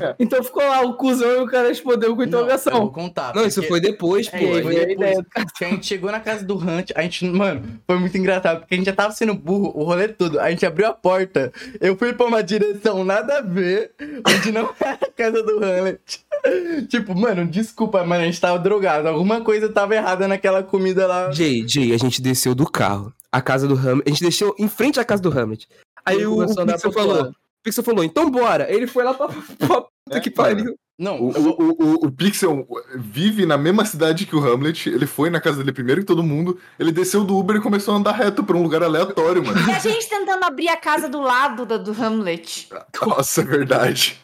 Speaker 3: É.
Speaker 5: Então ficou lá o cuzão e o cara respondeu com
Speaker 1: Não, é, eu
Speaker 5: interrogação.
Speaker 1: vou contar.
Speaker 4: Não, isso
Speaker 1: porque-
Speaker 4: foi depois, pô.
Speaker 1: É, foi
Speaker 5: Foi a
Speaker 1: depois.
Speaker 5: ideia.
Speaker 1: Que a gente chegou na casa do Hunt, a gente, mano, foi muito engraçado, porque a gente já tava sendo burro, o rolê todo. A gente abriu a porta, eu fui pra uma direção nada a ver, onde não *laughs* era a casa do Hunt. Tipo, mano, desculpa, mano, a gente tava drogado. Alguma coisa tava errada naquela comida lá.
Speaker 4: Jay, Jay, a gente desceu do carro. A casa do Hamlet. A gente desceu em frente à casa do Hamlet. Aí
Speaker 5: Ele
Speaker 4: o, o
Speaker 5: começou a andar
Speaker 4: Pixel
Speaker 5: pro
Speaker 4: falou.
Speaker 5: lado.
Speaker 4: O Pixel falou, então bora. Ele foi lá pra, *laughs* pra puta
Speaker 3: É,
Speaker 4: que
Speaker 3: cara.
Speaker 4: pariu.
Speaker 1: Não,
Speaker 3: O,
Speaker 1: eu vou-
Speaker 3: o, o, o Pixel vive na mesma cidade que o Hamlet. Ele foi na casa dele primeiro que todo mundo. Ele desceu do Uber e começou a andar reto pra um lugar aleatório, mano.
Speaker 2: *laughs* E a gente tentando abrir a casa do lado do, do Hamlet.
Speaker 3: Nossa, é verdade.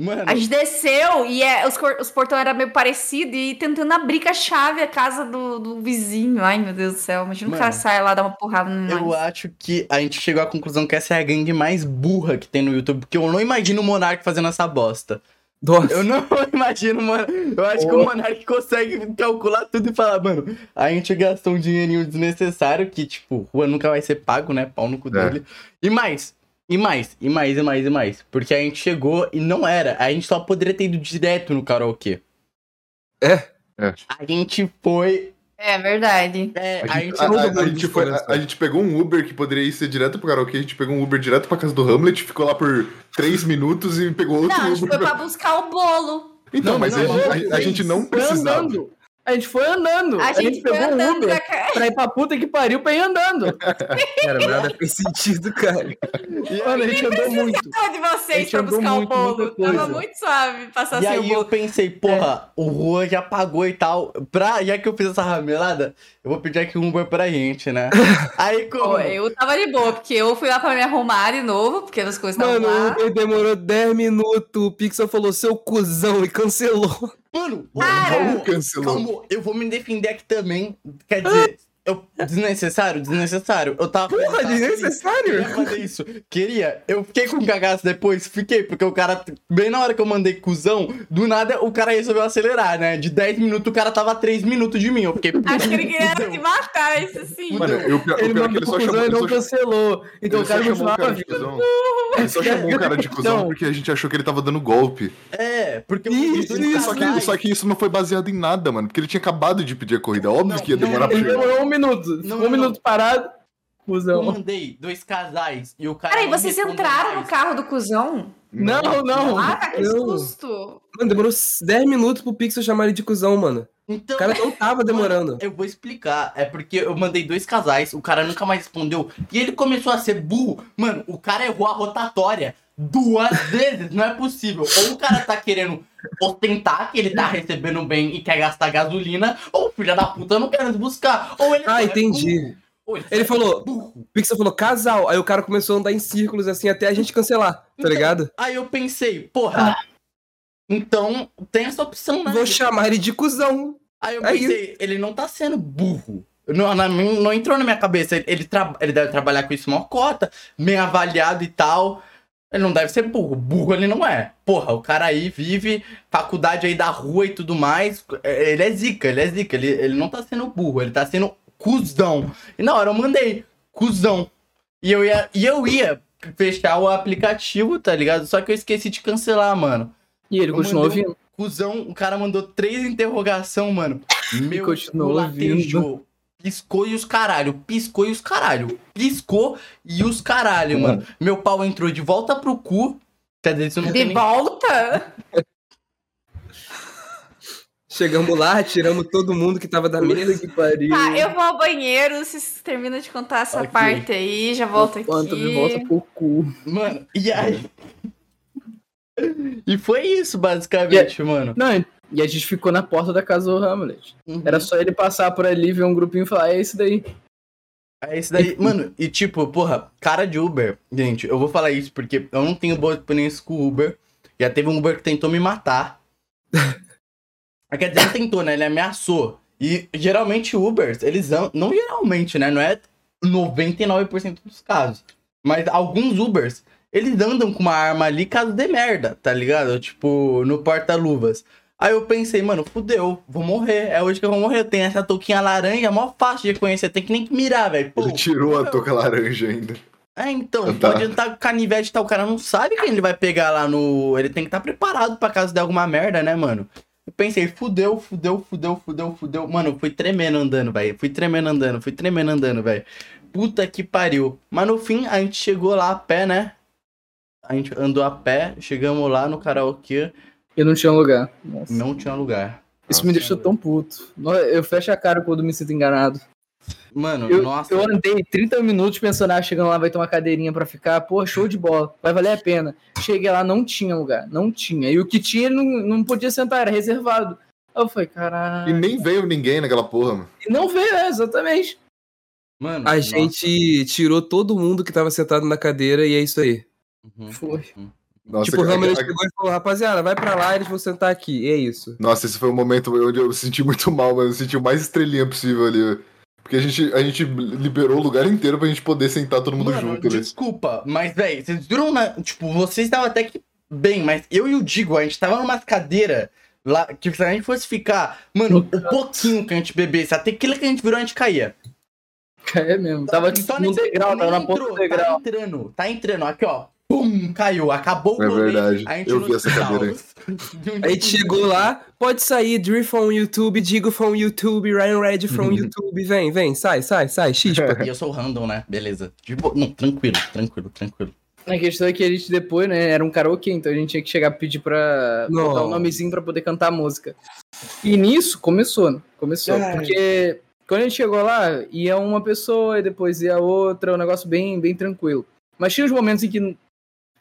Speaker 1: Mano,
Speaker 2: A gente desceu e é, os, cor- os portões eram meio parecidos e tentando abrir com a chave a casa do, do vizinho. Ai, meu Deus do céu. Imagina o cara
Speaker 1: Mano,
Speaker 2: sair lá dar uma porrada no
Speaker 1: eu acho que a gente chegou à conclusão que essa é a gangue mais burra que tem no YouTube, porque eu não imagino o Monark fazendo essa bosta.
Speaker 4: Nossa.
Speaker 1: Eu não *laughs* imagino, mano. Eu acho que o Monark consegue calcular tudo e falar, mano, a gente gastou um dinheirinho desnecessário que, tipo, rua nunca vai ser pago, né? Pau no cu
Speaker 3: É.
Speaker 1: dele. E mais, e mais, e mais, e mais, e mais. Porque a gente chegou e não era. A gente só poderia ter ido direto no karaokê.
Speaker 4: É.
Speaker 3: É.
Speaker 1: A gente foi.
Speaker 2: É verdade.
Speaker 1: É,
Speaker 3: A gente,
Speaker 1: a
Speaker 3: a-
Speaker 1: gente
Speaker 3: a-
Speaker 4: Todo
Speaker 3: a
Speaker 4: mundo
Speaker 3: gente foi-
Speaker 4: diferente,
Speaker 3: a-
Speaker 4: cara.
Speaker 3: a gente pegou um Uber que poderia ir ser direto pro karaokê, a gente pegou um Uber direto pra casa do Hamlet, ficou lá por três minutos e pegou outro
Speaker 2: Não, a gente
Speaker 3: Uber.
Speaker 2: foi pra buscar o bolo.
Speaker 3: Então,
Speaker 1: Não,
Speaker 3: mas
Speaker 1: não,
Speaker 3: a, gente,
Speaker 1: não,
Speaker 3: a- a gente não
Speaker 5: Foi
Speaker 3: precisava.
Speaker 5: andando. A gente foi andando.
Speaker 2: A gente foi
Speaker 5: pegou um
Speaker 2: andando né?
Speaker 5: Uber
Speaker 2: da ca-
Speaker 5: pra ir pra puta que pariu pra ir andando.
Speaker 4: Cara, nada fez
Speaker 1: *laughs*
Speaker 4: sentido, cara.
Speaker 5: Mano, a gente andou muito.
Speaker 2: Precisava de
Speaker 5: A
Speaker 2: vocês
Speaker 5: gente
Speaker 2: pra
Speaker 5: andou
Speaker 2: buscar
Speaker 5: muito,
Speaker 2: o bolo.
Speaker 5: muita
Speaker 2: Tava
Speaker 5: coisa.
Speaker 2: muito suave
Speaker 1: E
Speaker 2: passar sem o
Speaker 1: aí eu
Speaker 2: bolo.
Speaker 1: pensei, porra, o Rua já pagou e tal. Pra, já que eu fiz essa ramelada, eu vou pedir aqui um Uber pra gente,
Speaker 3: *laughs*
Speaker 1: né? Aí como?
Speaker 2: Pô, eu tava de boa, porque eu fui lá pra me arrumar de novo, porque as coisas estavam
Speaker 4: Mano, o
Speaker 2: lá.
Speaker 4: Uber demorou 10 minutos. O Pixel falou seu cuzão e cancelou.
Speaker 1: Mano,
Speaker 3: Raul
Speaker 1: calma,
Speaker 3: cancelou.
Speaker 1: calma, eu vou me defender aqui também. Quer dizer, eu, desnecessário, desnecessário. Eu tava. eu
Speaker 4: Porra, é
Speaker 1: tava feliz,
Speaker 4: desnecessário.
Speaker 1: Queria fazer isso. Queria. Eu fiquei com cagaço depois, fiquei, porque o cara, bem na hora que eu mandei cuzão, do nada o cara resolveu acelerar, né? De 10 minutos o cara tava 3 minutos de mim. Eu fiquei.
Speaker 2: Acho que ele queria
Speaker 1: fudeu.
Speaker 2: se matar, isso sim.
Speaker 3: Mano, eu, o pior o
Speaker 5: Ele
Speaker 3: pior é que
Speaker 5: mandou
Speaker 3: ele só
Speaker 5: pro
Speaker 3: chamou.
Speaker 5: cuzão
Speaker 3: Ele
Speaker 5: e não
Speaker 3: só,
Speaker 5: cancelou. Então
Speaker 3: ele
Speaker 5: o
Speaker 3: só
Speaker 5: cara
Speaker 3: chamou o cara
Speaker 5: continuava
Speaker 3: de
Speaker 5: vindo.
Speaker 3: cuzão. Ele
Speaker 5: *laughs*
Speaker 3: só chamou o cara de cuzão
Speaker 5: Então-
Speaker 3: porque a gente achou que ele tava dando golpe.
Speaker 1: É, porque
Speaker 4: Isso,
Speaker 1: eu
Speaker 4: isso,
Speaker 3: Só que, só que isso não foi baseado em nada, mano. Porque ele tinha acabado de pedir a corrida. Óbvio
Speaker 1: Não,
Speaker 3: que ia demorar
Speaker 1: não,
Speaker 3: pra
Speaker 5: Ele
Speaker 3: chegar.
Speaker 5: demorou um minuto.
Speaker 1: Não,
Speaker 5: Ficou um
Speaker 1: não,
Speaker 5: minuto
Speaker 1: não.
Speaker 5: parado.
Speaker 1: Eu
Speaker 5: Cusão.
Speaker 1: mandei dois casais e o cara.
Speaker 2: Peraí,
Speaker 1: não
Speaker 2: vocês
Speaker 1: respondeu
Speaker 2: entraram no
Speaker 1: mais.
Speaker 2: carro do cuzão?
Speaker 5: Não, não.
Speaker 2: Ah, que
Speaker 4: não.
Speaker 2: susto!
Speaker 4: Mano, demorou 10 minutos pro Pixel chamar ele de cuzão, mano.
Speaker 1: Então,
Speaker 4: O cara não tava demorando.
Speaker 1: eu vou explicar. É porque eu mandei dois casais, o cara nunca mais respondeu. E ele começou a ser burro. Mano, o cara errou a rotatória duas *laughs* vezes. Não é possível. Ou o cara tá querendo ostentar que ele tá recebendo bem e quer gastar gasolina, ou o filho da puta não quer nos buscar. Ou ele. só
Speaker 4: Ah,
Speaker 1: é
Speaker 4: entendi.
Speaker 1: burro. Ou só
Speaker 4: Ele
Speaker 1: é
Speaker 4: falou-
Speaker 1: burro.
Speaker 4: O Pixel falou casal. Aí o cara começou a andar em círculos assim até a gente cancelar, tá
Speaker 1: Então,
Speaker 4: ligado?
Speaker 1: Aí eu pensei, porra. Então, tem essa opção, né?
Speaker 4: Vou chamar ele de cuzão.
Speaker 1: Aí eu
Speaker 4: É
Speaker 1: pensei, ele não tá sendo burro. Não, na mim- não entrou na minha cabeça. Ele, ele tra- ele deve trabalhar com isso mó cota, bem avaliado e tal. Ele não deve ser burro. Burro ele não é. Porra, o cara aí vive faculdade aí da rua e tudo mais. É, Ele é zica, ele é zica. Ele, ele não tá sendo burro, ele tá sendo cuzão. E na hora eu mandei, cuzão. E eu ia, e eu ia fechar o aplicativo, tá ligado? Só que eu esqueci de cancelar, mano.
Speaker 5: E ele
Speaker 1: Eu
Speaker 5: continuou
Speaker 1: mandei um
Speaker 5: vindo.
Speaker 1: Cusão, o cara mandou três interrogação, mano. Meu
Speaker 5: continuou
Speaker 1: cu latejou. Piscou e os caralho, piscou e os caralho. Piscou e os caralho, mano. Meu pau entrou de volta pro cu. Quer dizer, isso não tem nem...
Speaker 2: De volta?
Speaker 4: Chegamos lá, tiramos todo mundo que tava da mesa.
Speaker 5: Puta que pariu.
Speaker 2: Tá, eu vou ao banheiro, vocês terminam de contar essa
Speaker 1: Ok.
Speaker 2: parte aí, já volto aqui.
Speaker 5: Quanto de volta pro cu.
Speaker 1: Mano, e aí? e foi isso, basicamente, mano.
Speaker 5: Não, e a gente ficou na porta da casa do Hamlet. Era só ele passar por ali, ver um grupinho e falar, é isso daí.
Speaker 1: É isso daí. Mano, e tipo, porra, cara de Uber. Gente, eu vou falar isso porque eu não tenho boa experiência com Uber. Já teve um Uber que tentou me matar. Ah, Quer dizer, não tentou, né? Ele ameaçou. E geralmente Ubers, eles andam. Não geralmente, né? Não é 99% dos casos. Mas alguns Ubers, eles andam com uma arma ali caso dê merda, tá ligado? Tipo, no porta-luvas. Aí eu pensei, mano, fudeu, vou morrer. É hoje que eu vou morrer. Tem essa touquinha laranja, mó fácil de conhecer. Tem que nem que mirar, velho. Pô,
Speaker 3: Ele tirou a touca laranja ainda.
Speaker 1: É, então,
Speaker 3: Tá.
Speaker 1: pode estar com canivete e tal. O cara não sabe quem ele vai pegar lá no. Ele tem que estar preparado pra caso de alguma merda, né, mano? Eu pensei, fudeu, fudeu, fudeu, fudeu, fudeu. Mano, eu fui tremendo andando, velho. Fui tremendo andando, fui tremendo andando, velho. Puta que pariu. Mas no fim, a gente chegou lá a pé, né? A gente andou a pé, chegamos lá no karaokê,
Speaker 5: E não tinha lugar. Nossa.
Speaker 1: não tinha lugar.
Speaker 5: Isso me deixou tão puto. No- Eu fecho a cara quando me sinto enganado.
Speaker 1: Mano,
Speaker 5: Eu,
Speaker 1: nossa.
Speaker 5: eu andei 30 minutos pensando, ah, chegando lá vai ter uma cadeirinha pra ficar. Pô, show de bola. Vai valer a pena. Cheguei lá, não tinha lugar. Não tinha. E o que tinha, não, não podia sentar, era reservado. Aí Eu falei,
Speaker 3: E
Speaker 5: caralho.
Speaker 3: nem veio ninguém naquela porra, mano.
Speaker 5: E não veio, é, exatamente.
Speaker 1: Mano,
Speaker 4: A
Speaker 1: nossa.
Speaker 4: gente tirou todo mundo que tava sentado na cadeira e é isso aí.
Speaker 1: Uhum,
Speaker 5: Foi.
Speaker 1: uhum.
Speaker 3: Nossa,
Speaker 4: tipo, o
Speaker 3: cara,
Speaker 4: Ramirez
Speaker 3: cara,
Speaker 4: chegou e falou, rapaziada, vai pra lá, eles vão sentar aqui. E é isso.
Speaker 3: Nossa, esse foi um momento onde eu me senti muito mal, mano. Eu senti o mais estrelinha possível ali. Porque a gente, a gente liberou o lugar inteiro pra gente poder sentar todo mundo
Speaker 1: Mano, tipo,
Speaker 3: junto ali.
Speaker 1: *laughs* desculpa, mas, velho, vocês viram na... Tipo, vocês estavam até que bem, mas eu e o Digo, a gente tava numa cadeira lá, que se a gente fosse ficar, mano, o pouquinho que a gente bebesse, a tequila que a gente virou, a gente caía.
Speaker 5: *laughs* É mesmo. Tava
Speaker 1: Só
Speaker 5: no
Speaker 1: nesse-
Speaker 5: degrau,
Speaker 1: nem
Speaker 5: tava na ponta do
Speaker 1: entrou,
Speaker 5: degrau.
Speaker 1: Tá entrando, tá entrando, aqui, ó. Pum, caiu, acabou o
Speaker 3: É
Speaker 1: rolê,
Speaker 3: verdade,
Speaker 1: a gente
Speaker 3: eu
Speaker 1: no
Speaker 3: vi essa
Speaker 1: hospital.
Speaker 3: cadeira
Speaker 1: De um
Speaker 4: Aí a
Speaker 1: tipo-
Speaker 4: gente chegou lá, pode sair, Dri from YouTube, Digo from YouTube, Ryan Red from YouTube, vem, vem, sai, sai,
Speaker 1: *laughs*
Speaker 4: sai, xispa.
Speaker 1: E eu sou random, né? Beleza. De boa. Não, tranquilo, tranquilo, tranquilo.
Speaker 5: A questão é que a gente depois, né, era um karaokê, então a gente tinha que chegar e pedir pra
Speaker 4: Não.
Speaker 5: botar o nomezinho pra poder cantar a música. E nisso começou, né? Começou.
Speaker 1: É.
Speaker 4: Ai.
Speaker 5: Porque quando a gente chegou lá, ia uma pessoa e depois ia outra, um negócio bem, bem tranquilo. Mas tinha os momentos em que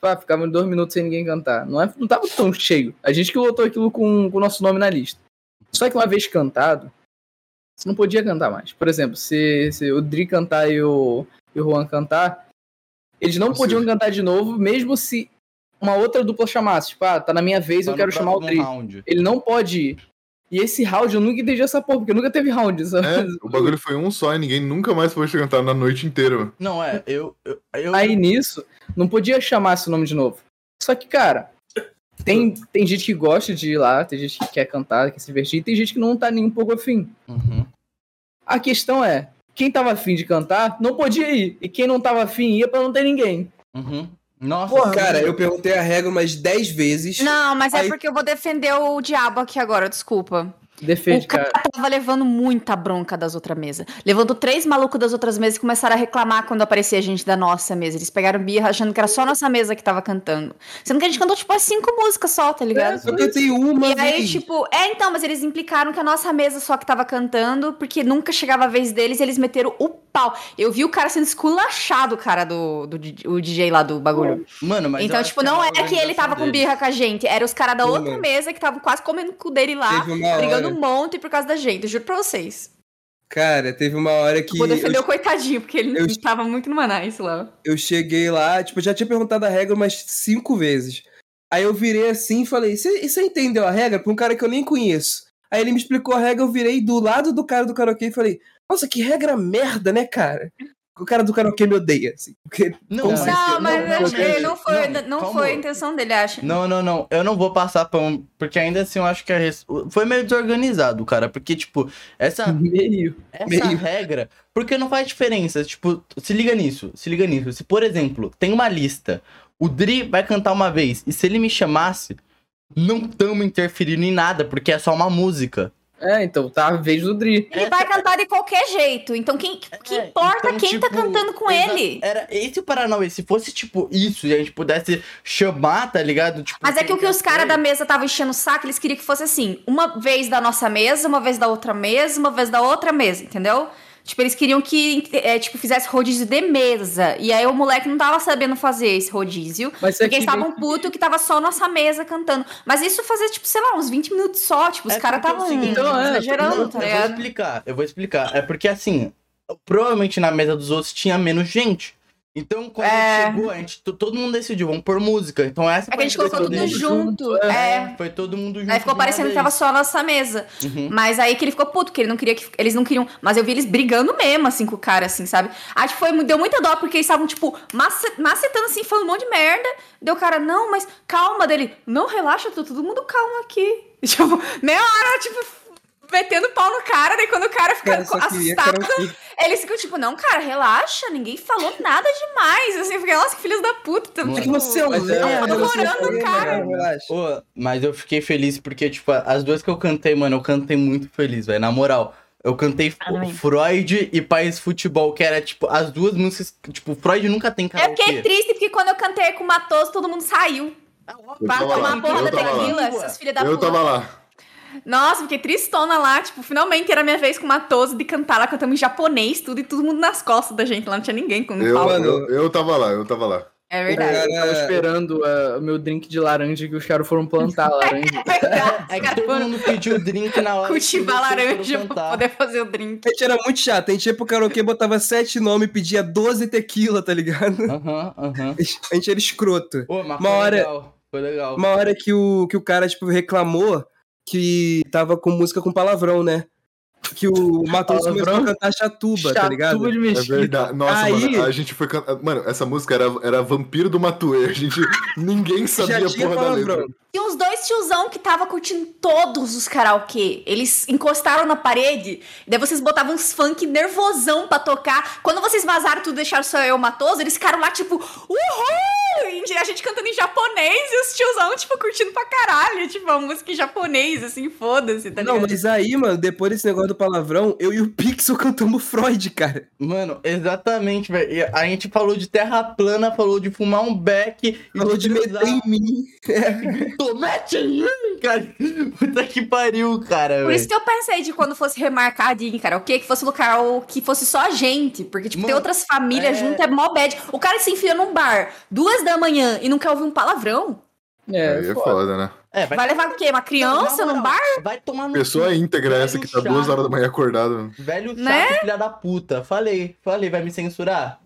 Speaker 5: pá, ficava dois minutos sem ninguém cantar. Não, é, não tava tão cheio. A gente que lotou aquilo com com o nosso nome na lista. Só que uma vez cantado, você não podia cantar mais. Por exemplo, se, se o Dri cantar e o, e o Juan cantar, eles não
Speaker 3: Ou
Speaker 5: podiam
Speaker 3: seja-
Speaker 5: cantar de novo, mesmo se uma outra dupla chamasse. Tipo, ah, tá na minha vez,
Speaker 1: Só
Speaker 5: eu
Speaker 1: no
Speaker 5: quero chamar o Dri.
Speaker 1: próximo round.
Speaker 5: Ele não pode ir. E esse round eu nunca entendi essa porra, porque nunca teve round. sabe?
Speaker 3: É, o bagulho foi um só e ninguém nunca mais pôde cantar na noite inteira, mano.
Speaker 1: Não, é, eu. eu, eu-
Speaker 5: Aí nisso, não podia chamar esse nome de novo. Só que, cara, tem, tem gente que gosta de ir lá, tem gente que quer cantar, quer se divertir, e tem gente que não tá nem um pouco afim.
Speaker 1: Uhum.
Speaker 5: A questão é, quem tava afim de cantar não podia ir. E quem não tava afim ia pra não ter ninguém.
Speaker 1: Uhum. Nossa,
Speaker 4: Porra, cara, eu perguntei a regra umas 10 vezes.
Speaker 2: Não, mas é
Speaker 4: Aí-
Speaker 2: porque eu vou defender o diabo aqui agora, desculpa.
Speaker 5: Defeito,
Speaker 2: o cara,
Speaker 5: cara.
Speaker 2: tava levando muita bronca das outras mesas. Levando três malucos das outras mesas e começaram a reclamar quando aparecia gente da nossa mesa. Eles pegaram birra achando que era só a nossa mesa que tava cantando. Sendo que a gente cantou, tipo, as cinco músicas só, tá ligado?
Speaker 4: Eu cantei uma
Speaker 2: E aí,
Speaker 4: vez.
Speaker 2: tipo, é então, mas eles implicaram que a nossa mesa só que tava cantando, porque nunca chegava a vez deles e eles meteram o pau. Eu vi o cara sendo esculachado, o cara do, do di- o DJ lá do bagulho.
Speaker 1: Mano, mas. eu
Speaker 2: então,
Speaker 1: acho
Speaker 2: tipo,
Speaker 1: é
Speaker 2: não
Speaker 1: uma
Speaker 2: era que ele tava com
Speaker 1: organização
Speaker 2: birra com a gente, era os caras da
Speaker 4: Sim,
Speaker 2: outra
Speaker 4: mano.
Speaker 2: mesa que estavam quase comendo com o dele lá,
Speaker 4: Teve uma
Speaker 2: brigando
Speaker 4: hora.
Speaker 2: um monte por causa da gente, juro pra vocês.
Speaker 4: Cara, teve uma hora que
Speaker 2: Vou defender
Speaker 4: eu,
Speaker 2: o coitadinho, porque ele
Speaker 4: eu-
Speaker 2: *laughs* tava muito no Manaus lá.
Speaker 4: eu cheguei lá, tipo, já tinha perguntado a regra umas 5 vezes. Aí eu virei assim e falei, "Cê- você entendeu a regra? Pra um cara que eu nem conheço. Aí ele me explicou a regra, eu virei do lado do cara do karaokê e falei, nossa, que regra merda, né, cara? O cara do karaokê me odeia, assim. Porque
Speaker 1: Não,
Speaker 4: Como
Speaker 1: mas,
Speaker 4: vai ser?
Speaker 2: Não, mas
Speaker 4: não,
Speaker 2: acho que
Speaker 1: gente,
Speaker 2: não foi, não,
Speaker 1: calma.
Speaker 2: foi a intenção dele, acho.
Speaker 1: Não, não, não. Eu não vou passar pão. Porque ainda assim eu acho que a res- foi meio desorganizado, cara. Porque, tipo,
Speaker 2: né? Hum,
Speaker 1: essa,
Speaker 5: É, Meio.
Speaker 1: essa
Speaker 4: Meio.
Speaker 1: regra. Porque não faz diferença. Tipo, se liga nisso. Se liga nisso. Se, por exemplo, tem uma lista. O Dri vai cantar uma vez. E se ele me chamasse, não tamo interferindo em nada. Porque é só uma música.
Speaker 5: É, então tá a vez do Dri.
Speaker 2: Ele vai cantar de qualquer jeito. Então, quem que
Speaker 1: É,
Speaker 2: importa
Speaker 1: então,
Speaker 2: quem tá
Speaker 1: tipo,
Speaker 2: cantando com
Speaker 1: exa-
Speaker 2: ele?
Speaker 1: Era esse o Paranauê. Se fosse, tipo, isso. E a gente pudesse chamar, tá ligado? Tipo,
Speaker 2: Mas é que
Speaker 1: quem
Speaker 2: o que os
Speaker 1: cantou
Speaker 2: caras
Speaker 1: ele.
Speaker 2: da mesa estavam enchendo o saco, eles queriam que fosse assim: uma vez da nossa mesa, uma vez da outra mesa, uma vez da outra mesa, entendeu? Tipo, eles queriam que, é, tipo, fizesse rodízio de mesa. E aí o moleque não tava sabendo fazer esse rodízio.
Speaker 5: Mas isso
Speaker 2: Porque
Speaker 5: aqui
Speaker 2: eles estavam puto que tava só nossa mesa cantando. Mas isso fazia, tipo, sei lá, uns 20 minutos só. Tipo, os
Speaker 1: É
Speaker 2: caras
Speaker 1: porque é o
Speaker 2: estavam
Speaker 1: seguinte,
Speaker 5: então, é,
Speaker 1: Não,
Speaker 2: exagerando,
Speaker 1: eu
Speaker 2: tá
Speaker 1: vou
Speaker 2: ligado?
Speaker 1: explicar, eu vou explicar. É porque assim, provavelmente na mesa dos outros tinha menos gente. Então, quando
Speaker 2: É.
Speaker 1: a gente chegou, a gente, to- todo mundo decidiu, vamos pôr música. Então essa
Speaker 2: É que a gente
Speaker 1: parte
Speaker 2: colocou tudo
Speaker 1: foi todo
Speaker 2: junto.
Speaker 5: junto,
Speaker 2: É.
Speaker 1: mundo- Foi todo mundo junto.
Speaker 2: Aí ficou
Speaker 1: de uma
Speaker 2: parecendo que
Speaker 1: vez.
Speaker 2: tava só a nossa mesa.
Speaker 1: Uhum.
Speaker 2: Mas aí que ele ficou puto, que ele não queria que. Eles não queriam. Mas eu vi eles brigando mesmo, assim, com o cara, assim, sabe? Acho que foi, deu muita dó, porque eles estavam, tipo, mace- macetando, assim, falando um monte de merda. Deu o cara, não, mas calma dele. Não, relaxa, tá todo mundo calmo aqui. *laughs* E, tipo, meia hora, tipo, metendo pau no cara, daí quando o cara fica
Speaker 4: cara, só queria um
Speaker 2: assustado.
Speaker 4: karaokê.
Speaker 2: Eles ficam, tipo, não, cara, relaxa, ninguém falou nada demais. Assim, eu fiquei, nossa, que filhos da puta. Tanto,
Speaker 1: Mano.
Speaker 4: É
Speaker 2: tipo,
Speaker 4: que você é um
Speaker 5: Mas é-
Speaker 4: lerdo, você
Speaker 2: Adorando
Speaker 4: é um
Speaker 2: o cara.
Speaker 4: lerdo, relaxa.
Speaker 1: Ô, mas eu fiquei feliz porque, tipo, as duas que eu cantei, mano, eu cantei muito feliz, velho. Na moral, eu cantei F-
Speaker 2: Parabéns.
Speaker 1: Freud e País Futebol, que era, tipo, as duas músicas. Tipo, Freud nunca tem
Speaker 2: Eu
Speaker 1: karaokê.
Speaker 2: fiquei triste É porque quando eu cantei com o Matoso, todo mundo saiu.
Speaker 1: Ah,
Speaker 3: Eu
Speaker 2: Pra
Speaker 3: tava
Speaker 2: tomar
Speaker 3: lá,
Speaker 2: a porra
Speaker 3: eu
Speaker 2: da
Speaker 3: tava lá.
Speaker 2: tequila, seus filhos da
Speaker 3: Eu
Speaker 2: puta.
Speaker 3: tava lá.
Speaker 2: Nossa, fiquei tristona lá, tipo, finalmente era minha vez com uma tose de cantar lá, cantamos em japonês, tudo, e todo mundo nas costas da gente, lá não tinha ninguém com no
Speaker 3: Eu,
Speaker 2: palco.
Speaker 4: Mano.
Speaker 3: eu, eu tava lá, eu tava lá.
Speaker 2: É
Speaker 5: Eu
Speaker 2: verdade. *laughs*
Speaker 5: tava
Speaker 4: Cara-
Speaker 5: esperando ah, o meu drink de laranja que os caras foram plantar a
Speaker 2: *laughs*
Speaker 5: laranja.
Speaker 2: É verdade.
Speaker 1: É
Speaker 2: Os
Speaker 1: que
Speaker 2: caras
Speaker 1: todo
Speaker 2: foram
Speaker 1: mundo pediu drink na
Speaker 2: *laughs*
Speaker 1: hora.
Speaker 2: cultivar
Speaker 1: que vocês
Speaker 2: laranja
Speaker 1: foram
Speaker 2: pra
Speaker 1: cantar.
Speaker 2: poder fazer o drink.
Speaker 4: A gente era muito chato. A gente ia pro karaokê, botava sete nomes, pedia 12 tequila, tá ligado? *laughs*
Speaker 1: Aham, aham.
Speaker 4: A gente era escroto.
Speaker 1: Ô, mas
Speaker 4: Uma
Speaker 1: foi
Speaker 4: hora-
Speaker 1: legal. Foi legal.
Speaker 4: Uma hora que o, que o cara, tipo, reclamou que tava com música com palavrão, né? Que o Matheus começou a
Speaker 5: Palavrão?
Speaker 4: cantar chatuba, tá ligado?
Speaker 2: né?
Speaker 5: Chatuba de
Speaker 3: É
Speaker 5: mesquita.
Speaker 3: verdade. Nossa,
Speaker 4: Aí-
Speaker 3: mano, a gente foi cantar. Mano, essa música era, era Vampiro do Matue. A gente. *laughs* Ninguém sabia
Speaker 4: Já
Speaker 3: a
Speaker 4: tinha
Speaker 3: porra da letra.
Speaker 4: palavrão.
Speaker 2: E uns dois tiozão que tava curtindo todos os karaokê. Eles encostaram na parede, e daí vocês botavam uns funk nervosão pra tocar. Quando vocês vazaram tudo e deixaram só eu matoso, eles ficaram lá tipo, uhul! E a gente cantando em japonês e os tiozão, tipo, curtindo pra caralho. Tipo, a música em japonês, assim, foda-se, tá
Speaker 4: Não,
Speaker 2: ligado?
Speaker 4: mas aí, mano, depois desse negócio do palavrão, eu e o Pixel *laughs* cantamos Freud, cara.
Speaker 1: Mano, exatamente, velho. E A gente falou de terra plana, falou de fumar um beck. e
Speaker 4: Falou de meter um
Speaker 1: transar.
Speaker 4: em mim.
Speaker 1: Tomate em mim, cara. Puta que pariu, cara,
Speaker 2: Por
Speaker 1: velho.
Speaker 2: isso que eu pensei de quando fosse remarcar de ir em karaokê, que fosse um local que fosse só a gente. Porque, tipo, ter
Speaker 1: Mano,
Speaker 2: outras famílias
Speaker 1: é.
Speaker 2: junto é mó bad. O cara se enfia num bar duas da manhã e não quer ouvir um palavrão.
Speaker 5: É,
Speaker 3: Aí é
Speaker 5: foda.
Speaker 3: foda, né?
Speaker 1: É,
Speaker 2: Vai levar o quê? Uma criança
Speaker 1: Não, na
Speaker 2: num bar?
Speaker 1: moral, Vai tomar no
Speaker 3: Pessoa
Speaker 1: cu,
Speaker 3: íntegra essa que tá
Speaker 1: Chato.
Speaker 3: duas horas da manhã acordada. mano.
Speaker 1: Velho chato,
Speaker 2: Né?
Speaker 1: filha da puta. Falei, falei, vai me censurar?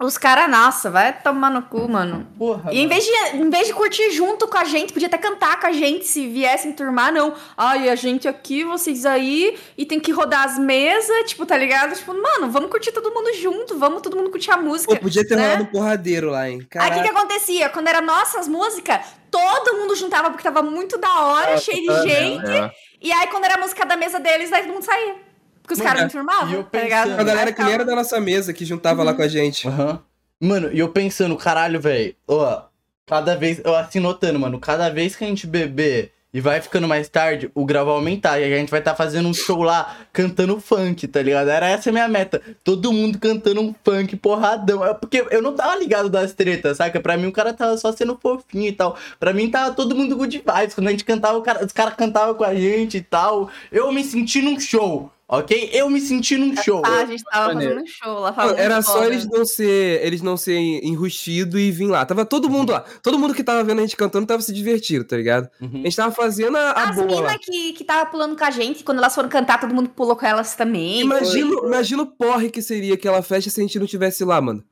Speaker 2: Os caras, nossa, vai tomar no cu, mano.
Speaker 1: Porra.
Speaker 2: E em
Speaker 1: mano.
Speaker 2: vez, de, em vez de curtir junto com a gente, podia até cantar com a gente se viessem turmar, não. Ai, a gente aqui, vocês aí, e tem que rodar as mesas, tipo, tá ligado? Tipo, mano, vamos curtir todo mundo junto, vamos todo mundo curtir a música.
Speaker 4: Pô, podia ter
Speaker 2: né?
Speaker 4: rolado um porradeiro lá, hein?
Speaker 2: Aí o que, que
Speaker 4: Caraca.
Speaker 2: acontecia? Quando era nossas músicas, todo mundo juntava porque tava muito da hora, cheio de gente.
Speaker 3: É.
Speaker 2: E aí, quando era a música da mesa deles, aí todo mundo saía. Porque os
Speaker 1: Mano,
Speaker 2: caras não
Speaker 1: e eu
Speaker 2: turmavam, tá ligado?
Speaker 1: pensando-
Speaker 4: A galera
Speaker 2: Aí
Speaker 4: que nem era
Speaker 2: ficava-
Speaker 4: da nossa mesa que juntava
Speaker 2: Uhum.
Speaker 4: lá com a gente.
Speaker 1: Aham. Mano, e eu pensando, caralho, velho, ó, cada vez, eu assim notando, mano, cada vez que a gente beber e vai ficando mais tarde, o grau vai aumentar. E aí a gente vai tá fazendo um show lá cantando funk, tá ligado? Era essa a minha meta. Todo mundo cantando um funk porradão. É porque eu não tava ligado das tretas, saca? Pra mim o cara tava só sendo fofinho e tal. Pra mim tava todo mundo good vibes. Quando a gente cantava, o cara- os caras cantavam com a gente e tal. Eu me senti num show, ok? Eu me senti num show.
Speaker 2: Ah, a gente tava
Speaker 5: Maneiro.
Speaker 2: fazendo um show lá.
Speaker 4: Mano,
Speaker 2: falando
Speaker 4: Era só
Speaker 2: foda.
Speaker 4: eles não ser, eles não serem enrustidos e vir lá. Tava todo
Speaker 2: Uhum.
Speaker 4: mundo lá. Todo mundo que tava vendo a gente cantando tava se divertindo, tá ligado?
Speaker 1: Uhum.
Speaker 4: A gente tava fazendo a, a
Speaker 2: As
Speaker 4: boa lá.
Speaker 2: minas que, que tava pulando com a gente, quando elas foram cantar, todo mundo pulou com elas também.
Speaker 4: Imagina, imagina o porre que seria aquela festa se a gente não tivesse lá, mano.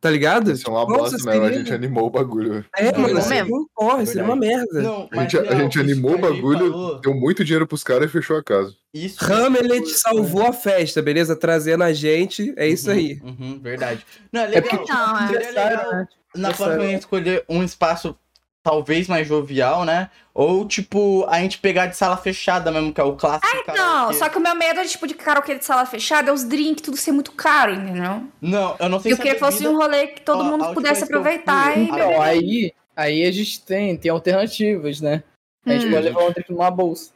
Speaker 4: Tá ligado?
Speaker 3: Isso é uma
Speaker 4: Nossa,
Speaker 3: bosta, né? A
Speaker 4: seria-
Speaker 3: gente animou o bagulho. velho.
Speaker 4: É,
Speaker 1: Não,
Speaker 4: mano,
Speaker 1: não
Speaker 4: seria
Speaker 2: mesmo.
Speaker 4: um porre, seria uma merda.
Speaker 1: Não,
Speaker 3: É. A gente, a
Speaker 1: não,
Speaker 3: gente
Speaker 1: isso que
Speaker 3: animou o
Speaker 1: a gente
Speaker 3: bagulho,
Speaker 1: falou,
Speaker 3: deu muito dinheiro pros caras e fechou a casa.
Speaker 1: Isso.
Speaker 2: Hum,
Speaker 4: Hamlet salvou a festa, beleza? Trazendo a gente, é isso aí.
Speaker 1: Uhum, verdade. Não, é legal.
Speaker 2: Não,
Speaker 1: Seria legal.
Speaker 2: é.
Speaker 5: Engraçado, né?
Speaker 1: Na
Speaker 5: Engraçado.
Speaker 1: próxima, a gente escolher um espaço talvez mais jovial, né? Ou, tipo, a gente pegar de sala fechada mesmo, que é o clássico.
Speaker 2: Não,
Speaker 1: karaokê.
Speaker 2: só que o meu medo é tipo de karaokê de sala fechada, é os drinks, tudo ser muito caro, entendeu?
Speaker 1: Não, eu não sei
Speaker 2: E eu
Speaker 1: se a
Speaker 2: queria que fosse
Speaker 1: bebida-
Speaker 2: um rolê que todo
Speaker 1: Ó, a
Speaker 2: mundo
Speaker 1: última
Speaker 2: pudesse
Speaker 1: vez que eu
Speaker 2: aproveitar
Speaker 1: fui-
Speaker 2: e
Speaker 1: Então,
Speaker 5: Então,
Speaker 2: beber.
Speaker 5: aí, aí a gente tem, tem alternativas, né? A gente
Speaker 2: Hum.
Speaker 5: pode levar um drink numa bolsa.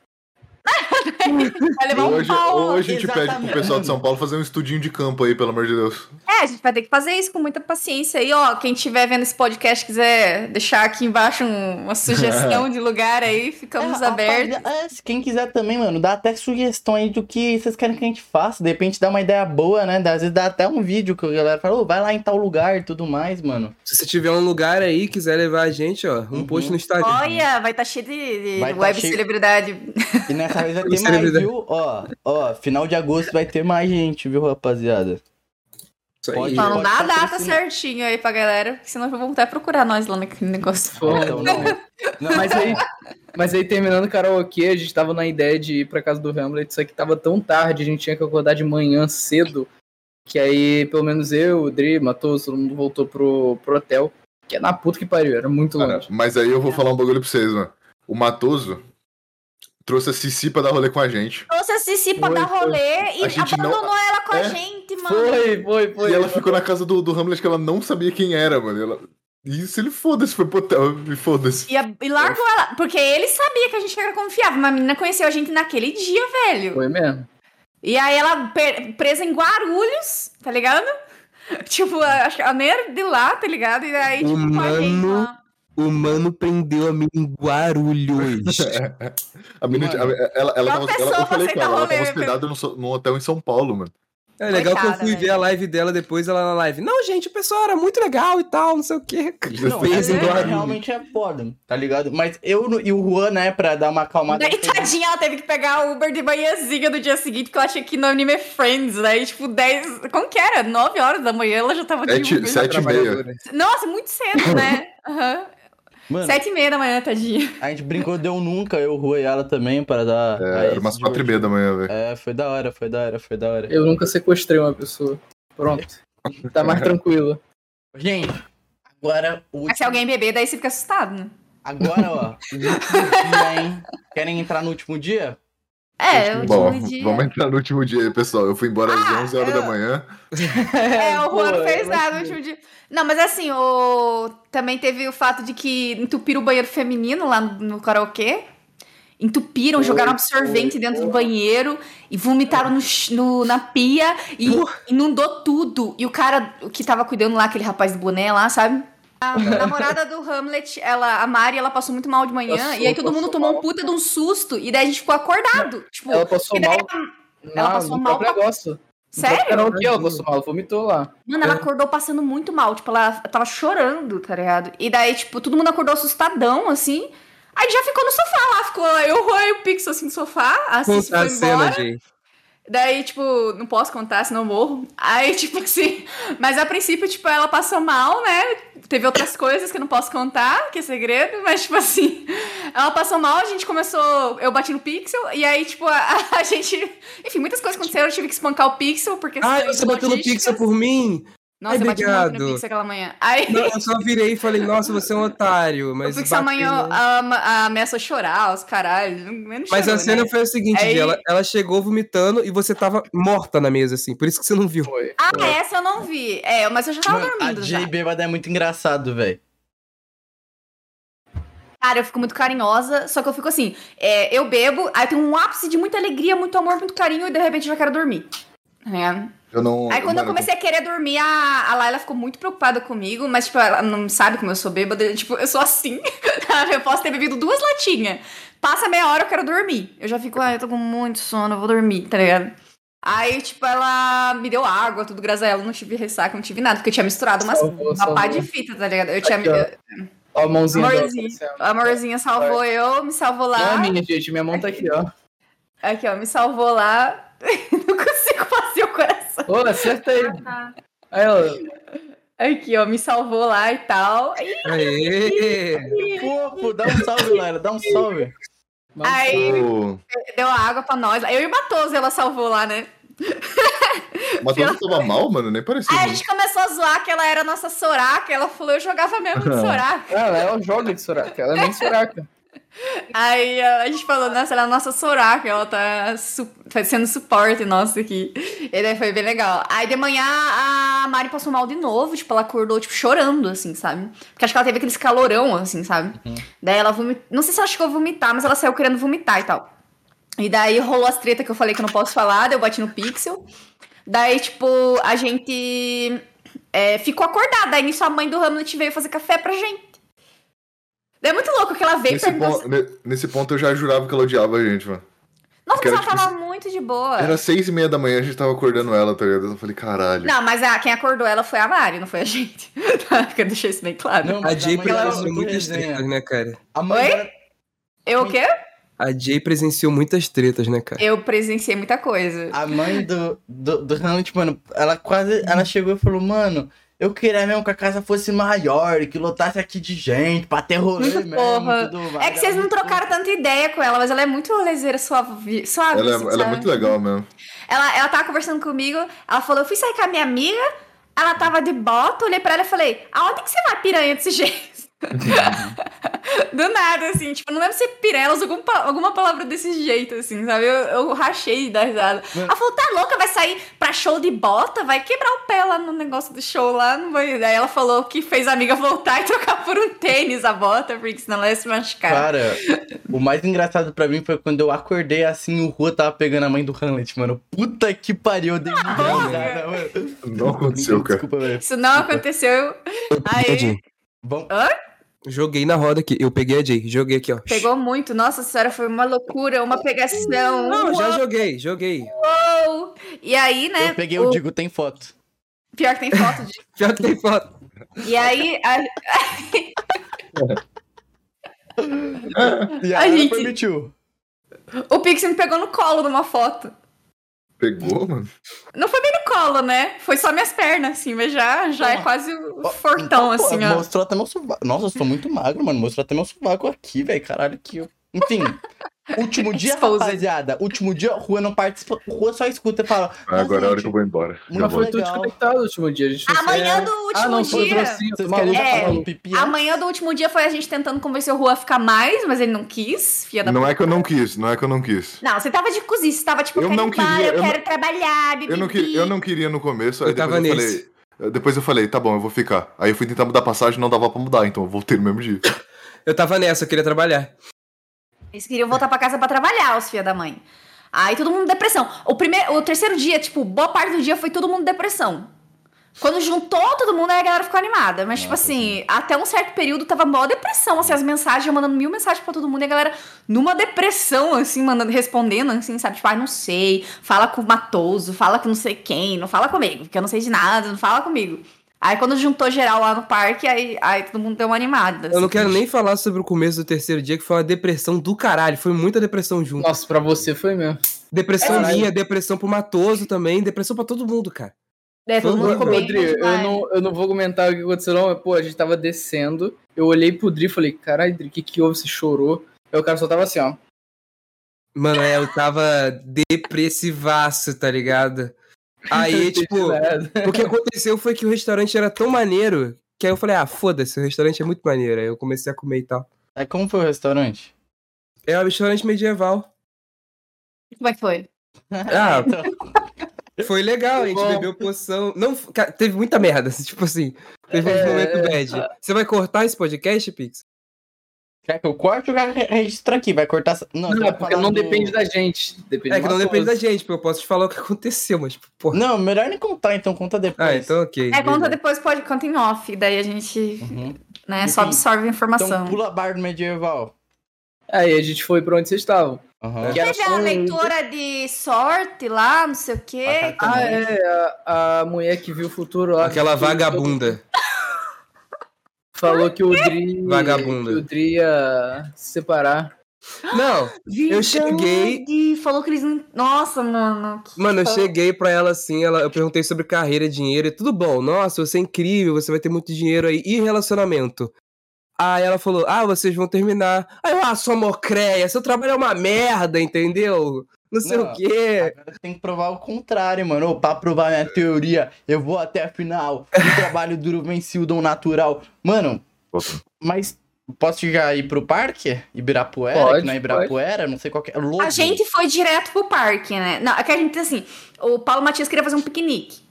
Speaker 2: Vai levar um
Speaker 3: Hoje,
Speaker 2: pau.
Speaker 3: ou a gente pede pro
Speaker 1: Exatamente.
Speaker 3: pessoal de São Paulo fazer um estudinho de campo aí, pelo amor de Deus.
Speaker 2: É, a gente vai ter que fazer isso com muita paciência. E, ó, quem estiver vendo esse podcast quiser deixar aqui embaixo um- uma sugestão de lugar aí, ficamos
Speaker 1: É,
Speaker 2: abertos.
Speaker 1: rapaz, é, se quem quiser também, mano, dá até sugestão aí do que vocês querem que a gente faça. De repente dá uma ideia boa, né? Às vezes dá até um vídeo que a galera fala, "Ô, vai lá em tal lugar e tudo mais, mano.
Speaker 4: Se você tiver um lugar aí, quiser levar a gente, ó, um
Speaker 1: Uhum.
Speaker 4: post no Instagram.
Speaker 2: Olha, vai estar cheio de, de
Speaker 1: Vai tá
Speaker 2: web
Speaker 1: cheio-
Speaker 2: celebridade.
Speaker 1: E nessa
Speaker 3: *laughs*
Speaker 1: vez vai ter
Speaker 4: Gostaria
Speaker 1: mais,
Speaker 4: de-
Speaker 1: viu? Ó, ó, final de agosto vai ter mais gente, viu, rapaziada?
Speaker 4: Isso aí.
Speaker 1: Pode.
Speaker 2: Só não Então, dá a data
Speaker 1: patrocinar.
Speaker 2: certinho aí pra galera, porque senão vão até procurar nós lá naquele negócio.
Speaker 1: Então, não. Não,
Speaker 5: Mas aí, mas aí terminando o karaokê, a gente tava na ideia de ir pra casa do Hamlet, só que tava tão tarde, a gente tinha que acordar de manhã cedo, que aí pelo menos eu, o Dri, Matos, todo mundo voltou pro, pro hotel, que é na puta que pariu, era muito
Speaker 3: Cara,
Speaker 5: longe.
Speaker 3: mas aí eu vou falar um bagulho pra vocês, mano. O Matoso trouxe a Cici pra dar rolê com a gente.
Speaker 2: Trouxe a Cici pra
Speaker 5: Foi,
Speaker 2: dar
Speaker 5: foi.
Speaker 2: rolê
Speaker 3: A
Speaker 2: e
Speaker 3: gente não-
Speaker 2: abandonou ela com a
Speaker 3: É?
Speaker 2: gente, mano.
Speaker 5: Foi, foi, foi.
Speaker 3: e ela ficou na casa do, do Hamlet que ela não sabia quem era, mano. E Ela... Isso ele foda-se, foi pro hotel *laughs* e foda-se.
Speaker 2: E, a- e largou ela, porque ele sabia que a gente era confiável, mas a menina conheceu a gente naquele dia, velho.
Speaker 5: Foi mesmo.
Speaker 2: E aí ela pe- presa em Guarulhos, tá ligado? *laughs* Tipo, a- acho que a nem era de lá, tá ligado? E aí, tipo, com a gente
Speaker 4: Humano.
Speaker 2: lá.
Speaker 4: O mano prendeu a mim em
Speaker 1: *laughs*
Speaker 4: Guarulhos.
Speaker 1: É.
Speaker 3: A menina,
Speaker 1: Mano.
Speaker 3: a- ela, ela,
Speaker 2: Uma
Speaker 3: tava, ela,
Speaker 2: pessoa
Speaker 3: eu falei
Speaker 2: pra
Speaker 3: com
Speaker 2: aceitar
Speaker 3: ela, ela tava
Speaker 2: rolê,
Speaker 3: hospedada num, so- num hotel em São Paulo, mano.
Speaker 4: É legal que eu
Speaker 2: Coitada,
Speaker 4: fui ver
Speaker 2: velho.
Speaker 4: a live dela depois, ela na live. Não, gente, o pessoal era muito legal e tal, não sei o quê.
Speaker 1: Não,
Speaker 4: Fez em
Speaker 1: é,
Speaker 4: Guarulhos.
Speaker 1: realmente é foda, tá ligado? Mas eu no- e o Juan, né, pra dar uma acalmada.
Speaker 2: Daí, tá- tadinha, ela teve que pegar o Uber de manhãzinha do dia seguinte, porque ela tinha que ir no anime Friends. Daí, tipo, 10. Como que era? 9 horas da manhã ela já tava de
Speaker 3: Sete,
Speaker 2: Uber.
Speaker 3: sete e meia.
Speaker 4: Trabalhadora.
Speaker 3: *laughs*
Speaker 2: Nossa, muito cedo, né? Aham.
Speaker 1: Mano,
Speaker 2: Sete e meia da manhã, tadinha.
Speaker 1: a gente brincou, deu nunca, eu, Rua e ela também, para dar.
Speaker 3: É, era umas quatro e meia da manhã, velho.
Speaker 1: É, foi da hora, foi da hora, foi da hora.
Speaker 5: Eu nunca sequestrei uma pessoa. Pronto.
Speaker 3: *laughs*
Speaker 5: Tá mais tranquilo.
Speaker 1: Gente, agora o
Speaker 2: Mas se
Speaker 1: último-
Speaker 2: alguém beber, daí você fica assustado, né?
Speaker 1: Agora,
Speaker 2: *laughs*
Speaker 1: ó, o último dia, hein? Querem entrar no último dia?
Speaker 2: É, o
Speaker 3: Bom,
Speaker 2: último dia.
Speaker 3: vamos entrar no último dia, aí, pessoal. Eu fui embora às
Speaker 2: Ah,
Speaker 3: 11 horas
Speaker 1: eu-
Speaker 3: da manhã.
Speaker 2: É, o
Speaker 5: Pô,
Speaker 2: Juan não
Speaker 5: eu
Speaker 2: fez
Speaker 5: acho
Speaker 2: nada no
Speaker 5: que-
Speaker 2: último dia. Não, mas assim, o... também teve o fato de que entupiram o banheiro feminino lá no, no karaokê. Entupiram,
Speaker 5: Foi,
Speaker 2: jogaram absorvente
Speaker 5: foi,
Speaker 2: dentro
Speaker 5: foi.
Speaker 2: do banheiro e vomitaram no, ch- no- na pia e inundou tudo. E o cara que tava cuidando lá, aquele rapaz do boné lá, sabe? A namorada do Hamlet, ela, a Mari, ela passou muito mal de manhã
Speaker 5: Passou,
Speaker 2: e aí todo mundo
Speaker 5: passou
Speaker 2: tomou um
Speaker 5: mal.
Speaker 2: puta de um susto e daí a gente ficou acordado. Tipo,
Speaker 5: Ela passou
Speaker 2: e daí
Speaker 5: mal.
Speaker 2: ela-
Speaker 5: na-
Speaker 2: passou
Speaker 5: no
Speaker 2: mal
Speaker 5: próprio
Speaker 2: pra-
Speaker 5: negócio.
Speaker 2: sério?
Speaker 5: Era o que ela passou mal, vomitou lá.
Speaker 2: Mano,
Speaker 4: É.
Speaker 2: ela acordou passando muito mal, tipo, ela tava chorando, tá ligado? E daí, tipo, todo mundo acordou assustadão, assim. Aí já ficou no sofá lá, ficou eu, Juan e o Pix, assim, no sofá, assim, se
Speaker 4: Contar
Speaker 2: foi
Speaker 4: a cena,
Speaker 2: embora.
Speaker 4: gente.
Speaker 2: Daí, tipo, não posso contar, senão eu morro. Aí, *laughs* tipo assim, mas a princípio, tipo, ela passou mal, né? Teve outras coisas que eu não posso contar, que é segredo, mas, tipo assim, ela passou mal, a gente começou, eu bati no Pixel, e aí, tipo, a, a gente, enfim, muitas coisas aconteceram, eu tive que espancar o Pixel, porque...
Speaker 4: Ah, você bateu no pixel por mim?
Speaker 2: Nossa,
Speaker 4: Ai,
Speaker 2: eu bati muito
Speaker 4: obrigado.
Speaker 2: no Pix aquela manhã. Aí
Speaker 4: Não, eu só virei e falei, nossa, você é um otário.
Speaker 2: *laughs* o
Speaker 4: Mas
Speaker 2: Pix
Speaker 4: bateu,
Speaker 2: amanhã
Speaker 4: né?
Speaker 2: ama- a- ameaça chorar, os caralho. Menos
Speaker 4: Mas a cena
Speaker 2: né?
Speaker 4: foi o seguinte,
Speaker 2: Aí-
Speaker 4: Gi, ela, ela chegou vomitando e você tava morta na mesa, assim. Por isso que você não viu.
Speaker 5: Foi.
Speaker 2: Ah, essa eu não vi. É, mas eu já tava
Speaker 1: Mano,
Speaker 2: dormindo
Speaker 1: a
Speaker 2: já.
Speaker 1: Jay Bêbada é muito engraçado, velho.
Speaker 2: Cara, eu fico muito carinhosa, só que eu fico assim, é, eu bebo, aí tem um ápice de muita alegria, muito amor, muito carinho, e de repente eu já quero dormir. É.
Speaker 3: Eu não.
Speaker 2: Aí quando eu
Speaker 3: mano,
Speaker 2: comecei a querer dormir, a, a Laila ficou muito preocupada comigo, mas, tipo, ela não sabe como eu sou bêbada. *laughs* Tipo, eu sou assim. eu posso ter bebido duas latinhas. Passa meia hora, eu quero dormir. Eu já fico, ah, eu tô com muito sono, eu vou dormir, tá ligado? Aí, tipo, ela me deu água, tudo, graças a ela, eu não tive ressaca, não tive nada, porque eu tinha misturado umas,
Speaker 5: Salvou,
Speaker 2: uma pá
Speaker 5: salvou.
Speaker 2: de fita, tá ligado? Eu tinha.
Speaker 5: Aqui, ó. Ó, a mãozinha dela.
Speaker 2: Amorzinho.
Speaker 5: aparecendo.
Speaker 2: a amorzinha salvou eu, me salvou
Speaker 5: Não é
Speaker 2: lá.
Speaker 5: minha, gente. Minha mão tá aqui, ó.
Speaker 2: Aqui, ó, me salvou lá. *laughs* não consigo fazer o coração.
Speaker 5: Ô, acerta aí. Aí ela.
Speaker 2: Aqui, ó, me salvou lá e tal. E
Speaker 4: Aê!
Speaker 1: Fofo, dá um salve, Laila, dá um salve.
Speaker 5: Nossa,
Speaker 2: Aí-
Speaker 3: eu-
Speaker 2: Deu a água pra nós. Eu e o Matoso ela salvou lá, né?
Speaker 3: Mas ela tava mal, mano, nem parecia.
Speaker 2: Aí É, a
Speaker 3: né?
Speaker 2: gente começou a zoar que ela era a nossa Soraka. Ela falou, eu jogava mesmo de Soraka.
Speaker 5: Ela, ela joga de Soraka. Ela é nem Soraka.
Speaker 2: Aí a gente falou, nossa, ela é a nossa Soraka. Ela tá, su- tá sendo suporte nosso aqui. E daí foi bem legal. Aí de manhã a Mari passou mal de novo. Tipo, ela acordou, tipo, chorando, assim, sabe? Porque acho que ela teve aqueles calorão, assim, sabe? Daí ela vomitou. Não sei se ela chegou a vomitar, mas ela saiu querendo vomitar e tal. E daí rolou as treta que eu falei que eu não posso falar, daí eu bati no pixel. Daí, tipo, a gente é, ficou acordada. Daí nisso a mãe do Hamlet veio fazer café pra gente. Daí é muito louco que ela veio e
Speaker 3: Nesse,
Speaker 2: perguntou.
Speaker 3: pon- ne- nesse ponto eu já jurava que ela odiava a gente, mano.
Speaker 2: Nossa, mas
Speaker 3: Era,
Speaker 2: ela
Speaker 3: tipo,
Speaker 2: tava muito de boa.
Speaker 3: Era seis e meia da manhã, a gente tava acordando ela, tá ligado? Eu falei, caralho.
Speaker 2: Não, mas a, quem acordou ela foi a Mari, não foi a gente. *laughs* Tá? Eu deixei isso bem claro.
Speaker 1: Não,
Speaker 4: A
Speaker 1: mas
Speaker 4: Jay
Speaker 1: mãe dela é
Speaker 4: presenciou muitas tretas, né, cara?
Speaker 1: A mãe
Speaker 2: Oi?
Speaker 1: dela-
Speaker 2: Eu o quê?
Speaker 4: A Jay presenciou muitas tretas, né, cara?
Speaker 2: Eu presenciei muita coisa.
Speaker 1: A mãe do, do, do Hamlet, mano, ela quase. Ela chegou e falou, mano, eu queria mesmo que a casa fosse maior, que lotasse aqui de gente, pra ter rolê
Speaker 2: Muito
Speaker 1: mesmo.
Speaker 2: porra.
Speaker 1: tudo mais.
Speaker 2: É que vocês não trocaram tanta ideia com ela, mas ela é muito lezeira suave. suave
Speaker 3: Ela,
Speaker 2: assim,
Speaker 3: é, ela é
Speaker 2: sabe?
Speaker 3: muito legal mesmo.
Speaker 2: Ela, ela tava conversando comigo, ela falou, eu fui sair com a minha amiga, ela tava de bota, olhei pra ela e falei, aonde que você vai piranha desse jeito? *laughs* Do nada, assim, tipo, não lembro se é piranha, ela usou algum pa- alguma palavra desse jeito, assim, sabe? Eu, eu rachei da risada.
Speaker 1: Mano.
Speaker 2: Ela falou, tá louca, vai sair pra show de bota, vai quebrar o pé lá no negócio do show lá, não vai... Daí ela falou que fez a amiga voltar e *laughs* trocar por um tênis a bota, porque senão ela ia se machucar.
Speaker 1: Cara, o mais engraçado pra mim foi quando eu acordei assim, o Rua tava pegando a mãe do Hamlet, mano. Puta que pariu, eu dei muita
Speaker 2: porra.
Speaker 1: risada, mano.
Speaker 3: Não aconteceu, cara.
Speaker 1: Desculpa, velho.
Speaker 2: Isso não aconteceu.
Speaker 4: Peguei a
Speaker 2: Aí,
Speaker 4: Jay.
Speaker 1: Vamos.
Speaker 4: Joguei na roda aqui. Eu peguei a Jay. Joguei aqui, ó.
Speaker 2: Pegou muito, nossa senhora, foi uma loucura, uma pegação.
Speaker 4: Não, já
Speaker 2: uou!
Speaker 4: joguei, joguei.
Speaker 2: E aí, né?
Speaker 1: Eu peguei o Digo, tem foto.
Speaker 2: Pior que tem foto de.
Speaker 4: Pior que tem foto.
Speaker 2: E aí, a-
Speaker 1: E
Speaker 2: A
Speaker 1: a Ana
Speaker 2: gente-
Speaker 1: permitiu.
Speaker 2: o Pix me pegou no colo numa foto.
Speaker 3: Pegou, mano.
Speaker 2: Não foi bem no colo, né? Foi só minhas pernas, assim, mas já, já é
Speaker 1: Porra.
Speaker 2: quase o
Speaker 3: então,
Speaker 2: fortão,
Speaker 1: Pô,
Speaker 2: assim, ó.
Speaker 1: Mostrou até meu sovaco. Nossa, eu sou muito magro, mano. Mostrou até meu sovaco aqui, velho. Caralho, que... eu- Enfim, último dia,
Speaker 2: Exposed.
Speaker 1: rapaziada. Último dia, Rua não participa. Rua só escuta e fala...
Speaker 3: Ah, agora é a hora que eu
Speaker 1: gente,
Speaker 3: vou embora.
Speaker 1: muito
Speaker 3: Já
Speaker 5: Mas foi
Speaker 3: volto.
Speaker 1: legal.
Speaker 5: tudo desconectado no último dia. A gente não
Speaker 3: é-
Speaker 2: Amanhã
Speaker 5: sabe-
Speaker 2: do último
Speaker 5: ah, não, foi o
Speaker 2: dia.
Speaker 5: trocinho, tô
Speaker 1: Vocês querem
Speaker 5: maluco.
Speaker 1: já
Speaker 2: É.
Speaker 1: falar um pipi? antes?
Speaker 2: Amanhã do último dia foi a gente tentando convencer o Rua a ficar mais, mas ele não quis, filha da
Speaker 3: Não é que eu não quis, não é que eu não quis.
Speaker 2: Não, você tava de cozinha, você tava tipo,
Speaker 3: Eu
Speaker 2: quero
Speaker 3: não
Speaker 2: ir embora,
Speaker 3: queria,
Speaker 2: eu,
Speaker 3: eu
Speaker 2: quero trabalhar, bibi.
Speaker 3: Eu não, que- eu não queria no começo, aí
Speaker 4: Eu
Speaker 3: depois
Speaker 4: tava
Speaker 3: eu
Speaker 4: nesse.
Speaker 3: falei. Depois eu falei, tá bom, eu vou ficar. Aí eu fui tentar mudar a passagem, não dava pra mudar, então eu voltei no mesmo dia.
Speaker 4: Eu tava nessa, eu queria trabalhar.
Speaker 2: Eles queriam voltar pra casa pra trabalhar, os filha da mãe. Aí todo mundo depressão. O primeiro, o terceiro dia, tipo, boa parte do dia foi todo mundo depressão. Quando juntou todo mundo, aí a galera ficou animada. Mas, tipo
Speaker 1: Nossa,
Speaker 2: assim, até um certo período tava mó depressão, assim, as mensagens, eu mandando mil mensagens pra todo mundo, e a galera numa depressão, assim, mandando, respondendo, assim, sabe? Tipo, ai, não sei, fala com o Matoso, fala com não sei quem, não fala comigo, porque eu não sei de nada, não fala comigo. Aí quando juntou geral lá no parque, aí, aí todo mundo deu uma animada.
Speaker 4: Eu não
Speaker 2: assim.
Speaker 4: quero nem falar sobre o começo do terceiro dia, que foi uma depressão do caralho. Foi muita depressão junto.
Speaker 5: Nossa, pra você foi mesmo.
Speaker 4: Depressão
Speaker 5: Caralho.
Speaker 4: minha, depressão pro Matoso também, depressão pra todo mundo, cara.
Speaker 2: É, todo mundo ficou
Speaker 5: Ô,
Speaker 2: bem
Speaker 5: Dri, eu
Speaker 2: animado.
Speaker 5: não, eu não vou comentar o que aconteceu, não, mas, pô, a gente tava descendo. Eu olhei pro Dri e falei, caralho, Dri, o que, que houve? Você chorou? Aí o cara só tava assim, ó.
Speaker 4: Mano, é, eu tava depressivaço, tá ligado? Aí,
Speaker 5: *laughs*
Speaker 4: tipo, o que aconteceu foi que o restaurante era tão maneiro que aí eu falei, ah, foda-se, o restaurante é muito maneiro. Aí eu comecei a comer e tal.
Speaker 1: Aí como foi o restaurante?
Speaker 4: É um restaurante
Speaker 5: *laughs*
Speaker 4: medieval.
Speaker 2: Como é que foi?
Speaker 4: Ah,
Speaker 1: Então,
Speaker 4: foi legal, a gente
Speaker 5: Bom.
Speaker 4: bebeu poção. Não, cara, teve muita merda, *laughs* assim, tipo assim. Teve um
Speaker 5: É,
Speaker 4: momento bad. Você vai cortar esse podcast, Pix?
Speaker 1: quer que eu corte ou quer que registra aqui? Vai cortar... essa- Não, você
Speaker 5: Não,
Speaker 1: vai
Speaker 5: porque
Speaker 1: falar
Speaker 5: não
Speaker 1: do-
Speaker 5: depende da gente. Depende
Speaker 4: É que
Speaker 5: do
Speaker 4: não depende da
Speaker 5: Matoso.
Speaker 4: gente, porque eu posso te falar o que aconteceu, mas, tipo,
Speaker 5: Hum.
Speaker 4: porra.
Speaker 1: Não, melhor nem contar, então conta depois.
Speaker 4: Ah, então ok.
Speaker 2: É, conta
Speaker 4: beleza.
Speaker 2: depois, pode, conta em off, daí a gente,
Speaker 1: Uhum.
Speaker 2: né, só
Speaker 1: Enfim,
Speaker 2: absorve a
Speaker 1: Então
Speaker 2: informação.
Speaker 1: pula a barra do medieval.
Speaker 5: Aí a gente foi pra onde vocês estavam.
Speaker 1: Aham.
Speaker 5: Que era
Speaker 2: Teve
Speaker 5: só
Speaker 2: a
Speaker 5: um-
Speaker 2: leitura de sorte lá, não sei o quê.
Speaker 5: Ah, é. A, a mulher que viu o futuro lá.
Speaker 4: Aquela
Speaker 5: que-
Speaker 4: vagabunda.
Speaker 5: Falou que o Dri.
Speaker 4: Vagabunda.
Speaker 5: Que o Dri ia se separar.
Speaker 4: Não, Eu cheguei-
Speaker 2: Verdade, Ah, Falou que eles não... Nossa, mano. que
Speaker 4: Mano, eu
Speaker 2: fã.
Speaker 4: cheguei pra ela assim, ela, eu perguntei sobre carreira, dinheiro e tudo bom. Nossa, você é incrível, você vai ter muito dinheiro aí. E relacionamento? Aí ela falou, ah, vocês vão terminar. Aí eu, ah, sua mocréia, seu trabalho é uma merda, entendeu? Não sei
Speaker 1: Não.
Speaker 4: o quê.
Speaker 1: Agora tem que provar o contrário, mano. Ô, Pra provar minha teoria, eu vou até a final. O trabalho duro vence o dom natural. Mano,
Speaker 3: Nossa.
Speaker 1: mas posso já ir pro parque? Ibirapuera?
Speaker 5: Pode,
Speaker 1: que não é Ibirapuera, não sei qual que é. Lobo.
Speaker 2: A gente foi direto pro parque, né? Não, é que a gente, assim, o Paulo Matias queria fazer um
Speaker 4: *laughs*
Speaker 2: piquenique.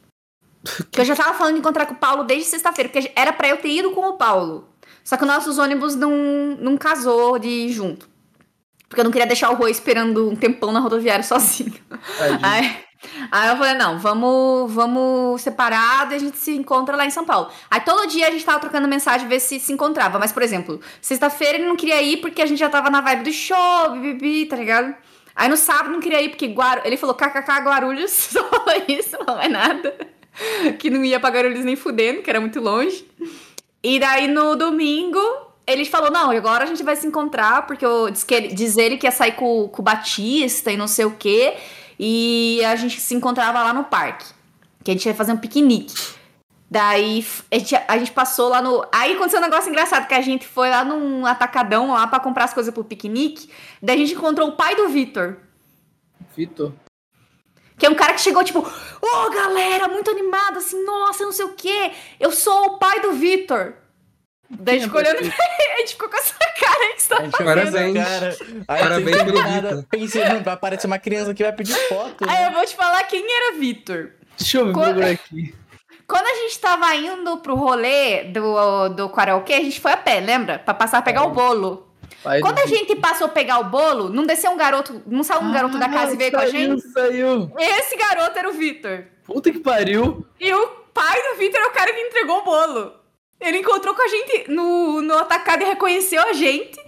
Speaker 2: Que eu já tava falando de encontrar com o Paulo desde sexta-feira, porque era pra eu ter ido com o Paulo. Só que nossos ônibus não, não casou de ir junto. Porque eu não queria deixar o Rui esperando um tempão na rodoviária sozinho.
Speaker 5: Tadinho.
Speaker 2: Aí, aí eu falei, não, vamos, vamos separado e a gente se encontra lá em São Paulo. Aí todo dia a gente tava trocando mensagem, ver se se encontrava. Mas, por exemplo, sexta-feira ele não queria ir porque a gente já tava na vibe do show, bibibi, tá ligado? Aí no sábado não queria ir porque Guaru... ele falou kkk Guarulhos, *laughs* só falou isso, não é nada. Que não ia pra Guarulhos nem fudendo, que era muito longe. E daí no domingo ele falou: não, agora a gente vai se encontrar, porque eu, diz, que ele, diz ele que ia sair com, com o Batista e não sei o quê. E a gente se encontrava lá no parque. Que a gente ia fazer um piquenique. Daí f- a gente, a gente passou lá no. Aí aconteceu um negócio engraçado, que a gente foi lá num atacadão lá pra comprar as coisas pro piquenique. Daí a gente encontrou o pai do Vitor.
Speaker 5: Vitor.
Speaker 2: tá Que é um cara que chegou, tipo, ô galera, muito animado, assim, nossa, não sei o quê. Eu sou o pai do Vitor.
Speaker 5: é
Speaker 2: Daí a gente ficou olhando pra ele, a gente ficou com essa cara que está.
Speaker 1: A gente olhou
Speaker 4: Parabéns.
Speaker 1: essa Cara. Aí
Speaker 4: Parabéns
Speaker 1: sem
Speaker 4: pelo
Speaker 1: nada,
Speaker 4: Vitor.
Speaker 1: Pensei, mano, vai aparecer uma criança que vai pedir foto.
Speaker 2: Aí
Speaker 1: né?
Speaker 2: eu vou te falar quem era Vitor.
Speaker 5: Deixa eu ver
Speaker 2: Quando-
Speaker 5: por aqui.
Speaker 2: Quando a gente tava indo pro rolê do, do karaokê, a gente foi a pé, lembra? Pra passar a pegar o bolo.
Speaker 5: Pai do
Speaker 2: Quando a
Speaker 5: Vitor.
Speaker 2: gente passou a pegar o bolo, não desceu um garoto, não saiu um
Speaker 5: Ah,
Speaker 2: garoto da casa e veio com a
Speaker 5: Saiu,
Speaker 2: gente?
Speaker 5: Saiu.
Speaker 2: Esse garoto era o Vitor.
Speaker 5: Puta que pariu.
Speaker 2: E o pai do Vitor é o cara que entregou o bolo. Ele encontrou com a gente no, no atacado e reconheceu a gente.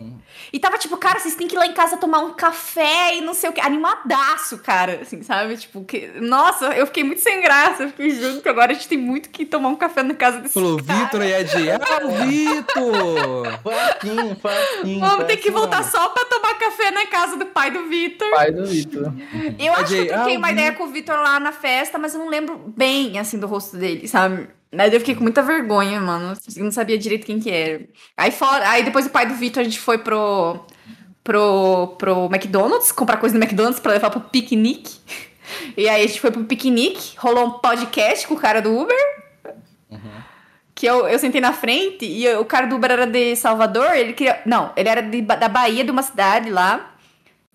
Speaker 2: E tava tipo, cara, vocês têm que ir lá em casa tomar um café e não sei o que. Animadaço, cara. Assim, sabe? Tipo, que... nossa, eu fiquei muito sem graça. Eu fiquei junto que agora a gente tem muito que tomar um café na casa desse
Speaker 4: Falou,
Speaker 2: cara.
Speaker 4: Vitor e Ed. Ah, o Vitor!
Speaker 1: Faquinho, faquinho.
Speaker 2: Vamos ter que voltar só pra tomar café na casa do pai do Vitor.
Speaker 5: Pai do Vitor.
Speaker 2: Eu acho que eu
Speaker 4: Adi, ah,
Speaker 2: troquei
Speaker 4: o
Speaker 2: uma
Speaker 4: Vitor.
Speaker 2: ideia com o Vitor lá na festa, mas eu não lembro bem, assim, do rosto dele, sabe? Mas eu fiquei com muita vergonha, mano. Eu não sabia direito quem que era. Aí, fora, aí depois o pai do Vitor, a gente foi pro, pro, pro McDonald's, comprar coisa no McDonald's pra levar pro piquenique. E aí a gente foi pro piquenique, rolou um podcast com o cara do Uber. Que eu, eu sentei na frente e o cara do Uber era de Salvador, ele queria. Não, ele era de Ba- da Bahia, de uma cidade lá.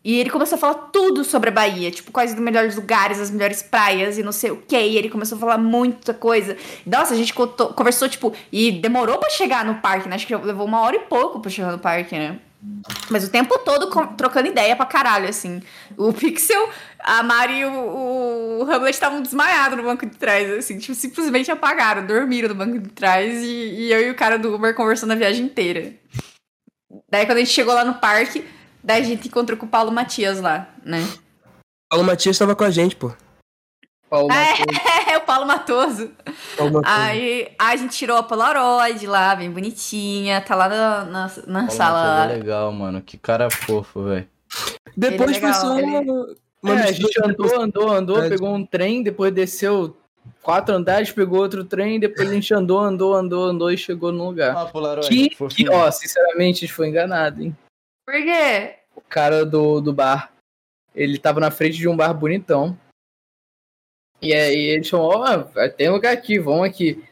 Speaker 2: E ele começou a falar tudo sobre a Bahia, tipo, quais os melhores lugares, as melhores praias e não sei o que. E ele começou a falar muita coisa. Nossa, a gente contou- conversou, tipo, e demorou pra chegar no parque, né? Acho que levou uma hora e pouco pra chegar no parque, né? Mas o tempo todo com- trocando ideia pra caralho, assim. O Pixel, a Mari e o, o Hamlet estavam desmaiados no banco de trás, assim. Tipo, simplesmente apagaram, dormiram no banco de trás. E, e eu e o cara do Uber conversando a viagem inteira. Daí, quando a gente chegou lá no parque, daí a gente encontrou com o Paulo Matias lá, né?
Speaker 4: Paulo Matias tava com a gente, pô.
Speaker 5: Paulo
Speaker 2: É.
Speaker 5: Matoso.
Speaker 2: É, o Paulo Matoso.
Speaker 4: Paulo Matias.
Speaker 2: Aí a gente tirou a Polaroid lá, bem bonitinha. Tá lá na, na, na sala. lá.
Speaker 1: é legal, mano. Que cara fofo, velho.
Speaker 4: Depois
Speaker 2: ele é
Speaker 4: foi só
Speaker 2: legal,
Speaker 4: uma...
Speaker 5: É,
Speaker 4: uma
Speaker 5: a
Speaker 4: mistura-
Speaker 5: gente andou, andou, andou,
Speaker 4: É.
Speaker 5: pegou um trem, depois desceu quatro andares, pegou outro trem, depois a gente andou, andou, andou, andou e chegou num lugar.
Speaker 1: Ah, Polaroid.
Speaker 5: Que,
Speaker 1: fofinho.
Speaker 5: que, ó, sinceramente, a gente foi enganado, hein?
Speaker 2: Por quê?
Speaker 5: O cara do, do bar, ele tava na frente de um bar bonitão. E aí ele chamou, ó, tem lugar aqui, vamos aqui.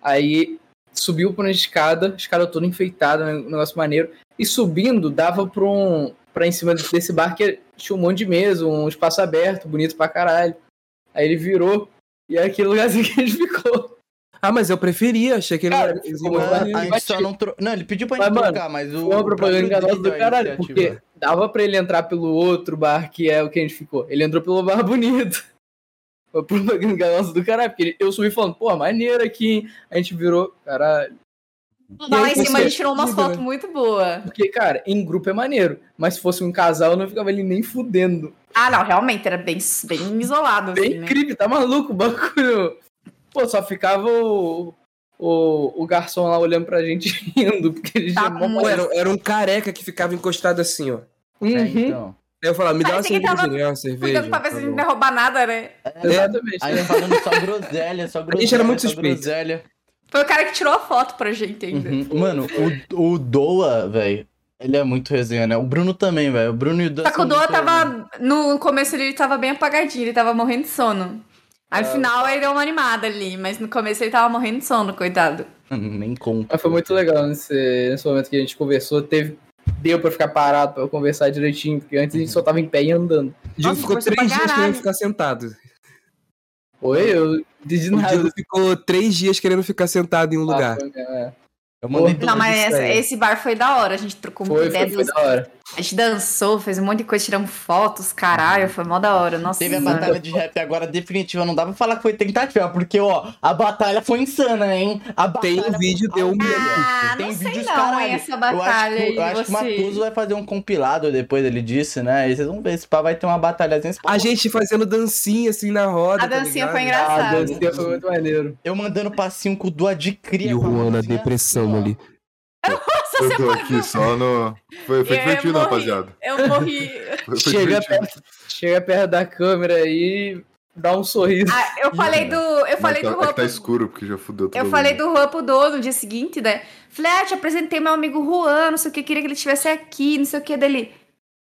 Speaker 5: Aí subiu pra uma escada, escada toda enfeitada, um negócio maneiro. E subindo, dava pra um. pra em cima desse bar que tinha um monte de mesa, um espaço aberto, bonito pra caralho. Aí ele virou. E é aquele lugarzinho que a gente ficou.
Speaker 4: Ah, mas eu preferia, achei que ele
Speaker 5: Cara,
Speaker 4: era-
Speaker 5: ficou
Speaker 1: Não,
Speaker 5: muito
Speaker 1: a
Speaker 5: maneiro.
Speaker 1: gente só não trocou. Não, ele pediu pra
Speaker 5: Mas,
Speaker 1: gente
Speaker 5: mano,
Speaker 1: trocar, mas o.
Speaker 5: Foi uma
Speaker 1: o próprio
Speaker 5: propaganda enganosa
Speaker 1: Drake deu
Speaker 5: do
Speaker 1: a
Speaker 5: caralho,
Speaker 1: iniciativa.
Speaker 5: porque dava pra ele entrar pelo outro bar, que é o que a gente ficou. Ele entrou pelo bar *laughs* bonito. Foi uma propaganda enganosa do caralho, porque ele- eu subi falando, pô, maneiro aqui, hein? A gente virou, caralho.
Speaker 2: Lá,
Speaker 5: aí,
Speaker 2: em cima a
Speaker 5: você-
Speaker 2: gente tirou umas
Speaker 4: Liga,
Speaker 2: fotos muito boas.
Speaker 5: Porque, cara, em grupo é maneiro, mas se fosse um casal, eu não ficava ali nem fudendo.
Speaker 2: Ah, não, realmente, era bem, bem isolado, assim,
Speaker 5: Bem
Speaker 2: né?
Speaker 5: incrível, tá maluco o bagulho. Pô, só ficava o, o, o garçom lá olhando pra gente *laughs* rindo, porque ele
Speaker 2: Tá
Speaker 5: já mó-
Speaker 4: Pô,
Speaker 2: muito-
Speaker 4: era, era um careca que ficava encostado assim, ó.
Speaker 1: É,
Speaker 5: Uhum,
Speaker 1: então.
Speaker 4: Aí eu falava, me dá uma
Speaker 2: Parecia que
Speaker 4: cerveja,
Speaker 2: tava
Speaker 4: me dá uma cerveja.
Speaker 2: Cuidando pra assim, ver se
Speaker 4: Tá
Speaker 2: a gente não
Speaker 4: bom.
Speaker 2: vai roubar nada, né?
Speaker 5: Exatamente.
Speaker 1: Aí falando só groselha, só groselha.
Speaker 4: gente era muito
Speaker 1: só
Speaker 4: suspeito.
Speaker 1: groselha.
Speaker 2: Foi o cara que tirou a foto pra gente ainda.
Speaker 1: Uhum. Mano, o, o Doa, velho, ele é muito resenha, né? O Bruno também, velho. O Bruno e o Doa.
Speaker 2: Só que o
Speaker 1: são
Speaker 2: Doa
Speaker 1: muito resenha.
Speaker 2: tava. No começo ele tava bem apagadinho, ele tava morrendo de sono. Aí no final ele deu uma animada ali, mas no começo ele tava morrendo de sono, coitado.
Speaker 1: Nem conta.
Speaker 5: Mas foi muito legal nesse, nesse momento que a gente conversou. Teve, deu pra ficar parado, pra eu conversar direitinho, porque antes a gente só tava em pé e andando.
Speaker 4: Diego
Speaker 2: Nossa,
Speaker 4: ficou
Speaker 2: conversou
Speaker 4: três
Speaker 2: pra
Speaker 4: dias
Speaker 2: caralho.
Speaker 4: querendo ficar sentado.
Speaker 5: Oi, eu disse
Speaker 3: Um
Speaker 4: O
Speaker 5: nada.
Speaker 4: Diego ficou três dias querendo ficar sentado em um lugar.
Speaker 5: É,
Speaker 1: Eu mandei
Speaker 5: Não,
Speaker 1: tudo
Speaker 2: Não, mas
Speaker 1: isso
Speaker 2: essa-
Speaker 1: aí.
Speaker 2: esse bar foi da hora, a gente trocou muita
Speaker 5: Foi,
Speaker 2: ideia.
Speaker 5: foi, foi
Speaker 2: dos-
Speaker 5: da hora.
Speaker 2: A gente dançou, fez um monte de coisa, tiramos fotos, caralho, foi mó da hora. Nossa,
Speaker 1: Teve a
Speaker 2: mano.
Speaker 1: batalha de rap agora definitiva, não dá pra falar que foi tentativa, porque, ó, a batalha foi insana, hein? A
Speaker 4: Tem
Speaker 1: batalha
Speaker 4: um vídeo de um minuto.
Speaker 2: Ah,
Speaker 1: Tem
Speaker 2: não sei
Speaker 1: vídeos,
Speaker 2: não,
Speaker 1: caralho.
Speaker 2: hein, essa
Speaker 1: Eu acho
Speaker 2: batalha
Speaker 1: que,
Speaker 2: aí.
Speaker 1: o- eu acho que o Matuso
Speaker 2: você...
Speaker 1: vai fazer um compilado depois, ele disse, né? E vocês vão ver, esse pá vai ter uma batalhazinha. esse pá-
Speaker 4: A gente fazendo dancinha assim na roda.
Speaker 2: A dancinha
Speaker 4: tá
Speaker 2: foi
Speaker 4: ligado?
Speaker 5: Ah,
Speaker 2: engraçada.
Speaker 5: Deus, Deus, foi muito maneiro.
Speaker 1: Eu mandando passinho com o Dua de cria.
Speaker 4: E o
Speaker 1: com a
Speaker 4: Juan na
Speaker 1: mãozinha
Speaker 4: depressão
Speaker 1: assim, ó.
Speaker 4: ali.
Speaker 3: Eu tô aqui só no. Foi, foi
Speaker 2: Eu
Speaker 3: divertido,
Speaker 2: morri.
Speaker 3: rapaziada.
Speaker 2: Eu morri.
Speaker 3: Foi, foi
Speaker 5: Chega
Speaker 3: divertido.
Speaker 5: perto, chega perto da câmera e dá um sorriso.
Speaker 2: Ah, eu falei do. Eu
Speaker 3: Mas
Speaker 2: falei
Speaker 3: tá,
Speaker 2: do
Speaker 3: é que tá
Speaker 2: Rampo-
Speaker 3: escuro, porque já fudeu tudo.
Speaker 2: Eu falei do Juan pro Dô no dia seguinte, né? Falei, ah, te apresentei meu amigo Juan, não sei o que, queria que ele estivesse aqui, não sei o que dele.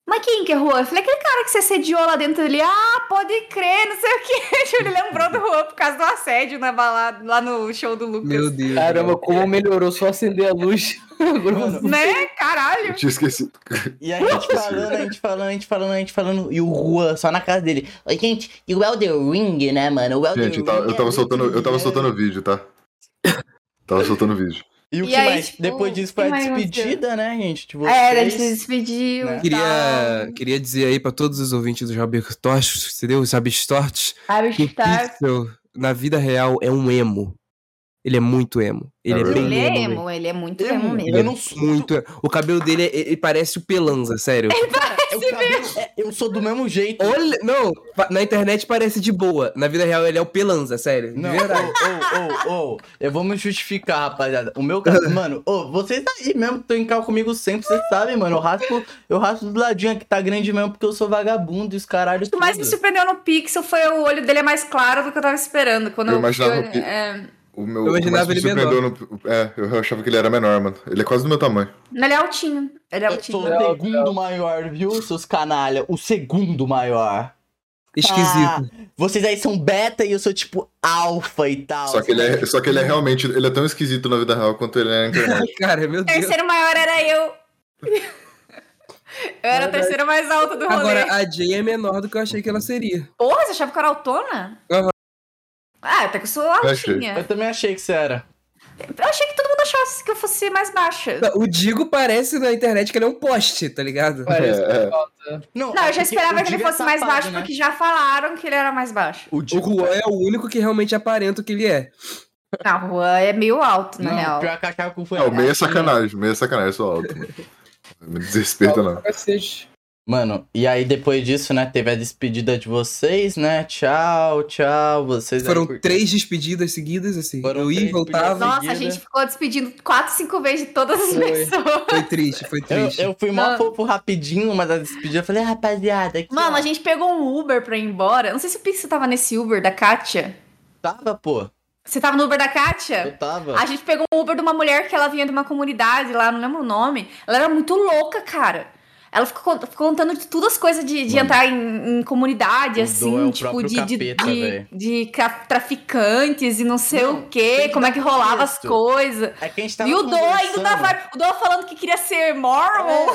Speaker 2: Mas quem que é Juan? Eu falei, aquele cara que você assediou lá dentro dele. Ah, pode crer, não sei o que. *laughs* Ele lembrou do Juan por causa do assédio na balada, lá no show do Lucas.
Speaker 4: Meu Deus.
Speaker 5: Caramba, como melhorou, só acender a luz. *laughs*
Speaker 1: Mano,
Speaker 2: Né?
Speaker 3: Eu
Speaker 2: Caralho.
Speaker 3: tinha esquecido.
Speaker 1: E a gente falando, a gente falando, a gente falando, a gente falando. E o Juan só na casa dele. Oi, gente, e o Elden Ring, né, mano? O Elden
Speaker 3: Gente, eu tava,
Speaker 1: Ring
Speaker 3: eu tava
Speaker 1: é
Speaker 3: soltando, eu tava
Speaker 1: muito
Speaker 3: soltando
Speaker 1: dinheiro.
Speaker 3: vídeo, tá? Tava soltando vídeo.
Speaker 1: E o
Speaker 2: E
Speaker 1: que
Speaker 2: aí,
Speaker 1: mais?
Speaker 2: tipo,
Speaker 1: Depois disso
Speaker 2: o que
Speaker 1: foi a
Speaker 2: mais aconteceu?
Speaker 1: despedida, né, gente? Tipo,
Speaker 2: É, a
Speaker 1: vocês-
Speaker 2: gente se despediu.
Speaker 1: Né?
Speaker 4: Queria, queria dizer aí pra todos os ouvintes dos Rabicos
Speaker 2: Ah, tá
Speaker 4: Tortos, entendeu? Os Rabicos Tortos,
Speaker 2: Tal.
Speaker 4: que o Pixel, na vida real, é um emo. Ele é muito emo. Ele é
Speaker 3: Ele
Speaker 4: bem
Speaker 2: Ele é
Speaker 4: emo.
Speaker 2: emo, ele é muito
Speaker 1: Emo. Ele
Speaker 2: emo mesmo.
Speaker 4: velho.
Speaker 1: Hum. Eu não
Speaker 4: Ele é muito. emo. O cabelo dele, é- ele parece o Pelanza, sério.
Speaker 1: É o cabelo- é, eu sou do mesmo jeito.
Speaker 4: Olha, não, pa- na internet parece de boa. Na vida real ele é o Pelanza, sério.
Speaker 1: Não,
Speaker 4: de verdade.
Speaker 1: ô, ô, ô, ô, eu vou me justificar, rapaziada. O meu
Speaker 4: *laughs*
Speaker 1: caso, mano, ô, vocês tá aí mesmo que estão em carro comigo sempre, vocês sabem, mano. Eu raspo, eu raspo do ladinho aqui, tá grande mesmo porque eu sou vagabundo e os caralhos.
Speaker 2: O que mais
Speaker 1: tudo.
Speaker 2: me surpreendeu no Pixel foi o olho dele é mais claro do que eu tava esperando. Quando
Speaker 3: Eu
Speaker 2: eu,
Speaker 3: imaginava
Speaker 2: fui-
Speaker 3: que-
Speaker 2: é,
Speaker 3: O meu,
Speaker 4: Eu imaginava
Speaker 3: mas me
Speaker 4: ele
Speaker 3: surpreendeu no- É, eu achava que ele era menor, mano. Ele é quase do meu tamanho.
Speaker 2: Ele é altinho. Ele é
Speaker 1: Eu sou
Speaker 2: altinho.
Speaker 1: o
Speaker 5: Não,
Speaker 1: segundo maior, viu, seus canalha? O segundo maior.
Speaker 4: Esquisito.
Speaker 1: Ah, vocês aí são beta e eu sou tipo alfa e tal.
Speaker 3: Só que ele é, só que ele é realmente. Ele é tão esquisito na vida real quanto ele é na
Speaker 2: *laughs* Ah.
Speaker 3: internet.
Speaker 4: Cara, meu
Speaker 2: O
Speaker 4: Deus.
Speaker 2: terceiro maior era eu. Eu era a
Speaker 5: Verdade.
Speaker 2: terceira mais alta do rolê.
Speaker 4: Agora, a Jay é menor do que eu achei que ela seria.
Speaker 2: Porra, você achava que eu era altona?
Speaker 4: Aham.
Speaker 2: Ah, até que eu sou
Speaker 1: Eu
Speaker 2: altinha.
Speaker 1: também achei que você era.
Speaker 2: Eu achei que todo mundo achasse que eu fosse mais baixa.
Speaker 4: Não, O Digo parece na internet que ele é um poste, tá ligado?
Speaker 5: Parece
Speaker 3: É, é.
Speaker 5: que falta.
Speaker 2: Não,
Speaker 1: é
Speaker 2: eu já
Speaker 1: porque
Speaker 2: esperava
Speaker 1: o
Speaker 2: que ele
Speaker 1: Digo é
Speaker 2: fosse mais
Speaker 1: safado,
Speaker 2: baixo,
Speaker 1: né?
Speaker 2: porque já falaram que ele era mais baixo.
Speaker 1: O
Speaker 4: O
Speaker 3: tá
Speaker 1: Digo
Speaker 4: Juan é o único que realmente aparenta o que ele é.
Speaker 2: Não, o Juan é meio alto, na
Speaker 1: Não,
Speaker 2: real.
Speaker 1: pior que achava que o Juan
Speaker 3: Não,
Speaker 1: era
Speaker 3: meia
Speaker 1: assim, né?
Speaker 3: sacanagem, meia sacanagem, eu sou alto, mano. Não Me desrespeita,
Speaker 5: Falta
Speaker 3: não.
Speaker 5: tá pra cacete.
Speaker 1: Mano, e aí depois disso, né, teve a despedida de vocês, né? Tchau, tchau, vocês.
Speaker 4: Foram
Speaker 1: aí por-
Speaker 4: três despedidas seguidas, assim.
Speaker 1: Foram
Speaker 4: eu ia
Speaker 1: três
Speaker 4: e voltava.
Speaker 2: Nossa, a
Speaker 1: seguida.
Speaker 2: gente ficou despedindo quatro, cinco vezes de todas as
Speaker 5: Foi.
Speaker 2: pessoas.
Speaker 4: Foi triste, foi
Speaker 1: Eu,
Speaker 4: triste.
Speaker 1: eu fui mó
Speaker 2: Não.
Speaker 1: fofo rapidinho, mas a despedida eu falei, rapaziada, aqui,
Speaker 2: Mano,
Speaker 1: ó,
Speaker 2: a gente pegou um Uber pra ir embora. Não sei se o Pix tava nesse Uber da Kátia.
Speaker 1: tava, pô.
Speaker 2: Você tava no Uber da Kátia?
Speaker 1: Eu tava.
Speaker 2: É. A gente pegou um Uber de uma mulher que ela vinha de uma comunidade lá, não lembro o nome. Ela era muito louca, cara. Ela ficou cont- ficou contando de todas as coisas de, de
Speaker 1: Mano,
Speaker 2: entrar em, em comunidade,
Speaker 1: o
Speaker 2: assim,
Speaker 1: Dom é o
Speaker 2: tipo,
Speaker 1: próprio
Speaker 2: de, de,
Speaker 1: capeta,
Speaker 2: de-
Speaker 1: velho.
Speaker 2: de ca- traficantes e não sei
Speaker 1: Não,
Speaker 2: o quê,
Speaker 1: tem que
Speaker 2: como é
Speaker 1: dar
Speaker 2: que rolava as
Speaker 1: contexto.
Speaker 2: coisas.
Speaker 1: É que a gente tava
Speaker 2: E o Dô ainda
Speaker 1: conversando.
Speaker 2: tava. O Dô falando que queria ser Mormon.
Speaker 1: O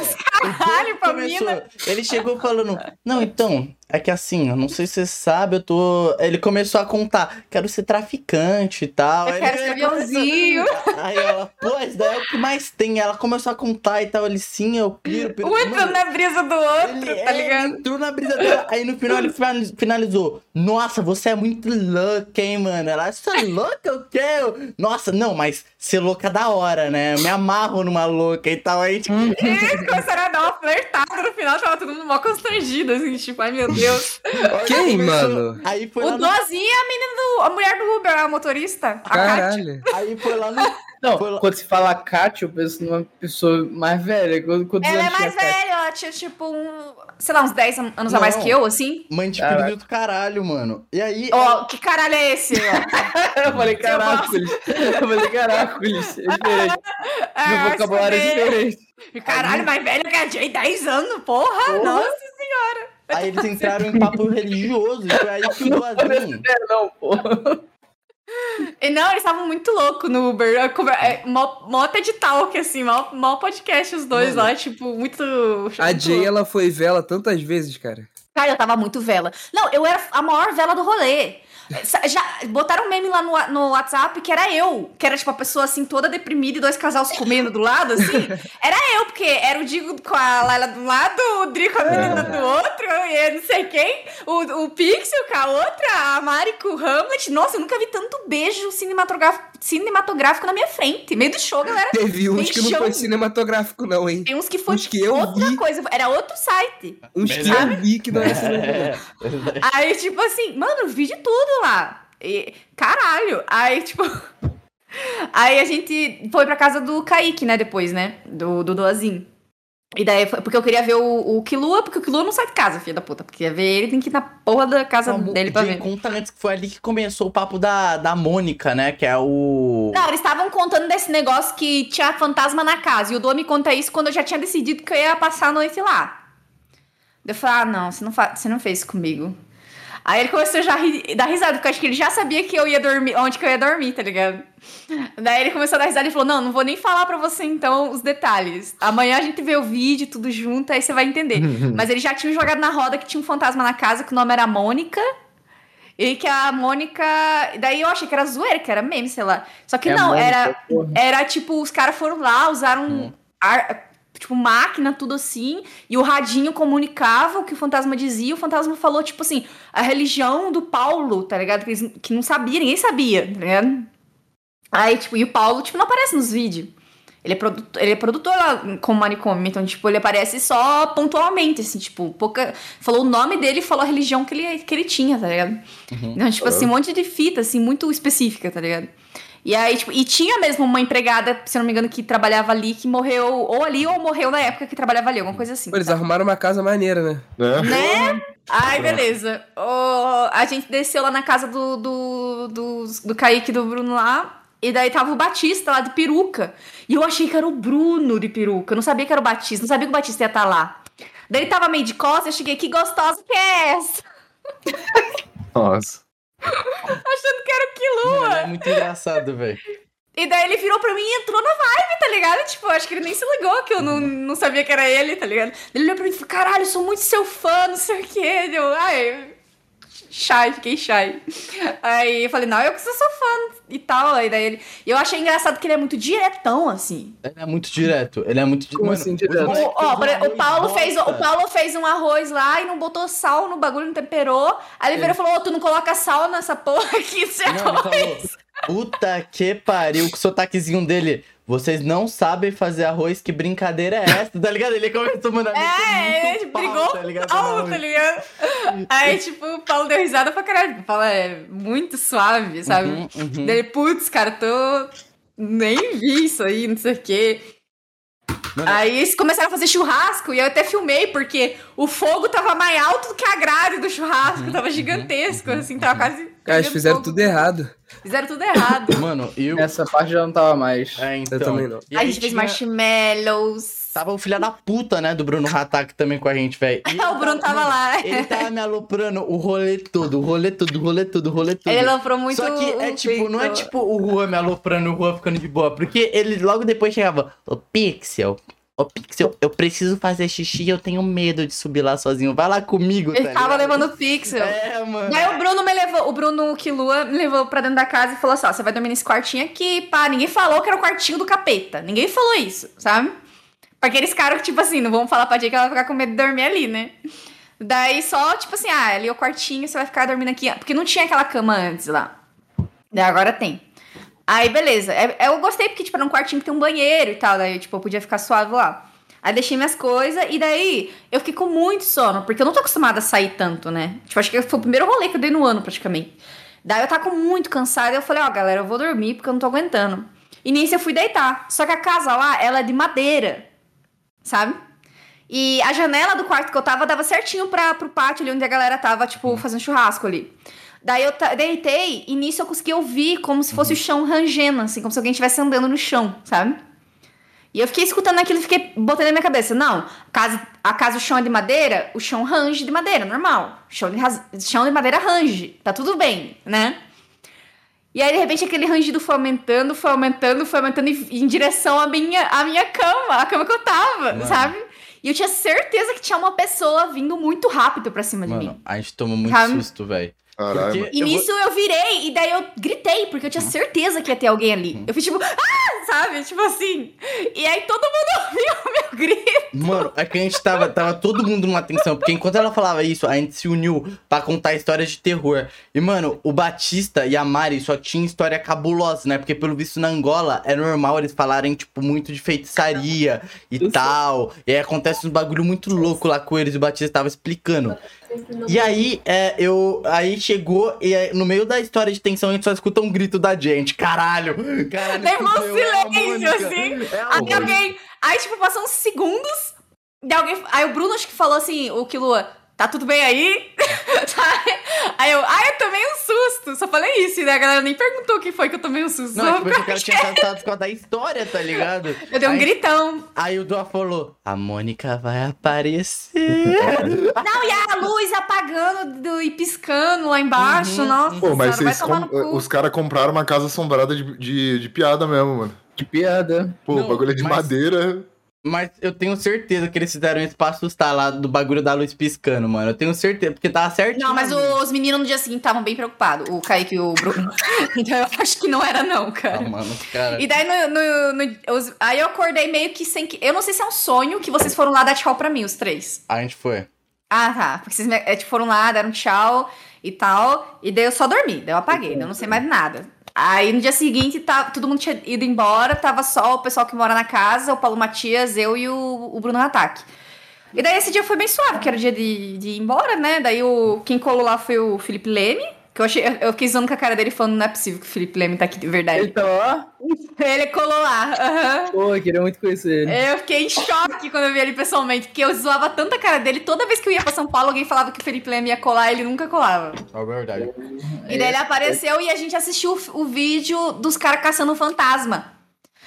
Speaker 1: Dom
Speaker 2: caralho pra
Speaker 1: começou-
Speaker 2: mina.
Speaker 1: Ele chegou falando, não, então, é que assim, eu não sei se você sabe, eu tô. Ele começou a contar, quero ser traficante e tal.
Speaker 2: Eu
Speaker 1: Aí
Speaker 2: quero
Speaker 1: É, ele *laughs*
Speaker 2: ser
Speaker 1: começou-
Speaker 2: aviãozinho.
Speaker 1: Aí ela, pô, isso daí é o que mais tem. Ela começou a contar e tal, ele sim, eu piro, piro.
Speaker 2: Um entrando
Speaker 1: Mano,
Speaker 2: na brisa do outro,
Speaker 1: Ele,
Speaker 2: tá
Speaker 1: é,
Speaker 2: ligado?
Speaker 1: ele entrou na brisa dela, aí no final ele finaliz- finalizou. Nossa, você é muito louca, hein, mano? Ela, você é louca o quê? Eu, Nossa, não, mas ser louca é da hora, né? Eu me amarro numa louca e tal. Aí, tipo,
Speaker 2: Hum. Eles *laughs* começaram a dar uma flertada no final, tava todo mundo mó constrangido, assim, tipo,
Speaker 1: *laughs*
Speaker 2: ai meu Deus.
Speaker 4: Quem,
Speaker 1: começou-
Speaker 4: mano?
Speaker 1: Aí foi,
Speaker 2: o
Speaker 1: lá no,
Speaker 2: Dozinho é a menina do. a mulher do Uber, a motorista. A Kátia.
Speaker 4: Caralho.
Speaker 1: aí foi lá no.
Speaker 5: Não,
Speaker 1: Foi lá-
Speaker 5: quando se fala Kátia, eu penso numa pessoa mais velha. Quando, quando
Speaker 2: Ela é mais velha, ela tinha tipo um. sei lá, uns 10 an- anos
Speaker 1: Não.
Speaker 2: a mais que eu, assim.
Speaker 1: Mãe de
Speaker 5: Caraca.
Speaker 1: período do caralho, mano. E aí.
Speaker 2: Ó, que caralho é esse, ó?
Speaker 5: Eu falei, caracoles. Eu falei, caracoles. É diferente.
Speaker 1: *laughs*
Speaker 2: É,
Speaker 5: Meu
Speaker 2: vai
Speaker 5: vocabulário é
Speaker 2: se fuder.
Speaker 5: diferente.
Speaker 2: Caralho, mais velho que a Jay, 10 anos, porra!
Speaker 1: Porra.
Speaker 2: Nossa!
Speaker 1: Aí eles entraram em um papo religioso. E foi aí que o Doazinho.
Speaker 5: É, não, pô.
Speaker 2: E não, eles estavam muito loucos no Uber. Eu conver- É, mó, mó TED Talk, assim, mó, mó podcast os dois
Speaker 1: Mano.
Speaker 2: lá, tipo, muito.
Speaker 4: A
Speaker 2: muito
Speaker 4: Jay, ela foi vela tantas vezes, cara.
Speaker 2: Cara, eu tava muito vela. Não, eu era a maior vela do rolê. Sa- Já botaram um meme lá no, wa- no WhatsApp que era eu, que era tipo a pessoa assim toda deprimida e dois casais comendo do lado,
Speaker 4: *laughs*
Speaker 2: assim. Era eu, porque era o Digo com a Laila de um lado, o Dri com a menina do outro, e não sei quem, o, o Pixel com a outra, a Mari com o Hamlet. Nossa, eu nunca vi tanto beijo cinematográfico, cinematográfico na minha frente. Meio do show, galera.
Speaker 4: Teve uns
Speaker 2: Tem
Speaker 4: que não
Speaker 2: show.
Speaker 4: foi cinematográfico, não, hein?
Speaker 2: Tem uns que foi
Speaker 4: Uns que eu
Speaker 2: outra
Speaker 4: vi.
Speaker 2: coisa, era outro site.
Speaker 4: Uns que eu vi que não era cinematográfico.
Speaker 2: *laughs* Aí, tipo assim, mano, eu vi de tudo lá. E, caralho. Aí, tipo. *laughs* Aí a gente foi pra casa do Kaique, né? Depois, né? Do, do Doazin. E daí foi. Porque eu queria ver o, o Kilua, porque o Kilua não sai de casa, filha da puta. Porque ia ver ele, tem que ir na porra da casa
Speaker 1: Não,
Speaker 2: dele pra
Speaker 1: Jay,
Speaker 2: ver.
Speaker 1: Conta antes que foi ali que começou o papo da, da Mônica, né? Que é o.
Speaker 2: Não, eles estavam contando desse negócio que tinha fantasma na casa. E o Dô me conta isso quando eu já tinha decidido que eu ia passar a noite lá. Eu falei, ah, não, você não, fa- você não fez isso comigo. Aí ele começou já a ri- dar risada, porque eu acho que ele já sabia que eu ia dormir, onde que eu ia dormir, tá ligado? Daí ele começou a dar risada e falou, não, não vou nem falar pra você, então, os detalhes. Amanhã a gente vê o vídeo, tudo junto, aí você vai entender.
Speaker 5: Uhum.
Speaker 2: Mas ele já tinha jogado na roda que tinha um fantasma na casa, que o nome era Mônica. E que a Mônica... Daí eu achei que era zoeira, que era meme, sei lá. Só que
Speaker 5: É a
Speaker 2: não,
Speaker 5: Mônica,
Speaker 2: era...
Speaker 5: porra.
Speaker 2: Era tipo, os caras foram lá, usaram
Speaker 1: Hum.
Speaker 2: ar- tipo, máquina, tudo assim, e o radinho comunicava o que o fantasma dizia, e o fantasma falou, tipo assim, a religião do Paulo, tá ligado? Que, eles, que não sabia, ninguém sabia, tá ligado? Aí, tipo, e o Paulo, tipo, não aparece nos vídeos. Ele é, produtor, ele é produtor lá com o manicômio, então, tipo, ele aparece só pontualmente, assim, tipo, pouca. Falou o nome dele e falou a religião que ele, que ele tinha, tá ligado? Então, tipo, assim, um monte de fita, assim, muito específica, tá ligado? E aí, tipo, e tinha mesmo uma empregada, se eu não me engano, que trabalhava ali, que morreu ou ali ou morreu na época que trabalhava ali, alguma coisa assim.
Speaker 4: Pô, eles
Speaker 2: tá?
Speaker 4: arrumaram uma casa maneira, né?
Speaker 3: Né?
Speaker 2: Né? Ai, beleza. Ô, a gente desceu lá na casa do, do, do, do Kaique e do Bruno lá. E daí tava o Batista lá de peruca. E eu achei que era o Bruno de peruca. Eu não sabia que era o Batista. Não sabia que o Batista ia estar lá. Daí ele tava meio de costas. Eu cheguei, que gostosa que é essa?
Speaker 3: Nossa.
Speaker 2: Achando que era o Quilu.
Speaker 1: Mano, é muito engraçado, velho.
Speaker 2: E daí ele virou pra mim e entrou na vibe, tá ligado? Tipo, eu acho que ele nem se ligou que eu não, não sabia que era ele, tá ligado? Ele olhou pra mim e falou, caralho, eu sou muito seu fã, não sei o quê. Eu, ai, shy, fiquei shy. Aí eu falei, não, eu que sou seu fã e tal. Aí daí ele... E eu achei engraçado que ele é muito diretão, assim.
Speaker 1: Ele é muito direto. Ele é muito di-
Speaker 5: Como
Speaker 1: Mano,
Speaker 5: assim,
Speaker 1: os
Speaker 5: direto?
Speaker 2: O,
Speaker 1: moleques
Speaker 2: ó,
Speaker 1: fez um
Speaker 2: pra- o
Speaker 1: arroz
Speaker 2: Paulo fez, o
Speaker 1: bosta.
Speaker 2: Paulo fez um arroz lá e não botou sal no bagulho, não temperou. Aí ele virou e falou, ô, tu não coloca sal nessa porra aqui, isso é
Speaker 1: É. Não, ele falou,
Speaker 2: arroz.
Speaker 1: puta que pariu, com o sotaquezinho dele. Vocês não sabem fazer arroz, que brincadeira é essa? Tá ligado? Ele começou, mano, a meter
Speaker 2: *laughs* É,
Speaker 1: muito
Speaker 2: ele
Speaker 1: pau,
Speaker 2: brigou
Speaker 1: tá ligado?
Speaker 2: pau,
Speaker 1: Não,
Speaker 2: tá ligado? Aí, tipo, o Paulo deu risada pra caralho. O Paulo é muito suave, sabe?
Speaker 1: Uhum, uhum.
Speaker 2: Daí ele, putz, cara, tô. Nem vi isso aí, não sei o quê.
Speaker 1: Mano.
Speaker 2: Aí eles começaram a fazer churrasco e eu até filmei, porque o fogo tava mais alto do que a grade do churrasco,
Speaker 1: Uhum,
Speaker 2: tava gigantesco, assim, tava
Speaker 1: É,
Speaker 2: quase.
Speaker 4: Cara, eles
Speaker 2: pegando
Speaker 4: fizeram
Speaker 2: fogo.
Speaker 4: tudo errado.
Speaker 2: Fizeram tudo errado.
Speaker 1: hum. Mano, e o.
Speaker 5: Essa parte já não tava mais.
Speaker 1: É, então.
Speaker 4: Eu também não.
Speaker 1: *laughs* E
Speaker 2: a
Speaker 1: aí
Speaker 2: gente fez
Speaker 1: tinha-
Speaker 2: marshmallows.
Speaker 1: Tava o filho da puta, né, do Bruno Hatak também com a gente, velho. E
Speaker 2: *laughs* o Bruno tava lá.
Speaker 1: Ele tava me aloprando o rolê todo, o rolê todo, o rolê todo, o rolê todo.
Speaker 2: Ele aloprou muito.
Speaker 1: Só que é
Speaker 2: o
Speaker 1: tipo, não é
Speaker 2: peito.
Speaker 1: tipo o Juan me aloprando, o Juan ficando de boa. Porque ele logo depois chegava, ô Pixel, ô Pixel, eu preciso fazer xixi, eu tenho medo de subir lá sozinho. Vai lá comigo,
Speaker 2: Ele
Speaker 1: tá
Speaker 2: tava
Speaker 1: ligado?
Speaker 2: levando pixel.
Speaker 1: É, mano.
Speaker 2: Daí o Bruno me levou, o Bruno Quilua me levou pra dentro da casa e falou assim: ó, você vai dormir nesse quartinho aqui, pá. Ninguém falou que era o quartinho do capeta. Ninguém falou isso, sabe? Pra aqueles caras que, tipo assim, não vamos falar pra Jay que ela vai ficar com medo de dormir ali, né? Daí só, tipo assim, ah, ali é o quartinho, você vai ficar dormindo aqui. Porque não tinha aquela cama antes lá. Daí agora tem. Aí, beleza. É- é, Eu gostei porque, tipo, era um quartinho que tem um banheiro e tal. Daí, tipo, eu podia ficar suave lá. Aí deixei minhas coisas e daí eu fiquei com muito sono, porque eu não tô acostumada a sair tanto, né? Tipo, acho que foi o primeiro rolê que eu dei no ano, praticamente. Daí eu tava com muito cansada e eu falei, ó, galera, eu vou dormir porque eu não tô aguentando. E nisso eu fui deitar. Só que a casa lá, ela é de madeira, sabe? E a janela do quarto que eu tava dava certinho pra, pro pátio ali onde a galera tava, tipo, fazendo churrasco ali. Daí eu ta- deitei e nisso eu consegui ouvir como se fosse o chão rangendo, assim, como se alguém estivesse andando no chão, sabe? E eu fiquei escutando aquilo e fiquei botando na minha cabeça. Não, casa, a casa o chão é de madeira, o chão range de madeira, normal. Chão de, ras- chão de madeira range, tá tudo bem, né? E aí, de repente, aquele rangido foi aumentando, foi aumentando, foi aumentando em, em direção à minha, à minha cama, a cama que eu tava,
Speaker 1: Mano.
Speaker 2: sabe? E eu tinha certeza que tinha uma pessoa vindo muito rápido pra cima de mim.
Speaker 1: Mano, a gente tomou muito
Speaker 2: Sabe?
Speaker 1: susto, velho.
Speaker 3: Caralho, mano.
Speaker 2: E nisso eu virei, e daí eu gritei, porque eu tinha
Speaker 1: Uhum.
Speaker 2: certeza que ia ter alguém ali. Eu fiz tipo, ah, sabe? Tipo assim. E aí todo mundo *laughs* ouviu o meu grito.
Speaker 1: Mano, é que a gente tava, tava todo mundo numa tensão, porque enquanto ela falava isso, a gente se uniu pra contar histórias de terror. E, mano, o Batista e a Mari só tinham história cabulosa, né? Porque, pelo visto, na Angola é normal eles falarem, tipo, muito de feitiçaria e tal. E aí acontece uns bagulho muito louco lá com eles, e o Batista tava explicando. E aí, é, eu. Aí chegou, e aí, no meio da história de tensão, a gente só escuta um grito da gente. Caralho! Caralho!
Speaker 2: Daí um
Speaker 1: fudeu, é a
Speaker 2: silêncio,
Speaker 1: Mônica.
Speaker 2: assim.
Speaker 1: É a
Speaker 2: Aí
Speaker 1: Mônica.
Speaker 2: alguém. Aí, tipo, passou uns segundos. Daí alguém. Aí o Bruno acho que falou assim, o Kilua, tá tudo bem aí? *laughs* Sabe? aí eu, ai, eu tomei um susto. Só falei isso, e daí a galera nem perguntou o que foi que eu tomei um susto.
Speaker 1: Não,
Speaker 2: Só- *laughs*
Speaker 1: tipo, eu cara tinha cansado por causa da história, tá ligado?
Speaker 2: eu dei um
Speaker 1: aí,
Speaker 2: gritão.
Speaker 1: Aí o Dua falou, a Mônica vai aparecer.
Speaker 2: *laughs* Não, e a luz apagando do- e piscando lá embaixo.
Speaker 1: Uhum.
Speaker 2: Nossa,
Speaker 3: Pô, mas
Speaker 2: senhora, vai
Speaker 3: vocês
Speaker 2: tomar
Speaker 3: com-
Speaker 2: no cu.
Speaker 3: os caras compraram uma casa assombrada de, de, de piada mesmo, mano.
Speaker 5: Que piada.
Speaker 3: Pô,
Speaker 1: Não,
Speaker 3: o bagulho é de
Speaker 1: mas-
Speaker 3: madeira.
Speaker 1: Mas eu tenho certeza que eles fizeram isso pra assustar lá do bagulho da luz piscando, mano. Eu tenho certeza, porque tava certinho.
Speaker 2: Não, mas os meninos no dia seguinte estavam bem preocupados, o Kaique e o Bruno. *laughs* então eu acho que não era, não,
Speaker 1: Ah,
Speaker 2: cara.
Speaker 1: mano, cara.
Speaker 2: E daí, no, no- no- os- aí eu acordei meio que sem que. Eu não sei se é um sonho que vocês foram lá dar tchau pra mim, os três.
Speaker 1: A gente foi.
Speaker 2: Ah, tá. Porque vocês me- é, tipo, foram lá, deram tchau e tal. E daí eu só dormi, daí eu apaguei, daí eu não sei mais nada. Aí no dia seguinte, tá, todo mundo tinha ido embora, tava só o pessoal que mora na casa, o Paulo Matias, eu e o, o Bruno Ataque. E daí esse dia foi bem suave, que era o dia de, de ir embora, né? Daí o, quem colou lá foi o Felipe Leme, que eu achei, eu fiquei zoando com a cara dele falando, não é possível que o Felipe Leme tá aqui de
Speaker 1: É.
Speaker 2: verdade.
Speaker 5: Então, ó.
Speaker 2: *laughs* Ele colou lá. aham.
Speaker 5: Pô, eu queria muito conhecer
Speaker 1: É.
Speaker 5: ele.
Speaker 2: É, Eu fiquei em choque quando eu vi ele pessoalmente, porque eu zoava tanta a cara dele. Toda vez que eu ia pra São Paulo, alguém falava que o Felipe Leme ia colar, ele nunca colava.
Speaker 1: É verdade.
Speaker 2: E
Speaker 5: É,
Speaker 2: daí ele apareceu e a gente assistiu o f- o vídeo dos caras caçando um fantasma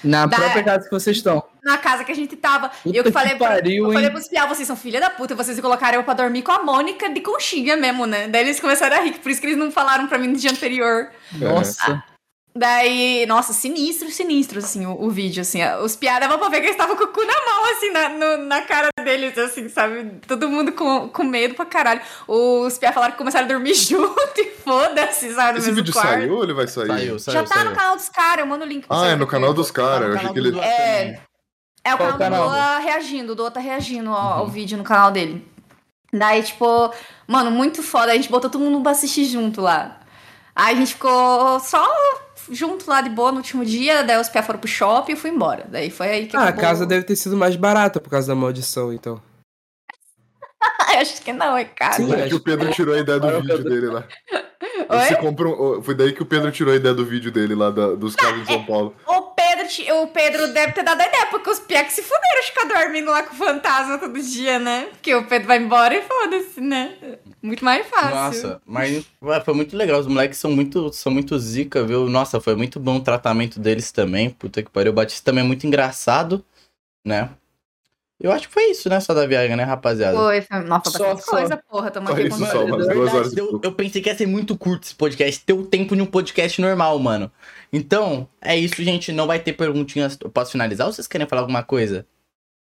Speaker 5: Na
Speaker 2: Da-
Speaker 5: própria casa que vocês estão.
Speaker 1: É.
Speaker 2: na casa que a gente tava. E eu
Speaker 5: Puta
Speaker 2: que falei,
Speaker 5: que
Speaker 2: pra-
Speaker 5: pariu,
Speaker 2: eu falei
Speaker 5: hein?
Speaker 2: pros piá, vocês são filha da puta, vocês colocaram eu pra dormir com a Mônica de conchinha mesmo, né? Daí eles começaram a rir, por isso que eles não falaram pra mim no dia anterior.
Speaker 1: Ah,
Speaker 5: Nossa.
Speaker 2: Daí, nossa, sinistro, sinistro, assim, o, o vídeo, assim. ó. Os piá dava pra ver que eles estavam com o cu na mão, assim, na, no- na cara deles, assim, sabe? Todo mundo com, com medo pra caralho. Os piá falaram que começaram a dormir *laughs* junto e foda-se, sabe? No
Speaker 3: Esse
Speaker 2: mesmo
Speaker 3: vídeo
Speaker 2: quarto.
Speaker 3: saiu ou ele vai sair?
Speaker 1: Saiu, saiu,
Speaker 2: Já tá
Speaker 1: saiu.
Speaker 2: no canal dos caras, eu mando o link pra
Speaker 3: Ah,
Speaker 2: vocês
Speaker 3: é no
Speaker 2: depois.
Speaker 3: canal dos caras. Eu
Speaker 1: Tá no
Speaker 3: achei
Speaker 1: canal
Speaker 3: que ele.
Speaker 1: do
Speaker 2: É. É o canal,
Speaker 5: Qual canal?
Speaker 2: do Doa reagindo, o Doa tá reagindo ao, ao vídeo no canal dele. Daí, tipo, mano, muito foda. A gente botou todo mundo pra assistir junto lá. Aí a gente ficou só junto lá de boa no último dia, daí os pés foram pro shopping e eu fui embora. Daí foi aí que
Speaker 4: Ah, a
Speaker 2: acabou.
Speaker 4: casa deve ter sido mais barata por causa da maldição, então.
Speaker 2: *laughs* Ai, acho que não, é caro.
Speaker 4: Sim,
Speaker 3: É que o Pedro tirou a ideia do
Speaker 5: Ah, eu
Speaker 3: vídeo
Speaker 5: quero-
Speaker 3: dele
Speaker 2: *laughs*
Speaker 3: lá. Você
Speaker 2: Oi?
Speaker 3: compra um- Foi daí que o Pedro tirou a ideia do vídeo dele lá, da- dos caras em São Paulo.
Speaker 2: O Pedro, ti- o Pedro deve ter dado a ideia, porque os piá que se fuderam de ficar dormindo lá com o fantasma todo dia, né? Porque o Pedro vai embora e foda-se, né? Muito mais fácil.
Speaker 1: Nossa, mas ué, foi muito legal. Os moleques são muito, são muito zica, viu? Nossa, foi muito bom o tratamento deles também. Puta que pariu. O Batista também é muito engraçado, né? Eu acho que foi isso, né? Só da viagem, né, rapaziada?
Speaker 2: Foi, foi- nossa,
Speaker 5: Só-
Speaker 2: bastante
Speaker 5: só.
Speaker 2: coisa, porra. Tamo
Speaker 3: Só
Speaker 2: aqui
Speaker 3: isso,
Speaker 2: com-
Speaker 3: só, mano.
Speaker 1: Na
Speaker 3: Duas horas
Speaker 1: verdade,
Speaker 3: e
Speaker 1: deu-
Speaker 3: pouco.
Speaker 1: eu pensei que ia ser muito curto esse podcast. Ter o tempo de um podcast normal, mano. Então, é isso, gente. Não vai ter perguntinhas. Eu posso finalizar ou vocês querem falar alguma coisa?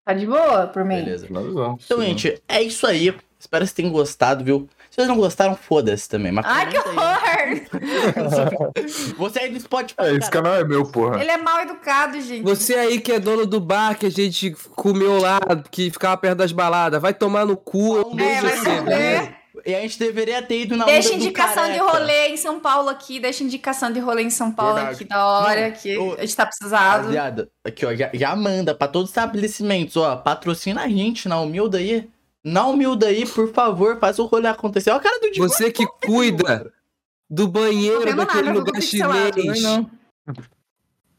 Speaker 2: Tá de boa por mim.
Speaker 1: Beleza.
Speaker 3: Finalizar.
Speaker 1: Então, gente, é isso aí. Espero que vocês tenham gostado, viu? Se vocês não gostaram, foda-se também. Mas
Speaker 2: Ai, que
Speaker 1: comenta
Speaker 2: horror!
Speaker 1: aí. Você aí do Spotify.
Speaker 3: É, esse
Speaker 1: cara.
Speaker 3: canal é meu, porra.
Speaker 2: Ele é mal educado, gente.
Speaker 4: Você aí que é dono do bar que a gente comeu lá, que ficava perto das baladas, vai tomar no cu, eu assim,
Speaker 1: É,
Speaker 4: né?
Speaker 2: É,
Speaker 4: beijo
Speaker 2: vai
Speaker 1: Deixa
Speaker 4: você,
Speaker 1: eu ver.
Speaker 4: beleza?
Speaker 2: saber.
Speaker 1: E a gente deveria ter ido na
Speaker 2: Deixa
Speaker 1: onda do
Speaker 2: indicação de
Speaker 1: careca.
Speaker 2: rolê em São Paulo aqui. Deixa indicação de rolê em São Paulo
Speaker 1: Verdade.
Speaker 2: aqui da hora,
Speaker 1: Não,
Speaker 2: que
Speaker 1: ô,
Speaker 2: a gente tá precisado.
Speaker 1: Rapaziada, aqui ó, já, já manda pra todos os estabelecimentos, ó, patrocina a gente na humilde aí. Na humilde aí, por favor, faz o rolê acontecer. Ó a cara do Diego.
Speaker 4: Você que cuida do
Speaker 2: Não
Speaker 4: banheiro
Speaker 2: vendo
Speaker 4: daquele
Speaker 2: nada,
Speaker 4: lugar
Speaker 2: tudo pixelado,
Speaker 5: Não,
Speaker 4: chinês.
Speaker 5: não.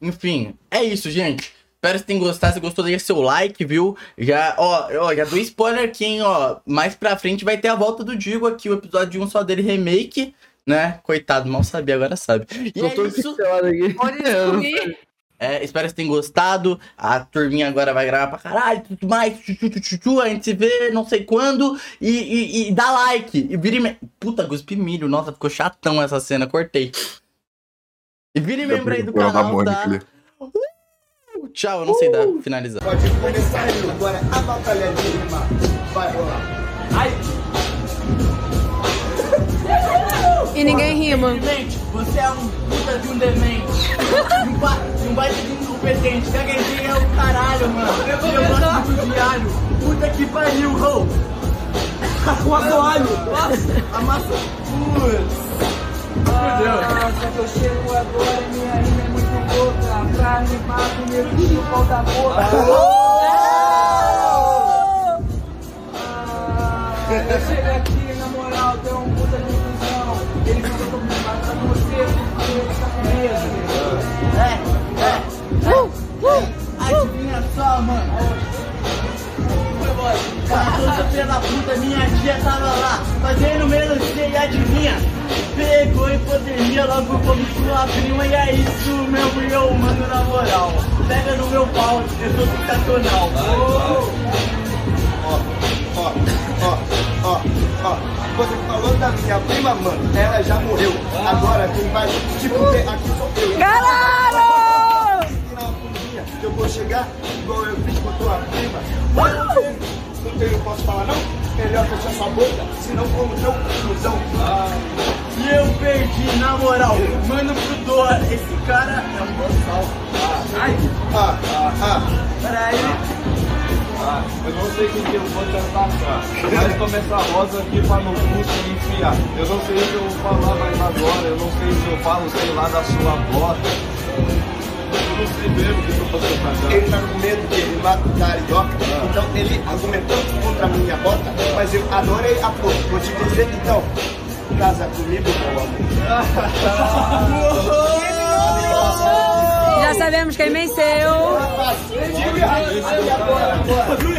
Speaker 1: Enfim, é isso, gente. Espero que vocês tenham gostado. Se gostou, deixa seu like, viu? Já, ó, ó, já dou spoiler aqui, hein, ó. Mais pra frente vai ter a volta do Digo aqui, o episódio 1 só dele remake, né? Coitado, mal sabia, agora sabe. E
Speaker 5: Tô
Speaker 1: é
Speaker 5: todo
Speaker 1: isso.
Speaker 5: pixelado aqui.
Speaker 2: Pode excluir.
Speaker 1: É, espero que vocês tenham gostado. A turminha agora vai gravar pra caralho, tudo mais. tchu, tchu, tchu, tchu, tchu. A gente se vê não sei quando. E, e- e dá like. E vira e me... Puta, cuspi milho. Nossa, ficou chatão essa cena. Cortei. E vira e membro aí do
Speaker 3: Porra da
Speaker 1: canal,
Speaker 3: Mônica
Speaker 1: tá? Uh,
Speaker 3: ali. Uh.
Speaker 1: Tchau, eu não sei dar, finalizar.
Speaker 6: Pode começar aí, agora a batalha de rima vai rolar.
Speaker 2: E ninguém rima.
Speaker 6: Demente, você é um puta de um demente. Um ba- um baita de um incompetente. Gaguejinha é o caralho, mano. Eu gosto muito de alho. Puta que pariu, ho. Com alho. Nossa, amassa. Putz. Nossa, que eu chego agora e minha rima é muito louca. Pra rimar primeiro que o pau da boca. Ah, Eu chego aqui, na moral, deu um puta de ilusão. Ele falou que eu me matando você, porque ele tá com medo. É, é. Adivinha só, mano. Matou filha da puta, minha tia tava lá, fazendo menos e adivinha? Pegou hipotermia logo como sua prima, e é isso mesmo, e eu mando na moral. Pega no meu pau, eu sou sensacional. Oh. Ó, ó, ó, ó. Você falou da minha prima, mano. Ela já morreu. Agora quem vai te fuder aqui sou eu. Caralho! Eu vou chegar igual eu fiz com tua prima. Não tenho, posso falar não? Melhor fechar sua boca, senão como teu cuzão. E Ah. eu perdi, na moral. Mano pro Doa, esse cara é um boçal. Ai, ah, ah, ah. Peraí. Ah,
Speaker 7: lá. Eu não sei o que eu vou tentar achar. Mas como essa rosa aqui pra no cu se enfiar. Eu não sei o que eu vou falar mais agora. Eu não sei se eu falo, sei lá, da sua bota. Eu não sei mesmo o que eu posso fazer.
Speaker 8: Ele tá com medo de rimar com carioca. Então ele argumentou contra a minha bota. Mas eu adorei a porra. Vou te dizer então. Casa comigo, meu amor.
Speaker 9: Já sabemos quem venceu.
Speaker 8: Diga aí, agora, agora.